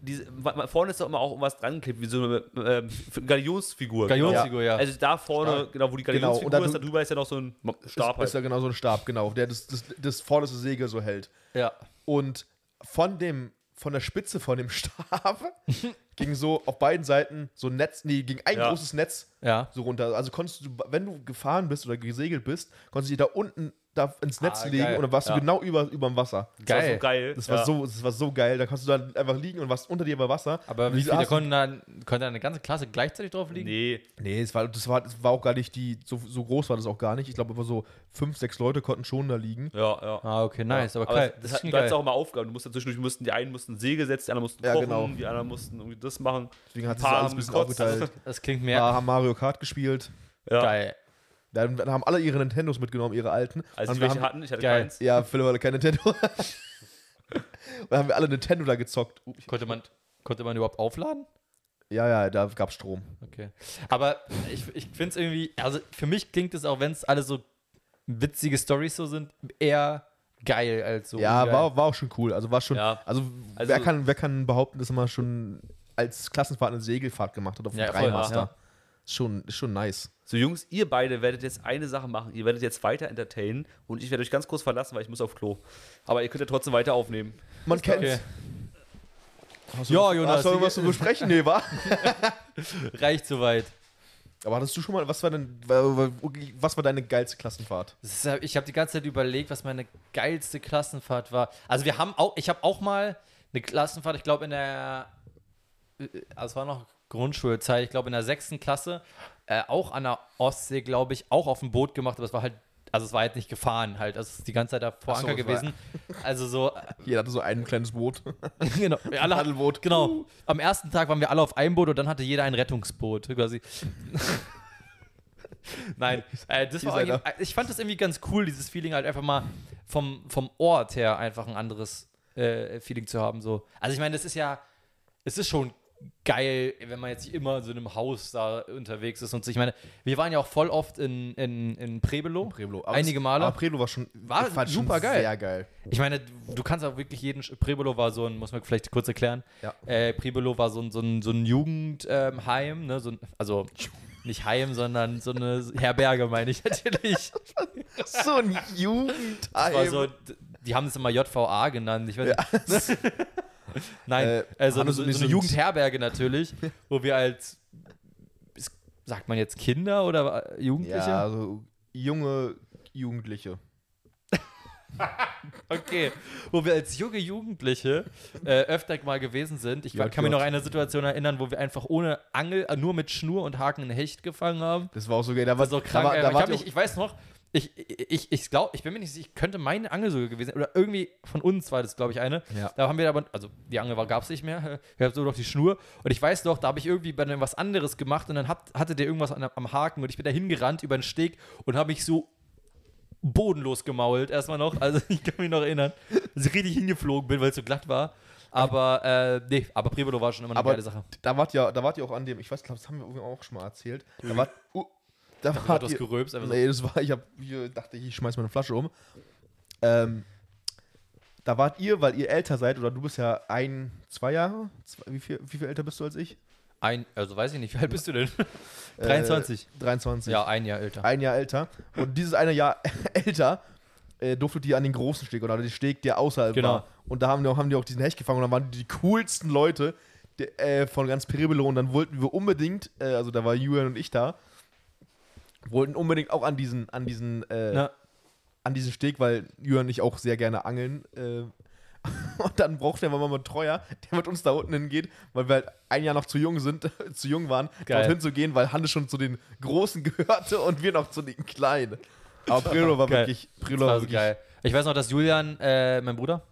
[SPEAKER 3] diese, wa- wa- vorne ist doch immer auch irgendwas dran geklebt, wie so eine ähm, F- Galionsfigur. genau.
[SPEAKER 1] Galionsfigur, ja.
[SPEAKER 3] Also da vorne,
[SPEAKER 2] Stahl.
[SPEAKER 3] genau, wo die
[SPEAKER 2] Genau,
[SPEAKER 3] Galionsfigur
[SPEAKER 2] und dann
[SPEAKER 3] ist, da
[SPEAKER 2] du-
[SPEAKER 3] drüber ist ja noch so ein Stab halt.
[SPEAKER 2] Ist, ist ja genau so ein Stab, genau, der das, das, das vorderste Segel so hält.
[SPEAKER 1] ja.
[SPEAKER 2] Und von dem, von der Spitze von dem Stab ging so auf beiden Seiten so ein Netz, nee, ging ein
[SPEAKER 3] Ja.
[SPEAKER 2] großes Netz
[SPEAKER 1] Ja.
[SPEAKER 2] so runter. Also konntest du, wenn du gefahren bist oder gesegelt bist, konntest du dich da unten da ins Netz
[SPEAKER 1] Ah,
[SPEAKER 2] legen
[SPEAKER 1] geil.
[SPEAKER 2] und dann warst
[SPEAKER 1] Ja.
[SPEAKER 2] du genau über, über dem Wasser.
[SPEAKER 3] Das war so
[SPEAKER 1] Geil.
[SPEAKER 3] geil.
[SPEAKER 2] Das war,
[SPEAKER 3] ja.
[SPEAKER 2] so, das war so geil. Da konntest du dann einfach liegen und warst unter dir bei Wasser.
[SPEAKER 1] Aber
[SPEAKER 2] Und
[SPEAKER 1] wie
[SPEAKER 2] diese
[SPEAKER 1] viele
[SPEAKER 2] Ast-
[SPEAKER 1] konnten da, konnte da eine ganze Klasse gleichzeitig drauf liegen?
[SPEAKER 3] Nee,
[SPEAKER 2] Nee, es war, das, war, das war auch gar nicht die, so, so groß war das auch gar nicht. Ich glaube, aber so fünf, sechs Leute konnten schon da liegen.
[SPEAKER 3] ja, ja.
[SPEAKER 1] Ah, okay, nice. Aber,
[SPEAKER 3] Aber
[SPEAKER 1] geil.
[SPEAKER 3] das,
[SPEAKER 1] das,
[SPEAKER 3] hat,
[SPEAKER 1] ist schon
[SPEAKER 3] du hattest auch
[SPEAKER 1] geil.
[SPEAKER 3] immer Aufgaben. Du musstest zwischendurch, mussten, die einen mussten Segel setzen, die anderen mussten
[SPEAKER 2] Ja,
[SPEAKER 3] kochen,
[SPEAKER 2] genau.
[SPEAKER 3] die anderen mussten irgendwie das machen.
[SPEAKER 2] Deswegen hat
[SPEAKER 3] Ein
[SPEAKER 2] sich das
[SPEAKER 3] paar
[SPEAKER 2] alles
[SPEAKER 3] haben
[SPEAKER 2] ein bisschen
[SPEAKER 3] gekotzt.
[SPEAKER 2] aufgeteilt.
[SPEAKER 1] Das klingt
[SPEAKER 2] Ja.
[SPEAKER 1] mehr
[SPEAKER 2] haben Mario Kart gespielt.
[SPEAKER 3] Ja.
[SPEAKER 1] geil.
[SPEAKER 2] Dann, dann haben alle ihre Nintendos mitgenommen, ihre alten.
[SPEAKER 3] Also die
[SPEAKER 2] Dann
[SPEAKER 3] welche
[SPEAKER 2] haben,
[SPEAKER 3] hatten, ich hatte
[SPEAKER 1] Geil.
[SPEAKER 3] keins.
[SPEAKER 2] Ja, Philipp hatte kein Nintendo. dann haben wir alle Nintendo da gezockt. Uh, ich-
[SPEAKER 1] Konnte man, konnte man überhaupt aufladen?
[SPEAKER 2] Ja, ja, da gab Strom.
[SPEAKER 1] Okay. Aber ich, ich finde es irgendwie, also für mich klingt es auch, wenn es alle so witzige Stories so sind, eher geil als so.
[SPEAKER 2] ja,
[SPEAKER 1] ungeil.
[SPEAKER 2] war, war auch schon cool. Also war schon.
[SPEAKER 3] Ja.
[SPEAKER 2] Also,
[SPEAKER 3] Also-
[SPEAKER 2] wer, kann, wer kann behaupten, dass man schon als Klassenfahrt eine Segelfahrt gemacht hat auf dem
[SPEAKER 1] Ja, voll,
[SPEAKER 2] Dreimaster?
[SPEAKER 1] ja.
[SPEAKER 2] Ist, schon, ist schon nice.
[SPEAKER 3] So, Jungs, ihr beide werdet jetzt eine Sache machen. Ihr werdet jetzt weiter entertainen und ich werde euch ganz kurz verlassen, weil ich muss auf Klo. Aber ihr könnt ja trotzdem weiter aufnehmen.
[SPEAKER 2] Man kennt's.
[SPEAKER 1] Okay.
[SPEAKER 2] Hast du
[SPEAKER 1] Ja,
[SPEAKER 2] was-
[SPEAKER 1] Jonas,
[SPEAKER 2] Hast du
[SPEAKER 1] die-
[SPEAKER 2] was zu besprechen? Nee, war.
[SPEAKER 1] Reicht soweit.
[SPEAKER 2] Aber hattest du schon mal, was war denn, was war deine geilste Klassenfahrt?
[SPEAKER 1] Das ist, ja- ich habe die ganze Zeit überlegt, was meine geilste Klassenfahrt war. Also wir haben auch, ich habe auch mal eine Klassenfahrt, ich glaube in der, äh, also es war noch Grundschulzeit, ich glaube in der sechsten Klasse, äh, auch an der Ostsee, glaube ich, auch auf dem Boot gemacht, aber es war halt, also es war halt nicht gefahren halt, also es ist die ganze Zeit da vor
[SPEAKER 2] Ach so,
[SPEAKER 1] Anker
[SPEAKER 2] es war-
[SPEAKER 1] gewesen. Also so,
[SPEAKER 2] Jeder hatte so ein kleines Boot.
[SPEAKER 1] genau. Wir alle hatten,
[SPEAKER 2] Paddelboot.
[SPEAKER 1] genau. Am ersten Tag waren wir alle auf einem Boot und dann hatte jeder ein Rettungsboot. Quasi. Nein, äh, das
[SPEAKER 2] Ihr
[SPEAKER 1] war
[SPEAKER 2] seid
[SPEAKER 1] irgendwie- äh, ich fand das irgendwie ganz cool, dieses Feeling halt einfach mal vom, vom Ort her einfach ein anderes äh, Feeling zu haben. So. Also ich meine, das ist ja, es ist schon geil, wenn man jetzt nicht immer in so einem Haus da unterwegs ist und so. Ich meine, wir waren ja auch voll oft in, in, in Prebelo.
[SPEAKER 2] Preblo.
[SPEAKER 1] Einige Male.
[SPEAKER 2] Aber Preblo war schon,
[SPEAKER 1] War
[SPEAKER 2] ich fand
[SPEAKER 1] super geil.
[SPEAKER 2] Sehr geil.
[SPEAKER 1] Ich meine, du kannst auch wirklich jeden. Sch- Pribolo war so ein, muss man vielleicht kurz erklären.
[SPEAKER 2] Ja.
[SPEAKER 1] Äh, Pribolo war so ein, so ein, so ein Jugendheim, ähm, Heim, ne? so ein, also nicht Heim, sondern so eine Herberge, meine ich natürlich.
[SPEAKER 2] So ein Jugendheim.
[SPEAKER 1] War so, d- die haben es immer JVA genannt. Ich weiß nicht.
[SPEAKER 2] ja.
[SPEAKER 1] Nein,
[SPEAKER 2] Äh,
[SPEAKER 1] äh, so,
[SPEAKER 2] Hannes
[SPEAKER 1] so,
[SPEAKER 2] und ich
[SPEAKER 1] so eine
[SPEAKER 2] sind-
[SPEAKER 1] Jugendherberge natürlich, wo wir als, ist- sagt man jetzt Kinder oder äh, Jugendliche?
[SPEAKER 2] ja, so junge Jugendliche.
[SPEAKER 1] Okay, wo wir als junge Jugendliche äh, öfter mal gewesen sind. Ich
[SPEAKER 2] Ja,
[SPEAKER 1] kann mich
[SPEAKER 2] klar.
[SPEAKER 1] noch an eine Situation erinnern, wo wir einfach ohne Angel, äh, nur mit Schnur und Haken einen Hecht gefangen haben.
[SPEAKER 2] Das war auch so geil. Da war
[SPEAKER 1] Das war so krank.
[SPEAKER 2] Da war,
[SPEAKER 1] ey.
[SPEAKER 2] da
[SPEAKER 1] ich,
[SPEAKER 2] war
[SPEAKER 1] hab mich, ich weiß noch, ich, ich, ich glaube, ich bin mir nicht sicher, ich könnte meine Angel sogar gewesen sein. Oder irgendwie von uns war das, glaube ich, eine.
[SPEAKER 2] Ja.
[SPEAKER 1] Da haben wir aber, also die Angel gab es nicht mehr. Ich habe so noch die Schnur. Und ich weiß noch, da habe ich irgendwie bei dem was anderes gemacht und dann hat, hatte der irgendwas an, am Haken und ich bin da hingerannt über den Steg und habe mich so bodenlos gemault, erstmal noch. Also ich kann mich noch erinnern, dass ich richtig hingeflogen bin, weil es so glatt war. Aber äh, nee, aber Privolo war schon immer eine
[SPEAKER 2] aber
[SPEAKER 1] geile Sache.
[SPEAKER 2] da wart ja, da wart ihr auch an dem, ich weiß, glaube, das haben wir auch schon mal erzählt. Da wart, uh, da
[SPEAKER 1] Du
[SPEAKER 2] wart
[SPEAKER 1] hast
[SPEAKER 2] ihr,
[SPEAKER 1] geröbst, einfach so.
[SPEAKER 2] Nee, das war, ich hab, hier dachte ich, ich schmeiß meine Flasche um. Ähm, da wart ihr, weil ihr älter seid, oder du bist ja ein, zwei Jahre, zwei, wie, viel, wie viel älter bist du als ich?
[SPEAKER 1] Ein, also weiß ich nicht, wie alt bist du denn? 23.
[SPEAKER 2] Äh, 23.
[SPEAKER 1] ja, ein Jahr älter.
[SPEAKER 2] Ein Jahr älter. Und dieses eine Jahr älter äh, durftet ihr an den großen Steg oder den Steg, der außerhalb
[SPEAKER 1] Genau.
[SPEAKER 2] war. Und da haben die, haben die auch diesen Hecht gefangen und dann waren die, die coolsten Leute der, äh, von ganz Peribelo und dann wollten wir unbedingt, äh, also da war Julian und ich da, wollten unbedingt auch an diesen, an diesen äh,
[SPEAKER 1] Na,
[SPEAKER 2] an diesen Steg, weil Jürgen und ich auch sehr gerne angeln. Äh, und dann braucht er mal mal einen Treuer, der mit uns da unten hingeht, weil wir halt ein Jahr noch zu jung sind, zu jung waren,
[SPEAKER 1] Geil.
[SPEAKER 2] dorthin zu gehen, weil Hannes schon zu den Großen gehörte und wir noch zu den Kleinen. Aber Brillo war
[SPEAKER 1] Geil.
[SPEAKER 2] wirklich, Brillo
[SPEAKER 1] Das war
[SPEAKER 2] war
[SPEAKER 1] so
[SPEAKER 2] wirklich
[SPEAKER 1] geil. Ich weiß noch, dass Julian, äh, mein Bruder,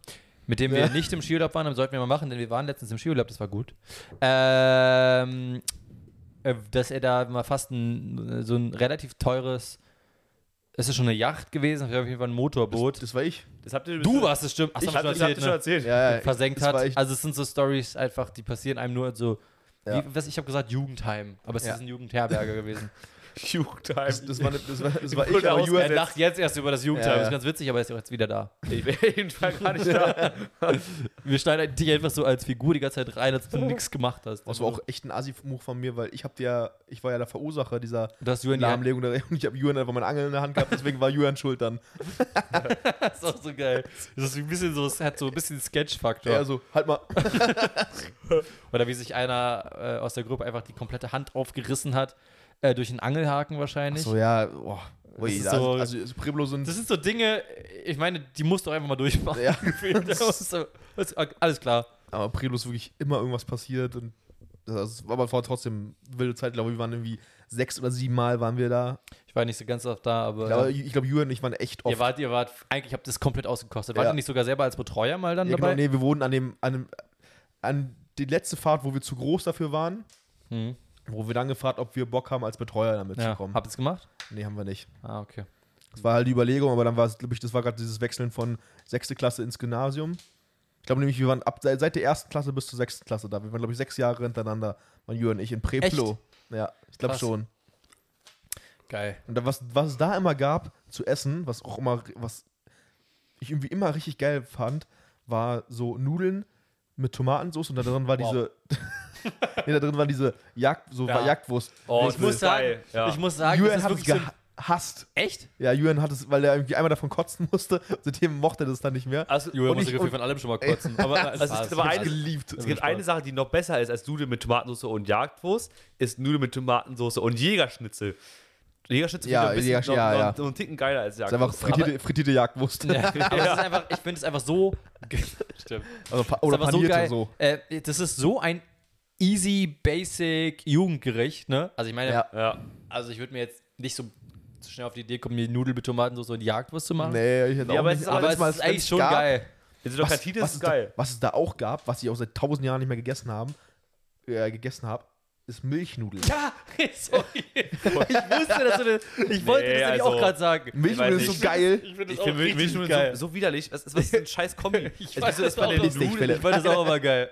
[SPEAKER 1] mit dem wir
[SPEAKER 2] Ja.
[SPEAKER 1] nicht im Skiurlaub waren, das sollten wir mal machen, denn wir waren letztens im Skiurlaub, das war gut. Ähm, äh, dass er da mal fast ein, so ein relativ teures Es ist schon eine Yacht gewesen, auf jeden Fall ein Motorboot.
[SPEAKER 2] Das war ich.
[SPEAKER 3] Das habt ihr
[SPEAKER 1] du warst es, stimmt. Ach,
[SPEAKER 3] Ich
[SPEAKER 1] das
[SPEAKER 3] hab
[SPEAKER 1] haben wir
[SPEAKER 3] das habt ihr schon
[SPEAKER 1] ne?
[SPEAKER 3] erzählt.
[SPEAKER 2] Ja, ja,
[SPEAKER 1] versenkt
[SPEAKER 2] das
[SPEAKER 1] hat.
[SPEAKER 2] war ich.
[SPEAKER 1] Also es sind so Stories einfach, die passieren einem nur so.
[SPEAKER 2] Ja.
[SPEAKER 1] Wie, was, ich habe gesagt Jugendheim, aber es
[SPEAKER 2] Ja.
[SPEAKER 1] ist ein Jugendherberge gewesen.
[SPEAKER 2] Das,
[SPEAKER 3] Jugendheim.
[SPEAKER 2] das war, eine- das war, das war
[SPEAKER 3] Im
[SPEAKER 2] ich, aber
[SPEAKER 3] Grunde
[SPEAKER 1] er
[SPEAKER 2] Jugendherberge.
[SPEAKER 1] lacht jetzt erst über das Jugendheim,
[SPEAKER 2] Ja, ja.
[SPEAKER 1] ist ganz witzig, aber er ist auch jetzt wieder da.
[SPEAKER 3] Ich wäre jedenfalls gar nicht da.
[SPEAKER 1] Wir schneiden dich einfach so als Figur die ganze Zeit rein, als du nichts gemacht hast.
[SPEAKER 2] Das war auch echt ein Assi-Move von mir, weil ich hab ja, ich war ja der Verursacher dieser
[SPEAKER 1] Du hast Julian die
[SPEAKER 2] Lahmlegung der- und ich habe Julian einfach meine Angel in der Hand gehabt, deswegen war Julian schuld dann.
[SPEAKER 1] Das ist auch so geil. Das ist ein bisschen so, es hat so ein bisschen Sketch-Faktor.
[SPEAKER 2] Ja, also halt mal.
[SPEAKER 1] Oder wie sich einer äh, aus der Gruppe einfach die komplette Hand aufgerissen hat, äh, durch einen Angelhaken wahrscheinlich.
[SPEAKER 2] So ja, oh, ui,
[SPEAKER 1] ist
[SPEAKER 2] da-
[SPEAKER 1] so-
[SPEAKER 2] also, also Priblo sind
[SPEAKER 1] Das sind so Dinge, ich meine, die musst du auch einfach mal durchmachen.
[SPEAKER 2] Ja.
[SPEAKER 1] Das ist so- das- Alles klar.
[SPEAKER 2] Aber Prelo ist wirklich immer irgendwas passiert und das war aber trotzdem wilde Zeit, glaube ich, wir waren irgendwie sechs oder sieben Mal waren wir da.
[SPEAKER 1] Ich war nicht so ganz oft da, aber äh,
[SPEAKER 2] Ich glaube, ich glaube, Julian und ich waren echt oft.
[SPEAKER 1] ihr wart, ihr wart, eigentlich habt ihr es komplett ausgekostet. Wart
[SPEAKER 2] Ja.
[SPEAKER 1] ihr nicht sogar selber als Betreuer mal dann
[SPEAKER 2] ja, genau,
[SPEAKER 1] dabei?
[SPEAKER 2] nee, wir wurden an dem, an dem, an die letzte Fahrt, wo wir zu groß dafür waren,
[SPEAKER 1] Hm.
[SPEAKER 2] wo wir dann gefragt, ob wir Bock haben, als Betreuer damit zu
[SPEAKER 1] Ja.
[SPEAKER 2] kommen.
[SPEAKER 1] Habt ihr es gemacht?
[SPEAKER 2] Nee, haben wir nicht.
[SPEAKER 1] Ah, okay.
[SPEAKER 2] Das war halt die Überlegung, aber dann war es, glaube ich, das war gerade dieses Wechseln von sechste Klasse ins Gymnasium. Ich glaube nämlich, wir waren ab, seit seit der ersten Klasse bis zur sechsten Klasse da. Wir waren, glaube ich, sechs Jahre hintereinander, mein Jürgen und ich, in Preplo. Ja, ich glaube
[SPEAKER 1] Krass.
[SPEAKER 2] schon.
[SPEAKER 1] Geil.
[SPEAKER 2] Und da, was, was es da immer gab zu essen, was auch immer, was ich irgendwie immer richtig geil fand, war so Nudeln mit Tomatensauce und da drin war
[SPEAKER 1] Wow.
[SPEAKER 2] diese. nee, da drin war diese Jagd, so
[SPEAKER 1] Ja.
[SPEAKER 2] Jagdwurst.
[SPEAKER 3] Oh,
[SPEAKER 1] ich, muss sagen, ich muss sagen,
[SPEAKER 2] Jürgen
[SPEAKER 1] es ist
[SPEAKER 2] hat es
[SPEAKER 1] wirklich so ein,
[SPEAKER 2] gehasst.
[SPEAKER 1] Echt?
[SPEAKER 2] Ja, Jürgen hat es, weil er irgendwie einmal davon kotzen musste, seitdem mochte er das dann nicht mehr.
[SPEAKER 3] Also,
[SPEAKER 1] Jürgen
[SPEAKER 3] und
[SPEAKER 1] muss
[SPEAKER 3] ich,
[SPEAKER 1] das Gefühl von allem schon mal kotzen. Aber
[SPEAKER 3] Also es ist aber
[SPEAKER 1] Spaß.
[SPEAKER 2] Ich hab's
[SPEAKER 3] eines-
[SPEAKER 2] geliebt.
[SPEAKER 3] es gibt eine Sache, die noch besser ist als Nudeln mit Tomatensauce und Jagdwurst, ist Nudeln mit Tomatensauce und Jägerschnitzel. Jägerschnitzel
[SPEAKER 2] Ja,
[SPEAKER 3] finde ich
[SPEAKER 2] Jägersch- ja,
[SPEAKER 3] noch,
[SPEAKER 2] ja.
[SPEAKER 3] noch, noch einen Ticken geiler als
[SPEAKER 2] Das ist einfach
[SPEAKER 3] Jagdwurst.
[SPEAKER 2] frittierte, frittierte Jagdwurst.
[SPEAKER 1] Ja, aber es ist einfach, ich finde es einfach so. Stimmt.
[SPEAKER 2] Also, pa-
[SPEAKER 1] Ist
[SPEAKER 2] oder
[SPEAKER 1] aber so
[SPEAKER 2] panierte
[SPEAKER 1] geil.
[SPEAKER 2] so.
[SPEAKER 1] Äh, das ist so ein easy, basic Jugendgericht, ne? Also ich meine,
[SPEAKER 2] Ja.
[SPEAKER 3] ja.
[SPEAKER 1] also ich würde mir jetzt nicht so so schnell auf die Idee kommen, mir Nudeln mit Tomatensauce und Jagdwurst zu machen.
[SPEAKER 2] Nee, ich hätte auch
[SPEAKER 3] Ja, aber es
[SPEAKER 2] nicht.
[SPEAKER 3] ist- aber
[SPEAKER 1] aber
[SPEAKER 2] wenn's
[SPEAKER 1] es
[SPEAKER 2] mal-
[SPEAKER 1] ist
[SPEAKER 2] wenn's
[SPEAKER 1] eigentlich schon
[SPEAKER 2] gab,
[SPEAKER 1] geil.
[SPEAKER 3] Also doch Kantine
[SPEAKER 2] was,
[SPEAKER 3] ist
[SPEAKER 2] es
[SPEAKER 3] geil.
[SPEAKER 2] Da, was es da auch gab, was ich auch seit tausend Jahren nicht mehr gegessen habe, äh, gegessen habe, ist Milchnudeln.
[SPEAKER 1] Ja, sorry. Ich wusste, dass du das, ich wollte
[SPEAKER 3] Nee,
[SPEAKER 1] das nämlich
[SPEAKER 3] also-
[SPEAKER 1] auch gerade sagen.
[SPEAKER 2] Milchnudeln
[SPEAKER 3] Ich
[SPEAKER 2] ist
[SPEAKER 3] weiß
[SPEAKER 2] so
[SPEAKER 3] nicht.
[SPEAKER 2] geil.
[SPEAKER 1] finde
[SPEAKER 3] Ich finde Milchnudeln so, so widerlich. Was ist, was ist ein scheiß Kombi?
[SPEAKER 1] Ich
[SPEAKER 3] Also,
[SPEAKER 1] weiß,
[SPEAKER 3] wieso ist
[SPEAKER 1] das
[SPEAKER 3] bei
[SPEAKER 1] war
[SPEAKER 3] der
[SPEAKER 1] auch
[SPEAKER 2] lustig,
[SPEAKER 3] Nudeln,
[SPEAKER 2] Philipp.
[SPEAKER 1] Ich fand das auch immer geil.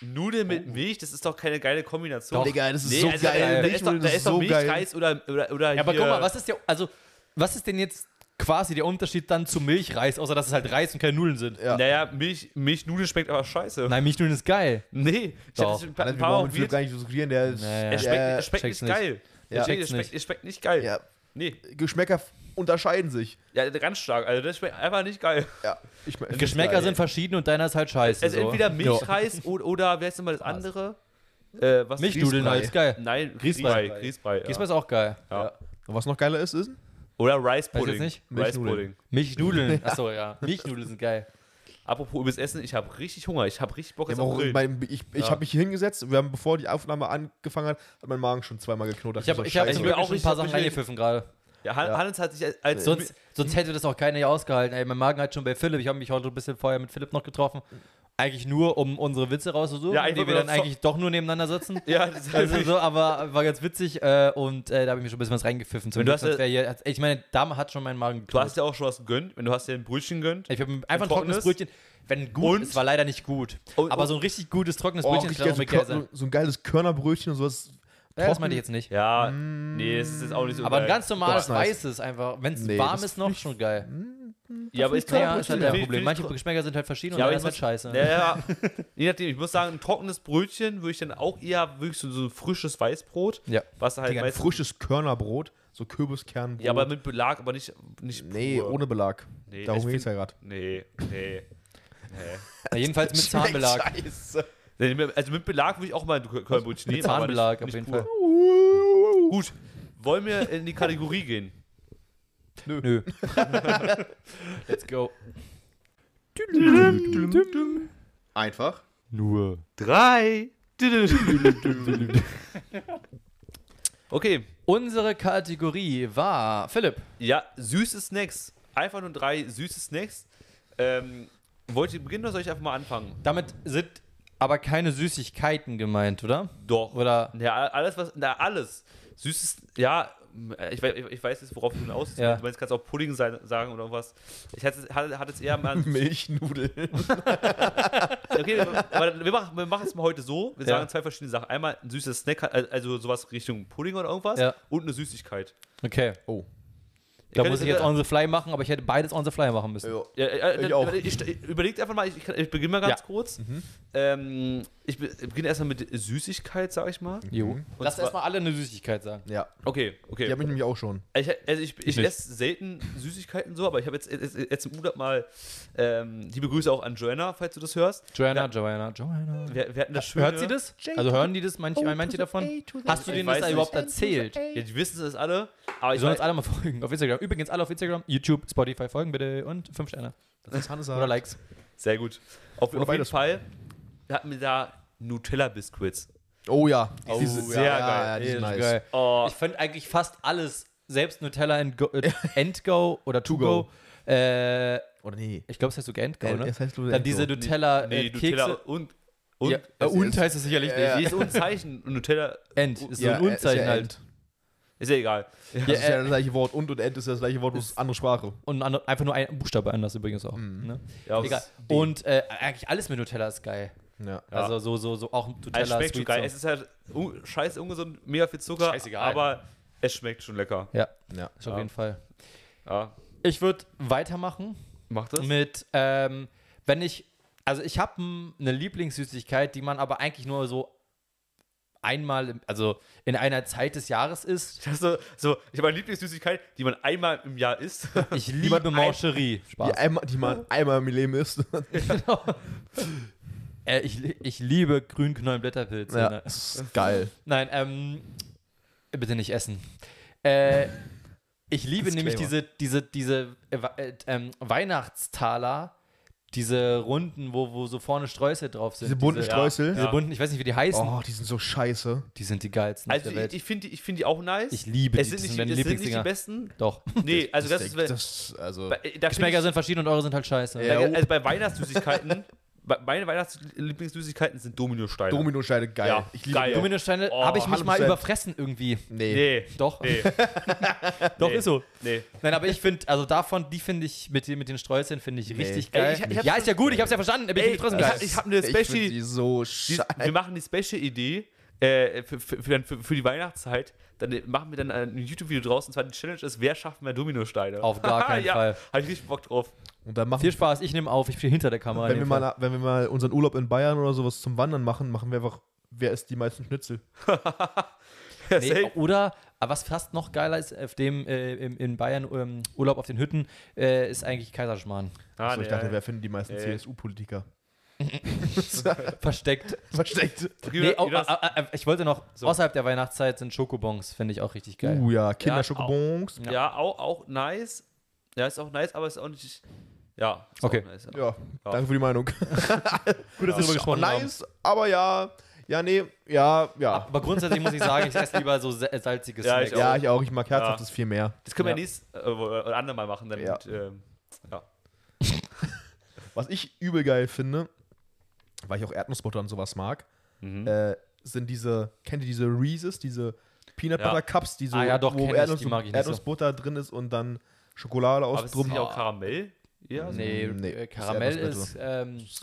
[SPEAKER 3] Nudeln mit
[SPEAKER 1] Oh.
[SPEAKER 3] Milch, das ist doch keine geile Kombination.
[SPEAKER 1] Doch.
[SPEAKER 2] Digga, das ist
[SPEAKER 3] Nee,
[SPEAKER 2] so
[SPEAKER 3] also,
[SPEAKER 2] geil.
[SPEAKER 3] Da, da ist doch,
[SPEAKER 2] Milchnudeln
[SPEAKER 3] da ist doch
[SPEAKER 2] so geil.
[SPEAKER 3] Milchreis oder, oder, oder
[SPEAKER 1] Ja, aber
[SPEAKER 3] hier-
[SPEAKER 1] guck mal, was ist ja, also, was ist denn jetzt quasi der Unterschied dann zu Milchreis, außer dass es halt Reis und keine Nudeln sind?
[SPEAKER 2] Ja.
[SPEAKER 3] Naja, Milch, Milchnudeln schmeckt aber scheiße.
[SPEAKER 1] Nein, Milchnudeln ist geil.
[SPEAKER 3] Nee, ich hab
[SPEAKER 1] Doch.
[SPEAKER 3] das ein paar,
[SPEAKER 2] Wir
[SPEAKER 3] ein paar Mal
[SPEAKER 2] brauchen mit Philipp
[SPEAKER 3] probiert.
[SPEAKER 2] gar nicht diskutieren. Der ist,
[SPEAKER 1] Naja.
[SPEAKER 3] Es
[SPEAKER 1] Er
[SPEAKER 3] schmeckt,
[SPEAKER 2] Ja,
[SPEAKER 3] es schmeckt
[SPEAKER 1] checkt's
[SPEAKER 3] nicht
[SPEAKER 1] nicht.
[SPEAKER 3] geil.
[SPEAKER 1] Ja. Checkt's
[SPEAKER 3] Es schmeckt, es schmeckt, es schmeckt nicht geil.
[SPEAKER 2] ja,
[SPEAKER 3] Nee,
[SPEAKER 2] Geschmäcker unterscheiden sich.
[SPEAKER 3] ja, ganz stark. Also das schmeckt einfach nicht geil.
[SPEAKER 2] Ja, ich mein-
[SPEAKER 1] Geschmäcker
[SPEAKER 2] geil.
[SPEAKER 1] sind verschieden und deiner ist halt scheiße.
[SPEAKER 3] Also
[SPEAKER 1] so.
[SPEAKER 3] entweder
[SPEAKER 1] Ja.
[SPEAKER 3] Milchreis oder, oder wer ist denn mal das andere? Äh, was
[SPEAKER 1] Milchnudeln
[SPEAKER 2] Grießbrei.
[SPEAKER 1] halt ist geil.
[SPEAKER 3] Nein,
[SPEAKER 1] Grießbrei.
[SPEAKER 3] Grießbrei. Grießbrei, ja.
[SPEAKER 1] Diesmal ist auch geil.
[SPEAKER 3] Ja.
[SPEAKER 2] Und was noch geiler ist, ist,
[SPEAKER 3] Oder Rice
[SPEAKER 1] jetzt
[SPEAKER 3] Pudding.
[SPEAKER 1] nicht.
[SPEAKER 3] Rice
[SPEAKER 2] Milchnudeln.
[SPEAKER 3] Pudding.
[SPEAKER 1] Milchnudeln. Achso, ja. Milchnudeln sind geil.
[SPEAKER 3] Apropos übers Essen, ich habe richtig Hunger. Ich habe richtig Bock
[SPEAKER 2] Ja,
[SPEAKER 3] jetzt
[SPEAKER 2] aber
[SPEAKER 3] auf
[SPEAKER 2] auch,
[SPEAKER 3] Grillen.
[SPEAKER 2] mein, ich ich
[SPEAKER 3] Ja.
[SPEAKER 2] habe mich hier hingesetzt. Wir haben, bevor die Aufnahme angefangen hat, hat mein Magen schon zweimal geknurrt.
[SPEAKER 1] Ich habe ich hab,
[SPEAKER 2] so,
[SPEAKER 1] ich
[SPEAKER 2] scheiße.
[SPEAKER 1] hab
[SPEAKER 3] auch
[SPEAKER 1] auch schon ein
[SPEAKER 3] nicht-
[SPEAKER 1] paar
[SPEAKER 3] hab Äh,
[SPEAKER 1] Sachen
[SPEAKER 3] Also ich-
[SPEAKER 1] reingepfiffen gerade.
[SPEAKER 3] Ja, Han- Hannes hat sich als, als
[SPEAKER 1] Sonst, sonst hätte das auch keiner hier ausgehalten. Ey, mein Magen hat schon bei Philipp. Ich habe mich heute ein bisschen vorher mit Philipp noch getroffen. Eigentlich nur, um unsere Witze rauszusuchen,
[SPEAKER 3] Ja, eigentlich
[SPEAKER 1] die wir
[SPEAKER 3] wollten
[SPEAKER 1] dann
[SPEAKER 3] wir noch
[SPEAKER 1] eigentlich doch nur nebeneinander sitzen.
[SPEAKER 3] ja, das
[SPEAKER 1] Also so, aber war ganz witzig äh, und äh, da habe ich mir schon ein bisschen was reingepfiffen. Zum
[SPEAKER 3] Du hast
[SPEAKER 1] Glück, sonst
[SPEAKER 3] ja-
[SPEAKER 1] wär hier, hat's- ich meine, da hat schon mein Magen
[SPEAKER 3] du
[SPEAKER 1] geknurrt.
[SPEAKER 3] hast ja auch schon was gegönnt. Wenn du hast ja ein Brötchen gegönnt.
[SPEAKER 1] Ich habe einfach ein trockenes
[SPEAKER 3] trockenes?
[SPEAKER 1] Brötchen. Wenn gut,
[SPEAKER 3] Und?
[SPEAKER 1] es war leider nicht gut.
[SPEAKER 3] Und-
[SPEAKER 1] aber so ein richtig gutes trockenes
[SPEAKER 2] oh,
[SPEAKER 1] Brötchen
[SPEAKER 2] richtig
[SPEAKER 1] ist dann
[SPEAKER 2] geil,
[SPEAKER 1] auch
[SPEAKER 2] so,
[SPEAKER 1] mit
[SPEAKER 2] Kör-
[SPEAKER 1] Käse.
[SPEAKER 2] so, so ein geiles Körnerbrötchen und sowas.
[SPEAKER 1] Ja, das
[SPEAKER 2] Trocken-
[SPEAKER 1] meinte ich jetzt nicht.
[SPEAKER 3] Ja, nee, es ist jetzt auch nicht so
[SPEAKER 1] Mm. Aber ein
[SPEAKER 3] geil.
[SPEAKER 1] ganz normales
[SPEAKER 2] Doch, nice.
[SPEAKER 1] weißes einfach, wenn es
[SPEAKER 2] Nee,
[SPEAKER 1] warm
[SPEAKER 2] das
[SPEAKER 1] ist, noch schon geil.
[SPEAKER 3] ja, aber ich
[SPEAKER 1] Ja, ja, ist halt ein
[SPEAKER 3] Find-
[SPEAKER 1] Problem.
[SPEAKER 3] find-
[SPEAKER 1] Manche Geschmäcker sind halt verschieden und
[SPEAKER 3] Ja, aber
[SPEAKER 1] ja,
[SPEAKER 3] ich
[SPEAKER 1] ist halt
[SPEAKER 3] muss-
[SPEAKER 1] scheiße.
[SPEAKER 3] Ja, ja. Je nachdem, ich muss sagen, ein trockenes Brötchen würde ich dann auch eher wirklich so, so ein frisches Weißbrot.
[SPEAKER 1] Ja.
[SPEAKER 3] Was halt
[SPEAKER 1] Digga, ein
[SPEAKER 2] Ein
[SPEAKER 3] meistens,
[SPEAKER 2] frisches Körnerbrot, so Kürbiskernbrot.
[SPEAKER 3] Ja, aber mit Belag, aber nicht. nicht
[SPEAKER 2] nee,
[SPEAKER 3] pur.
[SPEAKER 2] ohne Belag.
[SPEAKER 3] Nee,
[SPEAKER 2] Darum
[SPEAKER 3] ich
[SPEAKER 2] geht es ja
[SPEAKER 3] find-
[SPEAKER 2] gerade.
[SPEAKER 3] Nee, nee.
[SPEAKER 1] Ja, jedenfalls mit Zahnbelag.
[SPEAKER 2] Scheiße.
[SPEAKER 3] Nee, Also mit Belag würde ich auch mal ein Kör- Körnbrötchen nehmen.
[SPEAKER 1] Mit
[SPEAKER 3] aber
[SPEAKER 1] Zahnbelag auf
[SPEAKER 3] nicht-
[SPEAKER 1] jeden
[SPEAKER 3] nicht
[SPEAKER 1] Fall.
[SPEAKER 3] pur. Gut, wollen wir in die Kategorie gehen?
[SPEAKER 1] Nö. Let's go.
[SPEAKER 2] Einfach.
[SPEAKER 1] Nur.
[SPEAKER 3] Drei. okay,
[SPEAKER 1] Unsere Kategorie war, Philipp,
[SPEAKER 3] ja, süße Snacks. Einfach nur drei süße Snacks. Ähm, wollt ihr beginnen oder soll ich einfach mal anfangen?
[SPEAKER 1] damit sind aber keine Süßigkeiten gemeint, oder?
[SPEAKER 3] Doch.
[SPEAKER 1] Oder
[SPEAKER 3] Ja, alles, was. Na, alles. Süßes. Ja, ich, wei- ich weiß jetzt, worauf du hinaus willst.
[SPEAKER 1] Ja.
[SPEAKER 3] Du meinst, kannst auch Pudding sein, sagen oder was. Ich hatte, hatte, hatte es eher mal.
[SPEAKER 2] Milchnudeln.
[SPEAKER 3] Okay, aber wir machen, wir machen es mal heute so. Wir
[SPEAKER 1] Ja.
[SPEAKER 3] sagen zwei verschiedene Sachen. Einmal ein süßes Snack, also sowas Richtung Pudding oder irgendwas.
[SPEAKER 1] Ja.
[SPEAKER 3] Und eine Süßigkeit.
[SPEAKER 1] Okay.
[SPEAKER 2] Oh.
[SPEAKER 1] Da
[SPEAKER 3] könnt-
[SPEAKER 1] muss ich jetzt on the fly machen, aber ich hätte beides on the fly machen müssen.
[SPEAKER 2] Ja.
[SPEAKER 3] Ja, äh,
[SPEAKER 2] Ich
[SPEAKER 3] dann
[SPEAKER 2] auch.
[SPEAKER 3] über- Ich, ich, überlegt einfach mal, ich, ich, kann- ich beginne mal ganz
[SPEAKER 1] Ja. Mhm.
[SPEAKER 3] kurz. Ähm, ich be- beginne erstmal mit Süßigkeit, sag ich mal.
[SPEAKER 1] Jo.
[SPEAKER 3] Und
[SPEAKER 1] Lass
[SPEAKER 3] zwar-
[SPEAKER 1] erstmal alle eine Süßigkeit sagen.
[SPEAKER 2] Ja,
[SPEAKER 3] Okay, okay.
[SPEAKER 2] die habe ich nämlich auch schon.
[SPEAKER 3] Ich, also ich, ich
[SPEAKER 1] nicht.
[SPEAKER 3] esse selten Süßigkeiten so, aber ich habe jetzt, jetzt, jetzt im Urlaub mal ähm, liebe Grüße auch an Joanna, falls du das hörst.
[SPEAKER 1] Joanna, Joanna, Joanna.
[SPEAKER 3] Wir, wir hatten das schöne,
[SPEAKER 1] Hört sie das? Also hören die das, manche, manche davon? Hast du
[SPEAKER 3] Ich
[SPEAKER 1] denen
[SPEAKER 3] weiß
[SPEAKER 1] das
[SPEAKER 3] nicht.
[SPEAKER 1] überhaupt erzählt?
[SPEAKER 3] Ja, die wissen es alle. Aber
[SPEAKER 1] Wir
[SPEAKER 3] ich
[SPEAKER 1] sollen uns
[SPEAKER 3] weiß,
[SPEAKER 1] alle mal folgen auf Instagram. Übrigens alle auf Instagram, YouTube, Spotify folgen bitte und 5 Sterne
[SPEAKER 2] Das ist Hansa.
[SPEAKER 1] oder Likes.
[SPEAKER 3] sehr gut. Auf, auf jeden
[SPEAKER 2] beides.
[SPEAKER 3] Fall hatten wir da Nutella-Biscuits.
[SPEAKER 2] Oh ja.
[SPEAKER 3] Oh,
[SPEAKER 2] Die sind-
[SPEAKER 3] sehr
[SPEAKER 2] ja,
[SPEAKER 3] geil.
[SPEAKER 2] Ja, die sind
[SPEAKER 1] Das ist
[SPEAKER 2] nice.
[SPEAKER 1] geil.
[SPEAKER 3] Oh,
[SPEAKER 1] Ich finde eigentlich fast alles, selbst Nutella and Go, äh, Endgo oder To Go.
[SPEAKER 2] Go.
[SPEAKER 1] Äh,
[SPEAKER 2] Oder nee.
[SPEAKER 1] ich glaube, es heißt sogar Endgo, ne?
[SPEAKER 2] Das heißt nur
[SPEAKER 1] Dann diese Nutella,
[SPEAKER 3] nee,
[SPEAKER 1] äh, Kekse.
[SPEAKER 3] Nutella und... und
[SPEAKER 1] ja, äh,
[SPEAKER 2] es
[SPEAKER 1] und
[SPEAKER 2] ist-
[SPEAKER 1] heißt es sicherlich
[SPEAKER 2] ja.
[SPEAKER 1] nicht.
[SPEAKER 3] Hier ist so ein Zeichen. Und Nutella
[SPEAKER 1] End ist
[SPEAKER 2] Ja,
[SPEAKER 1] so ein
[SPEAKER 2] äh, ist ja
[SPEAKER 1] Unzeichen halt.
[SPEAKER 2] End.
[SPEAKER 3] ist ja egal.
[SPEAKER 2] Das ist
[SPEAKER 1] Ja, äh,
[SPEAKER 2] ja das gleiche Wort. Und und End ist ja das gleiche Wort, bloß andere Sprache.
[SPEAKER 1] Und andere- einfach nur ein Buchstabe anders übrigens auch. Ne?
[SPEAKER 3] Ja,
[SPEAKER 1] Egal.
[SPEAKER 3] es-
[SPEAKER 1] Und äh, eigentlich alles mit Nutella ist geil.
[SPEAKER 2] Ja.
[SPEAKER 3] Ja.
[SPEAKER 1] Also so, so, so auch Nutella
[SPEAKER 3] Es schmeckt
[SPEAKER 1] Sweet
[SPEAKER 3] schon geil.
[SPEAKER 1] Sauce.
[SPEAKER 3] Es ist halt un scheiß ungesund, mega viel Zucker,
[SPEAKER 1] Scheißegal.
[SPEAKER 3] aber es schmeckt schon lecker.
[SPEAKER 1] Ja,
[SPEAKER 2] ja.
[SPEAKER 1] ist auf
[SPEAKER 3] Ja.
[SPEAKER 1] jeden Fall.
[SPEAKER 3] Ja,
[SPEAKER 1] Ich würde weitermachen
[SPEAKER 3] macht das?
[SPEAKER 1] mit, ähm, wenn ich, also ich habe eine Lieblingssüßigkeit, die man aber eigentlich nur so einmal, im, also in einer Zeit des Jahres isst.
[SPEAKER 3] Das ist so, so, ich habe eine Lieblingssüßigkeit, die man einmal im Jahr isst.
[SPEAKER 1] Ich liebe
[SPEAKER 2] man ein-
[SPEAKER 1] Mancherie.
[SPEAKER 2] Die,
[SPEAKER 1] Spaß.
[SPEAKER 2] einmal, die man einmal im Leben isst.
[SPEAKER 1] Genau. Äh, ich, li- ich liebe Grünknollenblätterpilze.
[SPEAKER 2] ja.
[SPEAKER 1] Ne?
[SPEAKER 2] Das ist geil.
[SPEAKER 1] Nein, ähm, bitte nicht essen. Äh, ich liebe nämlich diese,
[SPEAKER 2] Disclaimer.
[SPEAKER 1] diese, diese äh, wa- äh, ähm, Weihnachtstaler, diese runden, wo, wo so vorne Streusel drauf sind.
[SPEAKER 2] Diese bunten
[SPEAKER 1] diese,
[SPEAKER 2] Streusel.
[SPEAKER 1] diese bunten, ich weiß nicht, wie die heißen.
[SPEAKER 2] Oh, die sind so scheiße.
[SPEAKER 1] Die sind die geilsten
[SPEAKER 3] Also
[SPEAKER 1] auf der
[SPEAKER 3] ich,
[SPEAKER 1] Welt.
[SPEAKER 3] ich finde die, ich find die auch nice.
[SPEAKER 1] Ich liebe
[SPEAKER 3] es
[SPEAKER 1] die,
[SPEAKER 3] sind
[SPEAKER 1] das
[SPEAKER 3] nicht,
[SPEAKER 1] sind meine
[SPEAKER 3] es sind nicht die
[SPEAKER 1] Lieblingsdinger.
[SPEAKER 3] besten.
[SPEAKER 1] Doch.
[SPEAKER 3] Nee, also das,
[SPEAKER 2] das,
[SPEAKER 3] ist bei,
[SPEAKER 2] das also
[SPEAKER 3] bei, da find
[SPEAKER 1] Geschmäcker
[SPEAKER 3] ich,
[SPEAKER 1] sind verschieden und eure sind halt scheiße.
[SPEAKER 2] Ja.
[SPEAKER 3] also bei Weihnachtssüßigkeiten, bei, meine Weihnachtslieblingssüßigkeiten sind Dominosteine.
[SPEAKER 2] Dominosteine geil.
[SPEAKER 3] Ja,
[SPEAKER 2] ich liebe
[SPEAKER 3] geil.
[SPEAKER 2] Domino
[SPEAKER 1] Dominosteine
[SPEAKER 3] Oh,
[SPEAKER 1] habe ich mich mal
[SPEAKER 2] 100%.
[SPEAKER 1] überfressen irgendwie.
[SPEAKER 2] nee.
[SPEAKER 3] nee,
[SPEAKER 1] Doch.
[SPEAKER 3] nee,
[SPEAKER 1] Doch,
[SPEAKER 3] nee.
[SPEAKER 1] ist so.
[SPEAKER 3] nee.
[SPEAKER 1] Nein, aber ich finde, also davon, die finde ich, mit, den- mit den Streuseln finde ich richtig
[SPEAKER 3] Ey,
[SPEAKER 1] geil.
[SPEAKER 3] ich- ich hab's
[SPEAKER 1] ja, ist ja gut, ich hab's ja verstanden. Bin
[SPEAKER 3] Ey,
[SPEAKER 1] ich, trotzdem
[SPEAKER 3] ich
[SPEAKER 1] geil.
[SPEAKER 3] hab- ich hab eine
[SPEAKER 2] Ich find
[SPEAKER 3] Special-
[SPEAKER 2] die so
[SPEAKER 3] Die,
[SPEAKER 2] scheiße.
[SPEAKER 3] wir machen die Special-Idee äh, für, für, für, dann- für, für die Weihnachtszeit. Dann machen wir dann ein YouTube-Video draus. Und zwar die Challenge ist, wer schafft mehr Dominosteine?
[SPEAKER 1] Auf gar keinen Fall.
[SPEAKER 3] Habe ich richtig Bock drauf.
[SPEAKER 2] Und dann machen
[SPEAKER 1] Viel Spaß, ich nehme auf, ich stehe hinter der Kamera. in
[SPEAKER 2] wenn wir,
[SPEAKER 1] dem Fall.
[SPEAKER 2] mal, wenn wir mal unseren Urlaub in Bayern oder sowas zum Wandern machen, machen wir einfach, wer isst die meisten Schnitzel?
[SPEAKER 1] nee, oder, aber was fast noch geiler ist, auf dem, äh, im, in Bayern ähm, Urlaub auf den Hütten, äh, ist eigentlich Kaiserschmarrn.
[SPEAKER 3] Ah,
[SPEAKER 2] so, Also ich
[SPEAKER 3] nee,
[SPEAKER 2] dachte,
[SPEAKER 3] ja.
[SPEAKER 2] wer findet die meisten
[SPEAKER 3] Ey.
[SPEAKER 2] CSU-Politiker?
[SPEAKER 1] Versteckt.
[SPEAKER 2] Versteckt.
[SPEAKER 1] Nee, oh,
[SPEAKER 3] Jonas,
[SPEAKER 1] ah, ah, ah, ich wollte noch, außerhalb der Weihnachtszeit sind Schokobons, finde ich auch richtig geil.
[SPEAKER 2] Uh ja, Kinderschokobons.
[SPEAKER 3] ja, auch, auch nice. Ja, ist auch nice, aber ist auch nicht. Ja, ist
[SPEAKER 1] Okay.
[SPEAKER 3] auch nice. Ja.
[SPEAKER 2] Ja, danke für die Meinung.
[SPEAKER 1] Gut, dass wir darüber gesprochen haben.
[SPEAKER 2] nice, aber ja, ja, nee, ja, ja.
[SPEAKER 1] Aber grundsätzlich muss ich sagen, ich esse lieber so sa- salziges
[SPEAKER 3] Ja,
[SPEAKER 1] Snacks.
[SPEAKER 3] ich
[SPEAKER 2] Ja, ich auch, ich mag herzhaftes viel mehr.
[SPEAKER 3] Das können wir
[SPEAKER 1] Ja.
[SPEAKER 3] nächstes äh, oder andermal machen. Dann
[SPEAKER 2] Ja.
[SPEAKER 3] mit, ähm, ja.
[SPEAKER 2] Was ich übel geil finde, weil ich auch Erdnussbutter und sowas mag,
[SPEAKER 1] Mhm.
[SPEAKER 2] äh, sind diese, kennt ihr diese Reese's, diese Peanut
[SPEAKER 3] Ja.
[SPEAKER 2] Butter Cups, die so,
[SPEAKER 1] Ah ja, doch,
[SPEAKER 2] wo
[SPEAKER 1] kenn ich,
[SPEAKER 2] Erdnuss,
[SPEAKER 1] die mag ich nicht so.
[SPEAKER 2] Erdnussbutter drin ist und dann Schokolade
[SPEAKER 3] Aber
[SPEAKER 2] aus
[SPEAKER 3] ist es
[SPEAKER 2] drum.
[SPEAKER 3] nicht auch Karamell? Ja, so-
[SPEAKER 1] Nee,
[SPEAKER 2] Nee,
[SPEAKER 1] äh,
[SPEAKER 2] ist
[SPEAKER 1] Karamell
[SPEAKER 2] Erdnussbutter.
[SPEAKER 1] ist.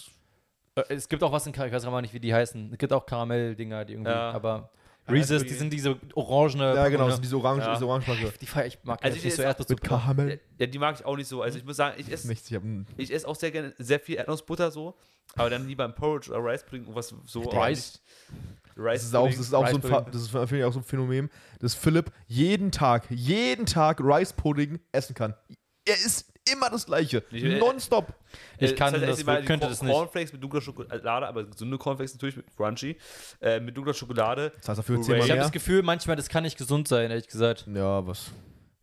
[SPEAKER 1] Ähm, äh, es gibt auch was in Karamell, ich weiß aber nicht, wie die heißen. Es gibt auch Karamell-Dinger, die irgendwie.
[SPEAKER 3] Ja.
[SPEAKER 1] Aber
[SPEAKER 3] Ja,
[SPEAKER 1] Reese's,
[SPEAKER 3] irgendwie-
[SPEAKER 1] die sind diese orangene.
[SPEAKER 2] Ja, genau,
[SPEAKER 1] Packung,
[SPEAKER 2] das
[SPEAKER 1] ne?
[SPEAKER 2] sind diese orange,
[SPEAKER 3] Ja.
[SPEAKER 2] diese Orange
[SPEAKER 1] Die feier ich mag
[SPEAKER 3] Also
[SPEAKER 1] jetzt
[SPEAKER 3] ich
[SPEAKER 1] nicht so
[SPEAKER 3] esse-
[SPEAKER 2] Mit
[SPEAKER 1] Erdnussbutter.
[SPEAKER 2] Karamell.
[SPEAKER 3] Äh, Ja, die mag ich auch nicht so. Also ich muss sagen, ich esse
[SPEAKER 2] Nichts, ich hab ein
[SPEAKER 3] Ich esse auch sehr gerne sehr viel Erdnussbutter so, aber dann lieber ein Porridge oder Rice Pudding und was so. aber
[SPEAKER 1] Rice.
[SPEAKER 3] nicht- Rice
[SPEAKER 2] Das ist auch, das ist auch so ein,
[SPEAKER 3] Rice Pudding.
[SPEAKER 2] Fa- das ist finde ich auch so ein Phänomen, dass Philipp jeden Tag, jeden Tag Rice Pudding essen kann. Er isst immer das gleiche.
[SPEAKER 3] Ich- äh,
[SPEAKER 2] Nonstop.
[SPEAKER 1] Ich
[SPEAKER 3] Äh,
[SPEAKER 1] kann
[SPEAKER 3] heißt, er
[SPEAKER 1] das-
[SPEAKER 3] isst immer die
[SPEAKER 1] könnte
[SPEAKER 3] Cor-
[SPEAKER 1] das nicht.
[SPEAKER 3] Cornflakes mit dunkler Schokolade, aber gesunde Cornflakes natürlich mit Crunchy, äh, mit dunkler Schokolade.
[SPEAKER 2] Das heißt dafür
[SPEAKER 3] Hooray.
[SPEAKER 2] zehnmal
[SPEAKER 1] Ich habe
[SPEAKER 2] mehr.
[SPEAKER 1] das Gefühl, manchmal, das kann nicht gesund sein, ehrlich gesagt.
[SPEAKER 2] Ja, was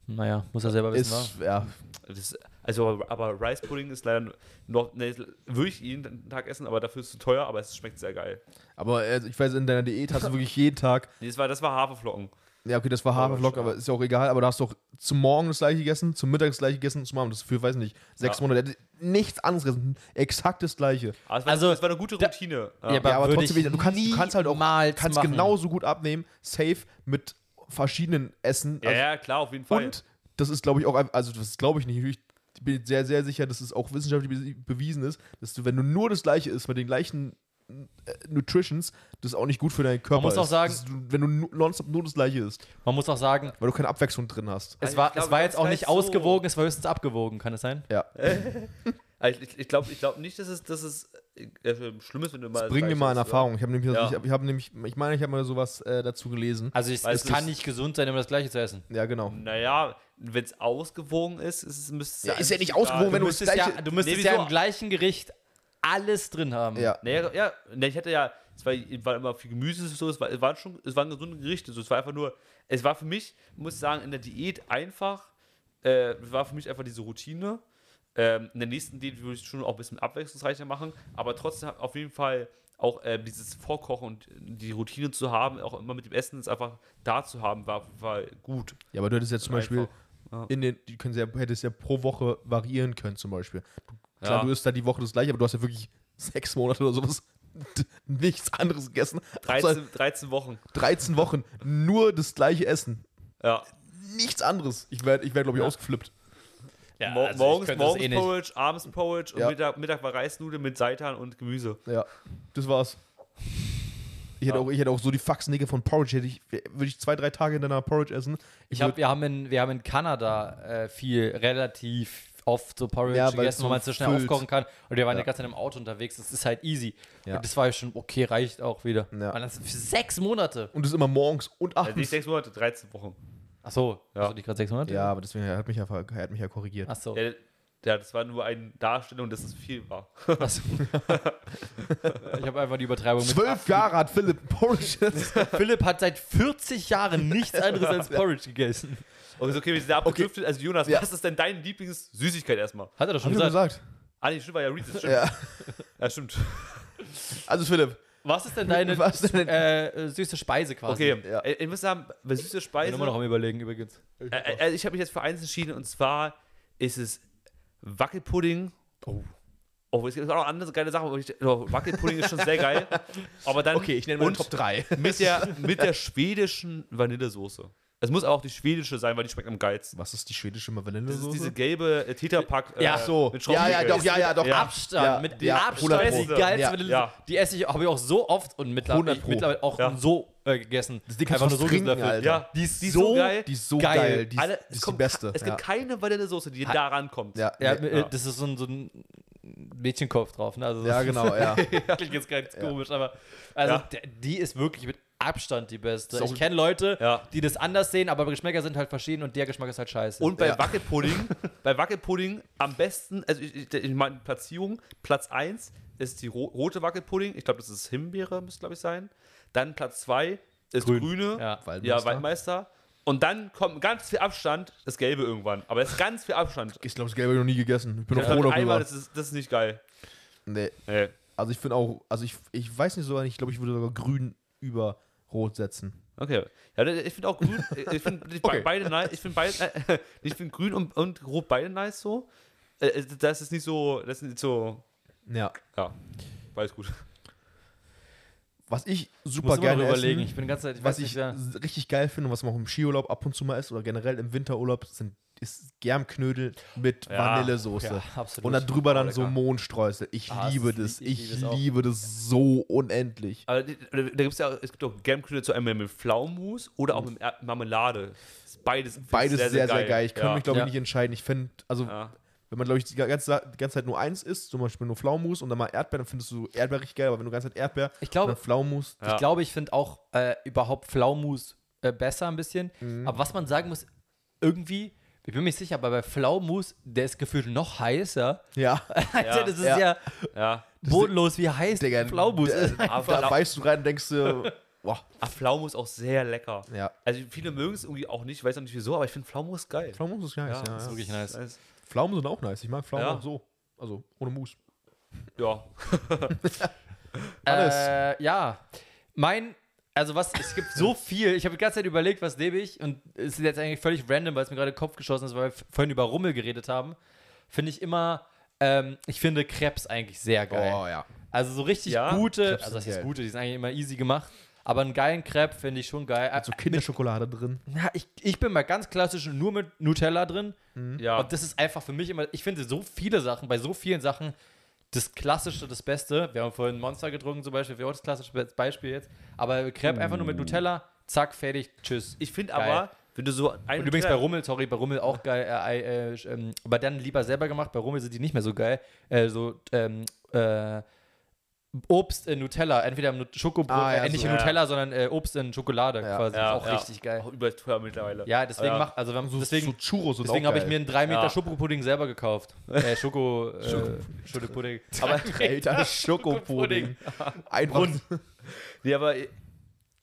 [SPEAKER 1] Naja, muss er selber wissen, wa?
[SPEAKER 2] ist, ja.
[SPEAKER 3] Das, ist- also, aber Rice Pudding ist leider noch, ne, würde ich jeden Tag essen, aber dafür ist es zu teuer, aber es schmeckt sehr geil.
[SPEAKER 2] Aber äh, ich weiß, in deiner Diät hast du wirklich jeden Tag,
[SPEAKER 3] Nee, das war, das war Haferflocken.
[SPEAKER 2] ja okay, das war Haferflock,
[SPEAKER 3] ja.
[SPEAKER 2] aber ist ja auch egal, aber da hast du auch zum Morgen das gleiche gegessen, zum Mittag das gleiche gegessen, zum Abend. Das ist für, weiß nicht, sechs
[SPEAKER 3] Ja.
[SPEAKER 2] Monate. Er hat Nichts anderes gegessen. Exakt das gleiche.
[SPEAKER 3] Aber es war,
[SPEAKER 1] Also,
[SPEAKER 3] es war eine gute
[SPEAKER 1] da-
[SPEAKER 3] Routine.
[SPEAKER 1] Ja, aber,
[SPEAKER 2] aber
[SPEAKER 1] würde
[SPEAKER 2] trotzdem,
[SPEAKER 1] ich
[SPEAKER 2] du kannst- du kannst halt auch-
[SPEAKER 1] niemals
[SPEAKER 2] Kannst
[SPEAKER 1] machen.
[SPEAKER 2] genauso gut abnehmen, safe mit verschiedenen Essen.
[SPEAKER 3] Ja,
[SPEAKER 2] Also-
[SPEAKER 3] ja, klar, auf jeden Fall.
[SPEAKER 2] Und das ist, glaube ich, auch, ein- also das glaube ich nicht. Ich bin sehr, sehr sicher, dass es auch wissenschaftlich be- bewiesen ist, dass du, wenn du nur das gleiche isst, mit den gleichen äh, Nutritions, das auch nicht gut für deinen Körper
[SPEAKER 1] muss
[SPEAKER 2] ist.
[SPEAKER 1] auch sagen-
[SPEAKER 2] Das ist, wenn du nu- nonstop nur das gleiche isst,
[SPEAKER 1] Man muss auch sagen,
[SPEAKER 2] weil du keine Abwechslung drin hast.
[SPEAKER 1] es
[SPEAKER 3] ich
[SPEAKER 1] war,
[SPEAKER 3] glaube,
[SPEAKER 1] es war
[SPEAKER 3] ganz
[SPEAKER 1] jetzt auch nicht
[SPEAKER 3] gleich so.
[SPEAKER 1] ausgewogen, es war höchstens abgewogen, kann es sein?
[SPEAKER 2] Ja.
[SPEAKER 3] Also ich ich glaube ich glaub nicht, dass es, dass es äh, äh, schlimm ist, wenn du mal.
[SPEAKER 2] Das bringen wir mal in
[SPEAKER 3] oder?
[SPEAKER 2] Erfahrung. Ich habe nämlich, also
[SPEAKER 3] Ja.
[SPEAKER 2] ich, hab- ich hab nämlich, ich meine, ich habe mal sowas äh, dazu gelesen.
[SPEAKER 1] Also Mhm. es,
[SPEAKER 3] Weil
[SPEAKER 1] es
[SPEAKER 3] es
[SPEAKER 1] kann
[SPEAKER 3] ist-
[SPEAKER 1] nicht gesund sein, immer das Gleiche zu essen.
[SPEAKER 2] Ja, genau.
[SPEAKER 3] Naja, wenn es ausgewogen ist, ist es müsste
[SPEAKER 2] Ja, ist ja
[SPEAKER 3] eigentlich
[SPEAKER 2] nicht ausgewogen,
[SPEAKER 3] egal.
[SPEAKER 2] Wenn
[SPEAKER 1] Du
[SPEAKER 2] du das
[SPEAKER 1] müsstest, ja,
[SPEAKER 2] Gleiche-
[SPEAKER 1] du müsstest
[SPEAKER 3] Nee,
[SPEAKER 1] ja
[SPEAKER 3] wieso?
[SPEAKER 1] im gleichen Gericht alles drin haben.
[SPEAKER 2] Ja.
[SPEAKER 3] Naja, ja, ne, ich hatte ja, es war, es war immer viel Gemüse, so, es, war, es waren schon, es waren gesunde Gerichte, so, es war einfach nur, es war für mich, muss ich sagen, in der Diät einfach, äh, war für mich einfach diese Routine. Ähm, in der nächsten Diät würde ich es schon auch ein bisschen abwechslungsreicher machen, aber trotzdem hab- auf jeden Fall auch äh, dieses Vorkochen und die Routine zu haben, auch immer mit dem Essen, es einfach da zu haben, war, war gut.
[SPEAKER 2] Ja, aber du hättest jetzt zum Beispiel
[SPEAKER 3] Einfach. Ja.
[SPEAKER 2] in den, die können sie ja, hättest ja pro Woche variieren können, zum Beispiel. Du- Klar,
[SPEAKER 3] Ja.
[SPEAKER 2] du isst da die Woche das gleiche, aber du hast ja wirklich sechs Monate oder sowas nichts anderes gegessen. außer
[SPEAKER 1] Also-
[SPEAKER 3] 13, 13 Wochen.
[SPEAKER 2] 13 Wochen nur das gleiche Essen.
[SPEAKER 3] Ja.
[SPEAKER 2] Nichts anderes. Ich werde, ich werd, glaube ich,
[SPEAKER 3] Ja.
[SPEAKER 2] ausgeflippt.
[SPEAKER 1] Ja,
[SPEAKER 3] Mo-
[SPEAKER 1] also ich
[SPEAKER 3] morgens
[SPEAKER 1] könnte das
[SPEAKER 3] morgens
[SPEAKER 1] eh nicht.
[SPEAKER 3] Porridge, abends Porridge
[SPEAKER 2] Ja.
[SPEAKER 3] und Mittag, Mittag war Reisnudel mit Seitan und Gemüse.
[SPEAKER 2] Ja, das war's. Ich hätte,
[SPEAKER 3] Ja.
[SPEAKER 2] auch, ich hätte auch so die Faxnäcke von Porridge, hätte ich, würde ich zwei, drei Tage in deiner Porridge essen.
[SPEAKER 1] Ich hab, wir, haben in, wir haben in Kanada äh, viel relativ oft so Porridge
[SPEAKER 2] Ja, weil es
[SPEAKER 1] gegessen,
[SPEAKER 2] so
[SPEAKER 1] wo man es so schnell
[SPEAKER 2] füllt.
[SPEAKER 1] aufkochen kann. Und wir waren
[SPEAKER 2] Ja.
[SPEAKER 1] die ganze Zeit im Auto unterwegs. Das ist halt easy.
[SPEAKER 2] Ja.
[SPEAKER 1] Und das war schon, okay, reicht auch wieder.
[SPEAKER 2] Ja.
[SPEAKER 1] Und das für sechs Monate.
[SPEAKER 2] Und das immer morgens und
[SPEAKER 3] Also nicht
[SPEAKER 2] abends.
[SPEAKER 3] sechs Monate, 13 Wochen.
[SPEAKER 1] Achso, ja.
[SPEAKER 3] Ja.
[SPEAKER 1] also die gerade sechs Monate?
[SPEAKER 2] Ja, aber deswegen er hat mich ja, ver- er hat mich ja korrigiert.
[SPEAKER 1] Achso.
[SPEAKER 3] Ja, ja, das war nur eine Darstellung, dass es viel war.
[SPEAKER 1] Was? ich habe einfach die Übertreibung mit.
[SPEAKER 2] Zwölf Jahre hat Philipp Porridge gegessen.
[SPEAKER 1] Philipp hat seit 40 Jahren nichts anderes als Porridge gegessen.
[SPEAKER 3] Und ist okay, wir sind da abgedriftet. Also Jonas,
[SPEAKER 2] Ja.
[SPEAKER 3] was ist denn deine Lieblingssüßigkeit erstmal?
[SPEAKER 1] Hat er doch
[SPEAKER 2] Hab
[SPEAKER 1] schon
[SPEAKER 2] ich doch
[SPEAKER 1] gesagt.
[SPEAKER 2] gesagt.
[SPEAKER 3] Ah, nee, stimmt, war ja Reese's, stimmt. Ja,
[SPEAKER 2] Ja.
[SPEAKER 3] stimmt.
[SPEAKER 2] Also Philipp,
[SPEAKER 1] Was ist denn deine
[SPEAKER 2] Was denn?
[SPEAKER 1] Äh, süße Speise quasi?
[SPEAKER 3] Okay,
[SPEAKER 2] Ah,
[SPEAKER 3] äh,
[SPEAKER 2] Ja.
[SPEAKER 3] ich, ich muss sagen, bei süße
[SPEAKER 1] Ich bin
[SPEAKER 3] Speisen,
[SPEAKER 1] immer noch am überlegen übrigens.
[SPEAKER 3] äh, äh, also ich habe mich jetzt für eins entschieden und zwar ist es Wackelpudding. Oh. Oh, es gibt auch noch andere geile Sachen, aber ich, oh, Wackelpudding ist schon sehr geil. Aber dann
[SPEAKER 2] Okay, ich nenne mal
[SPEAKER 3] und
[SPEAKER 2] Top 3.
[SPEAKER 3] mit der, mit der schwedischen Vanillesoße. Es muss aber auch die schwedische sein, weil die schmeckt am geilsten.
[SPEAKER 2] Was ist die schwedische
[SPEAKER 3] Das ist
[SPEAKER 2] Vanillesoße?
[SPEAKER 3] diese gelbe äh, Tetrapack.
[SPEAKER 1] Ja, so.
[SPEAKER 3] mit
[SPEAKER 2] ja, Ah, ja,
[SPEAKER 3] Schraubenzieher.
[SPEAKER 2] doch, ja, ja, doch.
[SPEAKER 3] Ja.
[SPEAKER 1] Abstand,
[SPEAKER 2] Ja,
[SPEAKER 1] mit
[SPEAKER 2] ja,
[SPEAKER 1] Abstand
[SPEAKER 3] 100
[SPEAKER 1] ist die
[SPEAKER 3] Pro.
[SPEAKER 1] geilste
[SPEAKER 2] Ja,
[SPEAKER 1] Vanille.
[SPEAKER 3] ja.
[SPEAKER 1] Die esse ich, habe ich auch so oft und mittlerweile,
[SPEAKER 2] 100
[SPEAKER 1] ich,
[SPEAKER 2] Pro.
[SPEAKER 1] mittlerweile auch
[SPEAKER 3] Ja.
[SPEAKER 1] so äh, gegessen.
[SPEAKER 2] Das Ding kannst du fast
[SPEAKER 1] gesehen
[SPEAKER 2] trinken,
[SPEAKER 1] dafür.
[SPEAKER 2] Alter.
[SPEAKER 3] Ja,
[SPEAKER 1] Die ist
[SPEAKER 3] die ist
[SPEAKER 1] so
[SPEAKER 3] so geil.
[SPEAKER 2] Die ist so
[SPEAKER 1] Geil.
[SPEAKER 2] geil. Die,
[SPEAKER 3] Alle,
[SPEAKER 2] ist,
[SPEAKER 3] es
[SPEAKER 2] die, ist die
[SPEAKER 3] kommt,
[SPEAKER 2] beste.
[SPEAKER 3] Es
[SPEAKER 2] ja.
[SPEAKER 3] gibt keine Vanillesoße, die da rankommt.
[SPEAKER 2] ja,
[SPEAKER 1] Ja,
[SPEAKER 2] ja,
[SPEAKER 1] äh,
[SPEAKER 3] Ja.
[SPEAKER 1] das ist so ein, so ein Mädchenkopf drauf. Ne? Also
[SPEAKER 2] ja,
[SPEAKER 1] das
[SPEAKER 2] genau, ja.
[SPEAKER 1] Das klingt jetzt ganz komisch, aber also
[SPEAKER 3] Ja.
[SPEAKER 1] der, die ist wirklich mit Abstand die beste.
[SPEAKER 2] Ist auch-
[SPEAKER 1] ich kenne Leute,
[SPEAKER 3] Ja.
[SPEAKER 1] die das anders sehen, aber Geschmäcker sind halt verschieden und der Geschmack ist halt scheiße.
[SPEAKER 3] Und bei
[SPEAKER 2] Ja.
[SPEAKER 3] Wackelpudding, bei Wackelpudding am besten, also ich, ich, ich meine Platzierung, Platz 1 ist die ro rote Wackelpudding. Ich glaube, das ist Himbeere, müsste glaube ich sein. Dann Platz 2 ist grüne.
[SPEAKER 1] ja.
[SPEAKER 3] Ja, Waldmeister. Und dann kommt ganz viel Abstand, das Gelbe irgendwann. Aber das ist ganz viel Abstand.
[SPEAKER 2] Ich glaube, das Gelbe habe ich noch nie gegessen. Ich bin
[SPEAKER 3] Ich
[SPEAKER 2] auch froh
[SPEAKER 3] glaub, also einmal,
[SPEAKER 2] darüber.
[SPEAKER 3] das ist, das ist nicht geil.
[SPEAKER 2] Nee,
[SPEAKER 3] Nee.
[SPEAKER 2] also ich finde auch, also ich, ich weiß nicht sogar, ich glaube, ich würde sogar grün über rot setzen.
[SPEAKER 3] Okay. Ja, ich finde auch grün, äh, ich finde be-
[SPEAKER 2] Okay.
[SPEAKER 3] beide nice. Ich finde beide, äh, ich finde grün und, und rot beide nice so. Äh, Das ist nicht so, das ist nicht so,
[SPEAKER 2] Ja.
[SPEAKER 3] ja, beides gut.
[SPEAKER 2] Was ich super
[SPEAKER 1] muss immer
[SPEAKER 2] gerne
[SPEAKER 1] noch überlegen.
[SPEAKER 2] essen,
[SPEAKER 1] Ich bin die ganze Zeit, ich
[SPEAKER 2] was
[SPEAKER 1] weiß nicht,
[SPEAKER 2] ich
[SPEAKER 1] ja.
[SPEAKER 2] s- richtig geil finde und was man auch im Skiurlaub ab und zu mal isst oder generell im Winterurlaub, sind, ist Germknödel mit
[SPEAKER 3] Ja.
[SPEAKER 2] Vanillesoße.
[SPEAKER 1] Ja, absolut.
[SPEAKER 2] Und darüber dann so
[SPEAKER 3] lecker.
[SPEAKER 2] Mohnstreusel. Ich
[SPEAKER 1] Ah, das
[SPEAKER 2] liebe
[SPEAKER 1] ist-
[SPEAKER 2] das.
[SPEAKER 1] ich liebe
[SPEAKER 2] Ich
[SPEAKER 1] das auch.
[SPEAKER 2] liebe das so unendlich.
[SPEAKER 3] Aber die- da gibt's ja, auch- es gibt auch Germknödel zu einem mit Pflaumenmus oder auch mit Er- Marmelade. Das ist Beides, find ich
[SPEAKER 2] Beides sehr, sehr, geil. Ich kann
[SPEAKER 3] ja.
[SPEAKER 2] mich, glaube ich,
[SPEAKER 1] Ja.
[SPEAKER 2] nicht entscheiden. Ich finde, also,
[SPEAKER 3] ja.
[SPEAKER 2] wenn man, glaube ich, die ganze, die ganze Zeit nur eins isst, zum Beispiel nur Pflaumenmus und dann mal Erdbeer, dann findest du Erdbeer richtig geil. Aber wenn du die ganze Zeit Erdbeer
[SPEAKER 1] Ich glaube-
[SPEAKER 2] und dann Pflaumenmus,
[SPEAKER 1] Ich glaube, ich finde auch äh, überhaupt Pflaumus äh, besser ein bisschen.
[SPEAKER 2] Mhm.
[SPEAKER 1] Aber was man sagen muss, irgendwie, ich bin mir nicht sicher, aber bei Pflaumus, der ist gefühlt noch heißer.
[SPEAKER 2] ja,
[SPEAKER 1] Alter, das ist ja,
[SPEAKER 2] Ja.
[SPEAKER 3] ja.
[SPEAKER 1] bodenlos, wie heiß
[SPEAKER 2] Digga,
[SPEAKER 1] Pflaumus
[SPEAKER 2] der-
[SPEAKER 1] ist.
[SPEAKER 3] Aber
[SPEAKER 2] da
[SPEAKER 3] Pflau-
[SPEAKER 2] beißt du rein und denkst du, boah,
[SPEAKER 3] Ach, Pflaumenmus auch sehr lecker.
[SPEAKER 2] ja.
[SPEAKER 3] Also viele mögen es irgendwie auch nicht, ich weiß auch nicht wieso, aber ich finde Pflaumenmus geil.
[SPEAKER 2] Pflaumenmus ist nice.
[SPEAKER 3] Ja,
[SPEAKER 2] Ja,
[SPEAKER 3] ist
[SPEAKER 2] ja,
[SPEAKER 1] Wirklich nice.
[SPEAKER 3] Das-
[SPEAKER 2] Pflaumen sind auch nice. Ich mag Pflaumen
[SPEAKER 3] Ja.
[SPEAKER 2] auch so. Also ohne Mus.
[SPEAKER 3] Ja.
[SPEAKER 2] Alles.
[SPEAKER 1] Äh, ja, mein, also was, es gibt so viel. Ich habe die ganze Zeit überlegt, was nehme ich und es ist jetzt eigentlich völlig random, weil es mir gerade in den Kopf geschossen ist, weil wir f- vorhin über Rummel geredet haben. Finde ich immer, ähm, ich finde Krebs eigentlich sehr geil.
[SPEAKER 2] ja.
[SPEAKER 1] Also so richtig
[SPEAKER 3] Ja,
[SPEAKER 1] gute,
[SPEAKER 2] Krebs
[SPEAKER 1] also das
[SPEAKER 2] sind
[SPEAKER 1] ist
[SPEAKER 2] geil.
[SPEAKER 1] gute, die sind eigentlich immer easy gemacht. Aber einen geilen Crepe finde ich schon geil. Also,
[SPEAKER 2] So Kinderschokolade drin.
[SPEAKER 1] Na, ich, ich bin mal ganz klassisch nur mit Nutella drin.
[SPEAKER 3] Ja.
[SPEAKER 2] Mhm.
[SPEAKER 1] Und das ist einfach für mich immer, ich finde so viele Sachen, bei so vielen Sachen, das Klassische, das Beste. Wir haben vorhin Monster getrunken zum Beispiel, für uns klassisches Be- Beispiel jetzt. Aber Crepe einfach
[SPEAKER 3] Mm.
[SPEAKER 1] nur mit Nutella, zack, fertig, tschüss.
[SPEAKER 3] Ich finde
[SPEAKER 1] Geil.
[SPEAKER 3] aber, wenn du so einen
[SPEAKER 1] und übrigens bei
[SPEAKER 3] Teller-
[SPEAKER 1] Rummel, sorry, bei Rummel auch geil, äh, äh, sch- ähm, aber dann lieber selber gemacht, bei Rummel sind die nicht mehr so geil. Äh, so, ähm, äh, Obst in Nutella, entweder im Nut- Schokobrot,
[SPEAKER 2] Ah, ja,
[SPEAKER 1] äh, nicht
[SPEAKER 2] so.
[SPEAKER 1] in
[SPEAKER 3] Ja.
[SPEAKER 1] Nutella, sondern äh, Obst in Schokolade
[SPEAKER 2] Ja.
[SPEAKER 1] quasi.
[SPEAKER 3] Ja,
[SPEAKER 1] ist auch
[SPEAKER 3] ja.
[SPEAKER 1] richtig geil.
[SPEAKER 3] Auch überteuer mittlerweile.
[SPEAKER 1] Ja, deswegen
[SPEAKER 3] Ja.
[SPEAKER 1] mach, also wir haben, deswegen
[SPEAKER 2] so Churros und
[SPEAKER 1] Deswegen habe ich mir einen 3 Meter
[SPEAKER 3] Ja.
[SPEAKER 1] Schokopudding selber gekauft. Äh, Schoko, äh, Schokopudding.
[SPEAKER 2] aber Alter, Schokopudding. Einfach
[SPEAKER 3] Rund. Nee, aber. äh,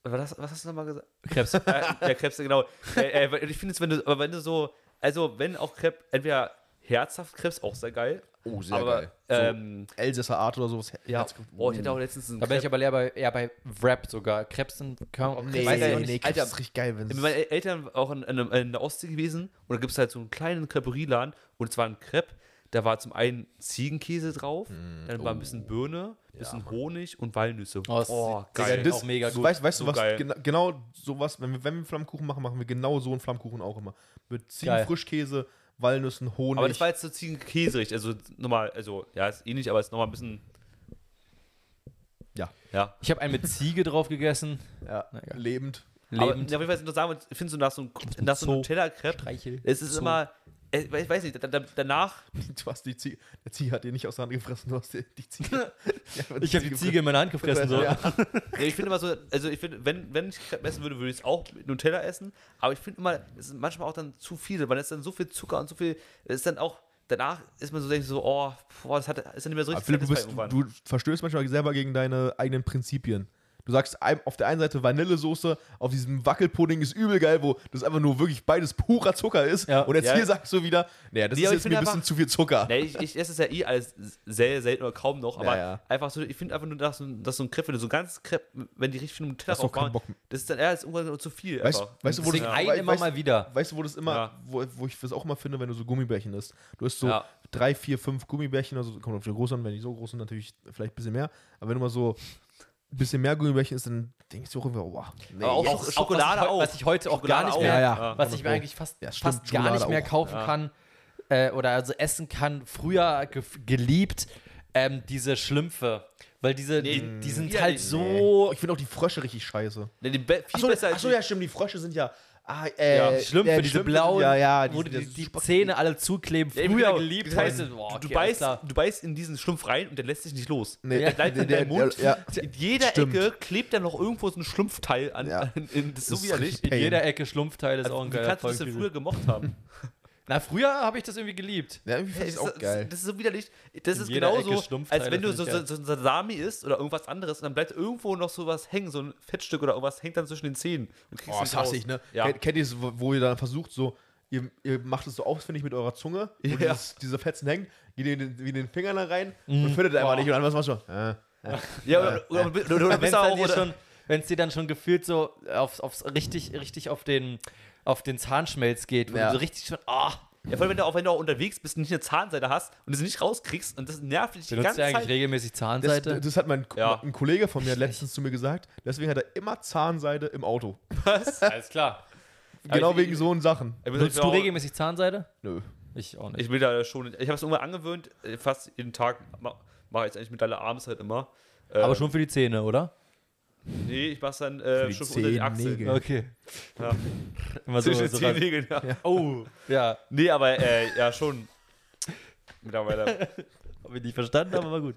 [SPEAKER 3] Was, was hast du nochmal gesagt?
[SPEAKER 1] Krebs.
[SPEAKER 3] Äh, der Krebs, genau. Äh, äh, ich finde es, wenn du, aber wenn du so, also wenn auch Krebs, entweder herzhaft Krebs, auch sehr geil.
[SPEAKER 2] Oh, sehr
[SPEAKER 3] aber,
[SPEAKER 2] geil.
[SPEAKER 3] Ähm,
[SPEAKER 2] so Elsässer Art oder sowas.
[SPEAKER 3] ja,
[SPEAKER 2] Herz-
[SPEAKER 3] boah, ich hätte auch letztens einen
[SPEAKER 1] Da bin ich
[SPEAKER 3] Crepe.
[SPEAKER 1] aber eher bei, eher bei Wrap sogar. Krebs sind kaum.
[SPEAKER 2] Nee,
[SPEAKER 1] weiß ich auch
[SPEAKER 2] nee,
[SPEAKER 1] nicht.
[SPEAKER 2] nee,
[SPEAKER 3] Alter,
[SPEAKER 2] Alter, das ist richtig geil, wenn
[SPEAKER 3] Mit
[SPEAKER 2] es.
[SPEAKER 3] meinen Eltern auch in, in, in der Ostsee gewesen und da gibt es halt so einen kleinen Creperieladen und es war ein Crepe, da war zum einen Ziegenkäse drauf,
[SPEAKER 1] Mhm.
[SPEAKER 3] dann war ein bisschen Birne, ein bisschen Honig und Walnüsse.
[SPEAKER 1] Oh, das sieht- Oh. Digga, das- auch mega gut.
[SPEAKER 2] Weißt, weißt du,
[SPEAKER 3] So
[SPEAKER 2] was
[SPEAKER 3] geil.
[SPEAKER 2] gena genau sowas, wenn wir, wenn wir Flammkuchen machen, machen wir genau so einen Flammkuchen auch immer. Mit
[SPEAKER 1] Geil.
[SPEAKER 2] Ziegenfrischkäse, Walnüssen, Honig.
[SPEAKER 3] aber das war jetzt so Ziegenkäse, richtig, also nochmal, also ja, ist ähnlich, aber ist nochmal ein bisschen,
[SPEAKER 2] ja,
[SPEAKER 3] ja,
[SPEAKER 1] Ich habe einen mit Ziege drauf gegessen.
[SPEAKER 2] ja.
[SPEAKER 1] Na ja.
[SPEAKER 2] lebend.
[SPEAKER 3] Aber
[SPEAKER 1] Lebend.
[SPEAKER 3] auf jeden Fall, was ich noch sagen wollte, findest du nach so einem nach so
[SPEAKER 1] Zoo.
[SPEAKER 3] einem Nutella-Crepe,
[SPEAKER 1] Streichel.
[SPEAKER 3] es ist
[SPEAKER 1] Zoo.
[SPEAKER 3] immer, äh, ich weiß nicht, da, da, danach,
[SPEAKER 2] Du hast die Ziege, der Ziege hat dir nicht aus der Hand gefressen, du hast die, die Ziege. Ja, aber
[SPEAKER 1] Ich habe die Ziege in meine Hand gefressen. So.
[SPEAKER 3] Also
[SPEAKER 2] Ja.
[SPEAKER 3] ja, ich finde immer so, also ich finde, wenn, wenn ich Crepe essen würde, würde ich es auch mit Nutella essen, aber ich finde immer, es sind manchmal auch dann zu viele, weil es ist dann so viel Zucker und so viel, es ist dann auch, danach ist man so, denkt so, oh, boah, das hat, ist dann nicht mehr so
[SPEAKER 2] Aber
[SPEAKER 3] richtig
[SPEAKER 2] Philipp, du, bist,
[SPEAKER 3] satisfying
[SPEAKER 2] du verstößt manchmal selber gegen deine eigenen Prinzipien. Du sagst ein- auf der einen Seite Vanillesoße, auf diesem Wackelpudding ist übel geil, wo das einfach nur wirklich beides purer Zucker ist.
[SPEAKER 1] Ja.
[SPEAKER 2] Und jetzt
[SPEAKER 3] Ja.
[SPEAKER 2] hier sagst du wieder, naja, das
[SPEAKER 3] Nee,
[SPEAKER 2] ist jetzt
[SPEAKER 3] aber ich
[SPEAKER 2] mir
[SPEAKER 3] finde
[SPEAKER 2] ein bisschen
[SPEAKER 3] einfach-
[SPEAKER 2] zu viel Zucker.
[SPEAKER 3] Nee, ich, ich esse es ja eh alles sehr selten oder kaum noch, aber
[SPEAKER 2] Ja, ja.
[SPEAKER 3] einfach so, ich finde einfach nur, dass so, ein- dass so ein Crepe, wenn du so ganz Crepe, wenn die richtig viel Nutella
[SPEAKER 2] Hast du auch
[SPEAKER 3] drauf
[SPEAKER 2] keinen
[SPEAKER 3] machen,
[SPEAKER 2] Bock mehr.
[SPEAKER 3] das ist dann eher als irgendwann zu viel.
[SPEAKER 2] Weißt,
[SPEAKER 3] einfach.
[SPEAKER 2] weißt du, wo das,
[SPEAKER 1] Deswegen
[SPEAKER 3] Ja.
[SPEAKER 1] ein
[SPEAKER 2] wei-
[SPEAKER 1] immer
[SPEAKER 2] weißt,
[SPEAKER 1] mal wieder.
[SPEAKER 2] weißt du, wo das immer,
[SPEAKER 3] Ja.
[SPEAKER 2] wo, wo ich das auch mal finde, wenn du so Gummibärchen isst. Du hast so
[SPEAKER 3] Ja.
[SPEAKER 2] drei, vier, fünf Gummibärchen, also kommt auf den großen an, wenn die so groß sind, natürlich vielleicht ein bisschen mehr. Aber wenn du mal so ein bisschen mehr Gummibärchen isst, dann denkst du auch immer, wow. Nee,
[SPEAKER 3] Aber auch
[SPEAKER 2] jetzt-
[SPEAKER 1] Auch was
[SPEAKER 3] Schokolade
[SPEAKER 1] ich heu-
[SPEAKER 3] auch.
[SPEAKER 1] was ich heute auch
[SPEAKER 3] Schokolade
[SPEAKER 1] gar nicht
[SPEAKER 3] auch.
[SPEAKER 1] mehr-
[SPEAKER 2] Ja,
[SPEAKER 3] ja.
[SPEAKER 1] Was ich mir eigentlich fast,
[SPEAKER 2] Ja, stimmt,
[SPEAKER 1] fast gar
[SPEAKER 2] Schokolade
[SPEAKER 1] nicht mehr
[SPEAKER 2] auch.
[SPEAKER 1] kaufen
[SPEAKER 3] Ja.
[SPEAKER 1] kann äh, oder also essen kann, früher ge geliebt, ähm, diese Schlümpfe. Weil diese,
[SPEAKER 3] Nee,
[SPEAKER 1] die, die sind
[SPEAKER 3] widerlich.
[SPEAKER 1] halt so.
[SPEAKER 2] ich finde auch die Frösche richtig scheiße.
[SPEAKER 3] Nee, die be viel
[SPEAKER 2] Achso,
[SPEAKER 3] besser als
[SPEAKER 2] achso
[SPEAKER 3] die-
[SPEAKER 2] ja, stimmt, halt die Frösche sind ja. Ah, äh,
[SPEAKER 3] Ja,
[SPEAKER 1] Die Schlümpfe,
[SPEAKER 2] äh,
[SPEAKER 1] diese
[SPEAKER 2] Schlümpfe
[SPEAKER 1] blauen,
[SPEAKER 2] sind- Ja, ja,
[SPEAKER 1] wo
[SPEAKER 2] sind
[SPEAKER 1] die, die,
[SPEAKER 2] super-
[SPEAKER 1] Zähne alle zukleben. Früher
[SPEAKER 3] Ja, genau.
[SPEAKER 1] geliebt.
[SPEAKER 3] Das heißt,
[SPEAKER 1] heute- boah, okay,
[SPEAKER 3] du, du,
[SPEAKER 1] alles
[SPEAKER 3] beißt,
[SPEAKER 1] klar.
[SPEAKER 3] du beißt in diesen Schlumpf rein und der lässt sich nicht los.
[SPEAKER 2] Nee,
[SPEAKER 3] der bleibt
[SPEAKER 2] der-
[SPEAKER 3] in deinem
[SPEAKER 2] der-
[SPEAKER 3] Mund.
[SPEAKER 2] ja.
[SPEAKER 3] in jeder
[SPEAKER 2] Stimmt.
[SPEAKER 3] Ecke klebt dann noch irgendwo so ein Schlumpfteil an.
[SPEAKER 2] Ja.
[SPEAKER 3] an in, das ist so
[SPEAKER 2] ist
[SPEAKER 3] widerlich.
[SPEAKER 2] richtig
[SPEAKER 1] In jeder Ecke Schlumpfteil ist auch
[SPEAKER 3] Also,
[SPEAKER 1] ein
[SPEAKER 3] Wie
[SPEAKER 1] geiler
[SPEAKER 3] kannst du das denn
[SPEAKER 1] Folgentitel.
[SPEAKER 3] früher gemocht haben?
[SPEAKER 1] Na, früher habe ich das irgendwie geliebt.
[SPEAKER 2] Ja, irgendwie
[SPEAKER 3] Das
[SPEAKER 2] fand ich auch geil.
[SPEAKER 3] Das ist so widerlich. Das
[SPEAKER 1] In
[SPEAKER 3] ist
[SPEAKER 1] jeder Ecke
[SPEAKER 3] genauso,
[SPEAKER 1] Schlumpfteile
[SPEAKER 3] als wenn du
[SPEAKER 1] finde
[SPEAKER 3] so,
[SPEAKER 1] ich
[SPEAKER 3] so, so ein Salami isst oder irgendwas anderes und dann bleibt irgendwo noch sowas hängen, so ein Fettstück oder irgendwas hängt dann zwischen den Zähnen. Und kriegst
[SPEAKER 2] Oh,
[SPEAKER 3] nicht
[SPEAKER 2] das hasse
[SPEAKER 3] raus.
[SPEAKER 2] ich, ne?
[SPEAKER 3] Ja.
[SPEAKER 2] Kennt, kennt ihr das, wo- wo ihr dann versucht, so, ihr, ihr macht es so ausfindig mit eurer Zunge und
[SPEAKER 3] Ja.
[SPEAKER 2] dieses, diese Fetzen hängen, geht in den, wie den Fingern da rein und findet einfach
[SPEAKER 3] Boah.
[SPEAKER 2] nicht. Und dann was machst du? Äh, äh.
[SPEAKER 3] Ja, oder, oder, oder, oder, oder
[SPEAKER 1] Wenn
[SPEAKER 3] bist
[SPEAKER 1] es
[SPEAKER 3] du auch,
[SPEAKER 1] dann dir
[SPEAKER 3] oder,
[SPEAKER 1] schon, wenn's dir dann schon gefühlt so aufs, aufs richtig, richtig auf den, auf den Zahnschmelz geht, wo
[SPEAKER 2] Ja.
[SPEAKER 1] du so richtig schon, ah,
[SPEAKER 3] Ja, vor allem, wenn du auch, wenn du auch unterwegs bist und nicht eine Zahnseite hast und das nicht rauskriegst und das nervt dich die
[SPEAKER 1] benutzt
[SPEAKER 3] ganze
[SPEAKER 1] du eigentlich
[SPEAKER 3] Zeit.
[SPEAKER 1] regelmäßig
[SPEAKER 2] Das,
[SPEAKER 1] Zahnseite?
[SPEAKER 2] das hat mein Ko-
[SPEAKER 3] Ja.
[SPEAKER 2] ein Kollege von mir letztens zu mir gesagt, deswegen hat er immer Zahnseide im Auto.
[SPEAKER 3] Was?
[SPEAKER 1] Alles klar.
[SPEAKER 2] Genau
[SPEAKER 3] ich-
[SPEAKER 2] wegen so einen Sachen.
[SPEAKER 1] Benutzt du regelmäßig Zahnseite?
[SPEAKER 2] Nö.
[SPEAKER 1] Ich auch nicht.
[SPEAKER 3] Ich will da schon. Ich habe es irgendwann angewöhnt, äh, fast jeden Tag ma- mache ich es eigentlich mittlerweile abends halt immer. Äh,
[SPEAKER 1] Aber schon für die Zähne, oder?
[SPEAKER 3] Nee, ich mache es dann äh,
[SPEAKER 2] die
[SPEAKER 3] schon unter die
[SPEAKER 2] Zehen,
[SPEAKER 3] Achsel.
[SPEAKER 2] Nägel. Ja.
[SPEAKER 1] Okay.
[SPEAKER 3] Ja.
[SPEAKER 1] Also Immer so,
[SPEAKER 3] Zwischen
[SPEAKER 1] so
[SPEAKER 3] den
[SPEAKER 1] ran.
[SPEAKER 3] Nägeln, ja.
[SPEAKER 1] Oh, ja.
[SPEAKER 3] Nee, aber äh, ja, schon. Mittlerweile.
[SPEAKER 1] Hab ich nicht verstanden, aber war gut.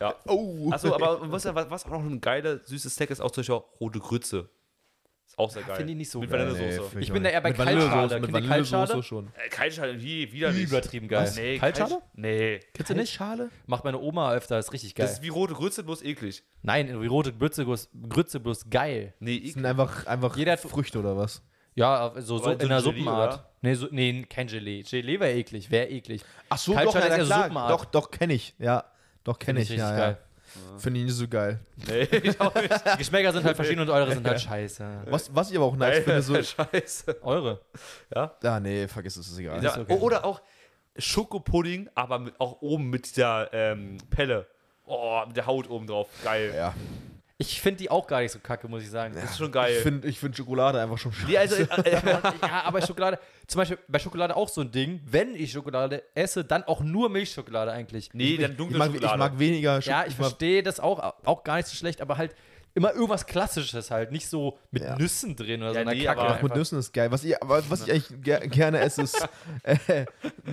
[SPEAKER 3] Ja.
[SPEAKER 2] Oh.
[SPEAKER 3] Achso, aber man muss ja, was, was auch noch ein geiler, süßes Snack ist, auch zum Beispiel auch rote Grütze. Ist auch sehr geil.
[SPEAKER 1] find ich nicht so
[SPEAKER 3] Mit
[SPEAKER 1] geil.
[SPEAKER 3] Vanillesoße.
[SPEAKER 1] Ich bin da eher bei
[SPEAKER 2] Mit Vanillesoße,
[SPEAKER 1] Kaltschale.
[SPEAKER 2] Mit
[SPEAKER 1] Kennt ihr Kaltschale?
[SPEAKER 2] Vanillesoße schon.
[SPEAKER 3] Äh, Kaltschale, wie, widerlich.
[SPEAKER 1] Übertrieben geil.
[SPEAKER 3] Was? Nee,
[SPEAKER 1] Kaltschale?
[SPEAKER 3] Kaltsch- Nee.
[SPEAKER 1] Kennst du nicht?
[SPEAKER 2] Schale?
[SPEAKER 1] Macht meine Oma öfter, ist richtig geil.
[SPEAKER 3] Das ist wie rote Grütze, bloß eklig.
[SPEAKER 1] Nein, die rote Grütze, bloß- Grütze bloß geil.
[SPEAKER 3] Nee,
[SPEAKER 2] Sind
[SPEAKER 3] eklig.
[SPEAKER 2] einfach, einfach
[SPEAKER 1] Jeder hat-
[SPEAKER 2] Früchte oder was?
[SPEAKER 1] Ja, auf- so, so
[SPEAKER 3] Aber
[SPEAKER 1] in
[SPEAKER 3] so
[SPEAKER 1] einer
[SPEAKER 3] ein Gelee,
[SPEAKER 1] Suppenart.
[SPEAKER 3] oder?
[SPEAKER 1] Nee, so, nee, kein Gelee. Gelee wäre eklig, wäre eklig.
[SPEAKER 2] Ach so,
[SPEAKER 1] Kaltschale ist
[SPEAKER 2] doch, ja,
[SPEAKER 1] ja
[SPEAKER 2] na klar.
[SPEAKER 1] Suppenart.
[SPEAKER 2] doch, doch, kenne ich. Ja, doch, kenne ich.
[SPEAKER 1] Nicht
[SPEAKER 2] Ja, ja. Finde ich nicht so geil.
[SPEAKER 3] Nee, ich auch nicht.
[SPEAKER 1] Die Geschmäcker sind halt verschieden und eure sind halt scheiße.
[SPEAKER 2] Was, was ich aber auch nice finde, so.
[SPEAKER 3] Scheiße.
[SPEAKER 1] Eure.
[SPEAKER 2] Ah, nee, vergiss es, ist egal.
[SPEAKER 3] Ja,
[SPEAKER 1] okay.
[SPEAKER 3] o- Oder auch Schokopudding, aber mit, auch oben mit dieser ähm, Pelle. Oh, mit der Haut oben drauf. Geil.
[SPEAKER 2] Ja.
[SPEAKER 1] Ich finde die auch gar nicht so kacke, muss ich sagen.
[SPEAKER 3] Das ist schon geil.
[SPEAKER 2] Ich finde ich find Schokolade einfach schon scheiße.
[SPEAKER 3] nee, also, äh,
[SPEAKER 1] ja, aber Schokolade, zum Beispiel bei Schokolade auch so ein Ding, wenn ich Schokolade esse, dann auch nur Milchschokolade eigentlich.
[SPEAKER 3] nee, dann
[SPEAKER 2] ich,
[SPEAKER 3] dunkle
[SPEAKER 2] mag, ich
[SPEAKER 3] Schokolade.
[SPEAKER 2] mag weniger Scho-
[SPEAKER 1] Ja, ich
[SPEAKER 2] mag-
[SPEAKER 1] verstehe das auch, auch gar nicht so schlecht, aber halt immer irgendwas Klassisches halt, nicht so mit
[SPEAKER 2] Ja.
[SPEAKER 1] Nüssen drin oder so
[SPEAKER 3] Ja,
[SPEAKER 1] einer
[SPEAKER 3] nee,
[SPEAKER 1] Kacke.
[SPEAKER 3] aber-
[SPEAKER 2] Ach, mit
[SPEAKER 1] einfach.
[SPEAKER 2] Nüssen ist geil. Was ich, aber was ich eigentlich ger gerne esse, ist äh,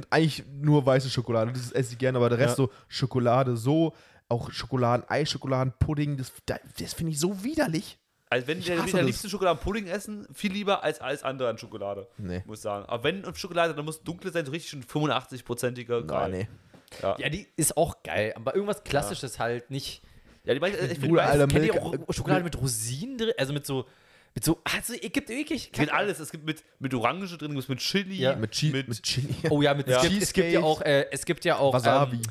[SPEAKER 2] eigentlich nur weiße Schokolade. Das esse ich gerne, aber der Rest so Schokolade so, auch Schokoladen-Ei, Schokoladenpudding, das, das finde ich so widerlich.
[SPEAKER 3] Also wenn wir
[SPEAKER 2] hasse
[SPEAKER 3] der
[SPEAKER 2] das.
[SPEAKER 3] liebste Schokoladenpudding essen, viel lieber als alles andere an Schokolade.
[SPEAKER 2] Nee.
[SPEAKER 3] Muss ich sagen. Aber wenn und Schokolade, dann muss dunkle sein, so richtig schon 85-prozentiger.
[SPEAKER 2] Ah,
[SPEAKER 3] geil.
[SPEAKER 2] nee.
[SPEAKER 3] Ja.
[SPEAKER 1] Ja, die ist auch geil, aber irgendwas Klassisches halt nicht.
[SPEAKER 3] Ja, die meisten, ich finde, die
[SPEAKER 2] Bruder,
[SPEAKER 3] meisten
[SPEAKER 2] Alter,
[SPEAKER 1] Kennt ihr
[SPEAKER 2] Milch-
[SPEAKER 1] auch Schokolade mit Rosinen drin? Also mit so, mit so, also es gibt wirklich
[SPEAKER 3] Es gibt alles. Es gibt mit, mit Orange drin, es gibt mit Chili,
[SPEAKER 1] Ja.
[SPEAKER 2] Mit, Chi
[SPEAKER 3] mit,
[SPEAKER 2] mit Chili.
[SPEAKER 1] Oh ja, mit
[SPEAKER 3] Ja.
[SPEAKER 1] Es, gibt, es gibt ja
[SPEAKER 2] Cheesecake.
[SPEAKER 1] auch, äh, es gibt ja auch,
[SPEAKER 2] Wasabi.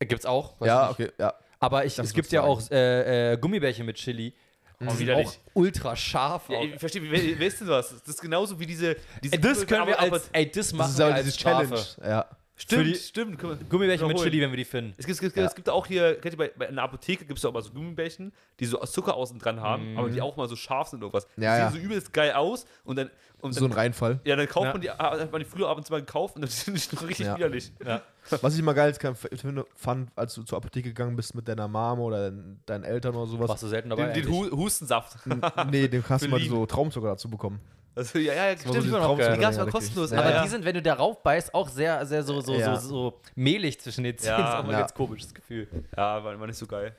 [SPEAKER 1] ähm, gibt's auch, weiß
[SPEAKER 2] ja,
[SPEAKER 1] nicht.
[SPEAKER 2] okay, ja.
[SPEAKER 1] aber ich,
[SPEAKER 2] Das
[SPEAKER 1] es gibt
[SPEAKER 2] muss
[SPEAKER 1] ja
[SPEAKER 2] sein.
[SPEAKER 1] auch äh, äh, Gummibärchen mit Chili. Die sind
[SPEAKER 3] widerlich.
[SPEAKER 1] auch ultra scharf.
[SPEAKER 3] Ja,
[SPEAKER 1] auch.
[SPEAKER 3] ich verstehe, wer, wer ist denn was? Das ist genauso wie diese. diese
[SPEAKER 1] Ey, Äh, das können wir
[SPEAKER 3] aber- aber-
[SPEAKER 1] als, ey, das
[SPEAKER 2] Das
[SPEAKER 1] machen
[SPEAKER 2] ist auch
[SPEAKER 1] wir als
[SPEAKER 2] diese
[SPEAKER 1] Strafe.
[SPEAKER 2] Challenge. Ja.
[SPEAKER 3] Stimmt,
[SPEAKER 1] für die-
[SPEAKER 3] stimmt. können wir-
[SPEAKER 1] Gummibärchen mit
[SPEAKER 3] Wiederholen.
[SPEAKER 1] Chili, wenn wir die finden.
[SPEAKER 3] Es gibt, es, gibt, es gibt auch hier, kennt ihr, bei, bei einer Apotheke gibt es ja auch mal so Gummibärchen, die so aus Zucker außen dran haben,
[SPEAKER 1] Mhm.
[SPEAKER 3] aber die auch mal so scharf sind und irgendwas. Die
[SPEAKER 2] Ja, ja.
[SPEAKER 3] sehen so übelst geil aus und dann. Und
[SPEAKER 2] So ein
[SPEAKER 3] dann
[SPEAKER 2] Reinfall.
[SPEAKER 3] ja, dann kauft
[SPEAKER 1] Ja.
[SPEAKER 3] man die, ah, hat man die früher abends mal gekauft und dann sind die schon richtig
[SPEAKER 2] Ja.
[SPEAKER 3] widerlich.
[SPEAKER 2] Was ich immer geil finde, fand, als du zur Apotheke gegangen bist mit deiner Mom oder deinen, deinen Eltern oder
[SPEAKER 1] Warst
[SPEAKER 2] sowas.
[SPEAKER 1] du selten dabei?
[SPEAKER 3] Den, den
[SPEAKER 1] eigentlich?
[SPEAKER 3] Hu- Hustensaft.
[SPEAKER 1] Hm.
[SPEAKER 2] Nee, dem hast du mal
[SPEAKER 3] Berlin.
[SPEAKER 2] so Traumzucker dazu bekommen.
[SPEAKER 3] Also, ja,
[SPEAKER 2] war
[SPEAKER 3] ja,
[SPEAKER 2] so
[SPEAKER 3] stimmt.
[SPEAKER 2] die
[SPEAKER 1] immer noch geil.
[SPEAKER 3] Die gab es
[SPEAKER 2] Ja,
[SPEAKER 3] mal
[SPEAKER 2] wirklich.
[SPEAKER 3] kostenlos.
[SPEAKER 2] Ja,
[SPEAKER 1] aber
[SPEAKER 2] ja.
[SPEAKER 1] die sind, wenn du darauf beißt, auch sehr, sehr so, so,
[SPEAKER 2] Ja.
[SPEAKER 1] so, so mehlig zwischen den Zähnen.
[SPEAKER 3] Ja.
[SPEAKER 1] ist auch mal
[SPEAKER 2] Ja.
[SPEAKER 1] ganz komisches Gefühl.
[SPEAKER 3] Ja, war, war nicht so geil.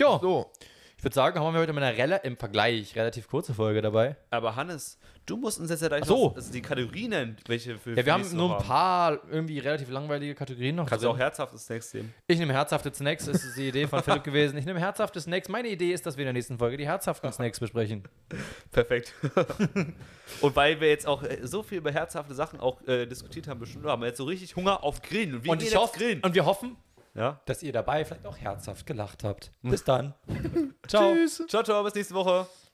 [SPEAKER 1] Ja,
[SPEAKER 2] So,
[SPEAKER 1] ich würde sagen, haben wir heute mit einer Relle im Vergleich relativ kurze Folge dabei.
[SPEAKER 3] Aber Hannes, du musst uns jetzt ja gleich
[SPEAKER 1] Ach so.
[SPEAKER 3] noch also die Kategorien nennen, welche für.
[SPEAKER 1] Ja,
[SPEAKER 3] für
[SPEAKER 1] wir haben
[SPEAKER 3] nächste
[SPEAKER 1] nur
[SPEAKER 3] Woche
[SPEAKER 1] ein paar Also irgendwie relativ langweilige Kategorien noch.
[SPEAKER 3] Kannst du
[SPEAKER 1] drin.
[SPEAKER 3] auch herzhafte Snacks nehmen.
[SPEAKER 1] Ich nehme herzhafte Snacks, das ist die Idee von Philipp gewesen. Ich nehme herzhafte Snacks. Meine Idee ist, dass wir in der nächsten Folge die herzhaften Snacks besprechen.
[SPEAKER 3] Perfekt. und weil wir jetzt auch äh, so viel über herzhafte Sachen auch äh, diskutiert haben, bestimmt, haben wir jetzt so richtig Hunger auf Grillen. Und, wir
[SPEAKER 1] Und,
[SPEAKER 3] gehen
[SPEAKER 1] ich
[SPEAKER 3] jetzt
[SPEAKER 1] hoffe,
[SPEAKER 3] Grillen.
[SPEAKER 1] und wir hoffen,
[SPEAKER 3] Ja?
[SPEAKER 1] dass ihr dabei vielleicht auch herzhaft gelacht habt. Bis dann. Ciao.
[SPEAKER 2] tschüss.
[SPEAKER 3] Ciao, ciao, bis nächste Woche.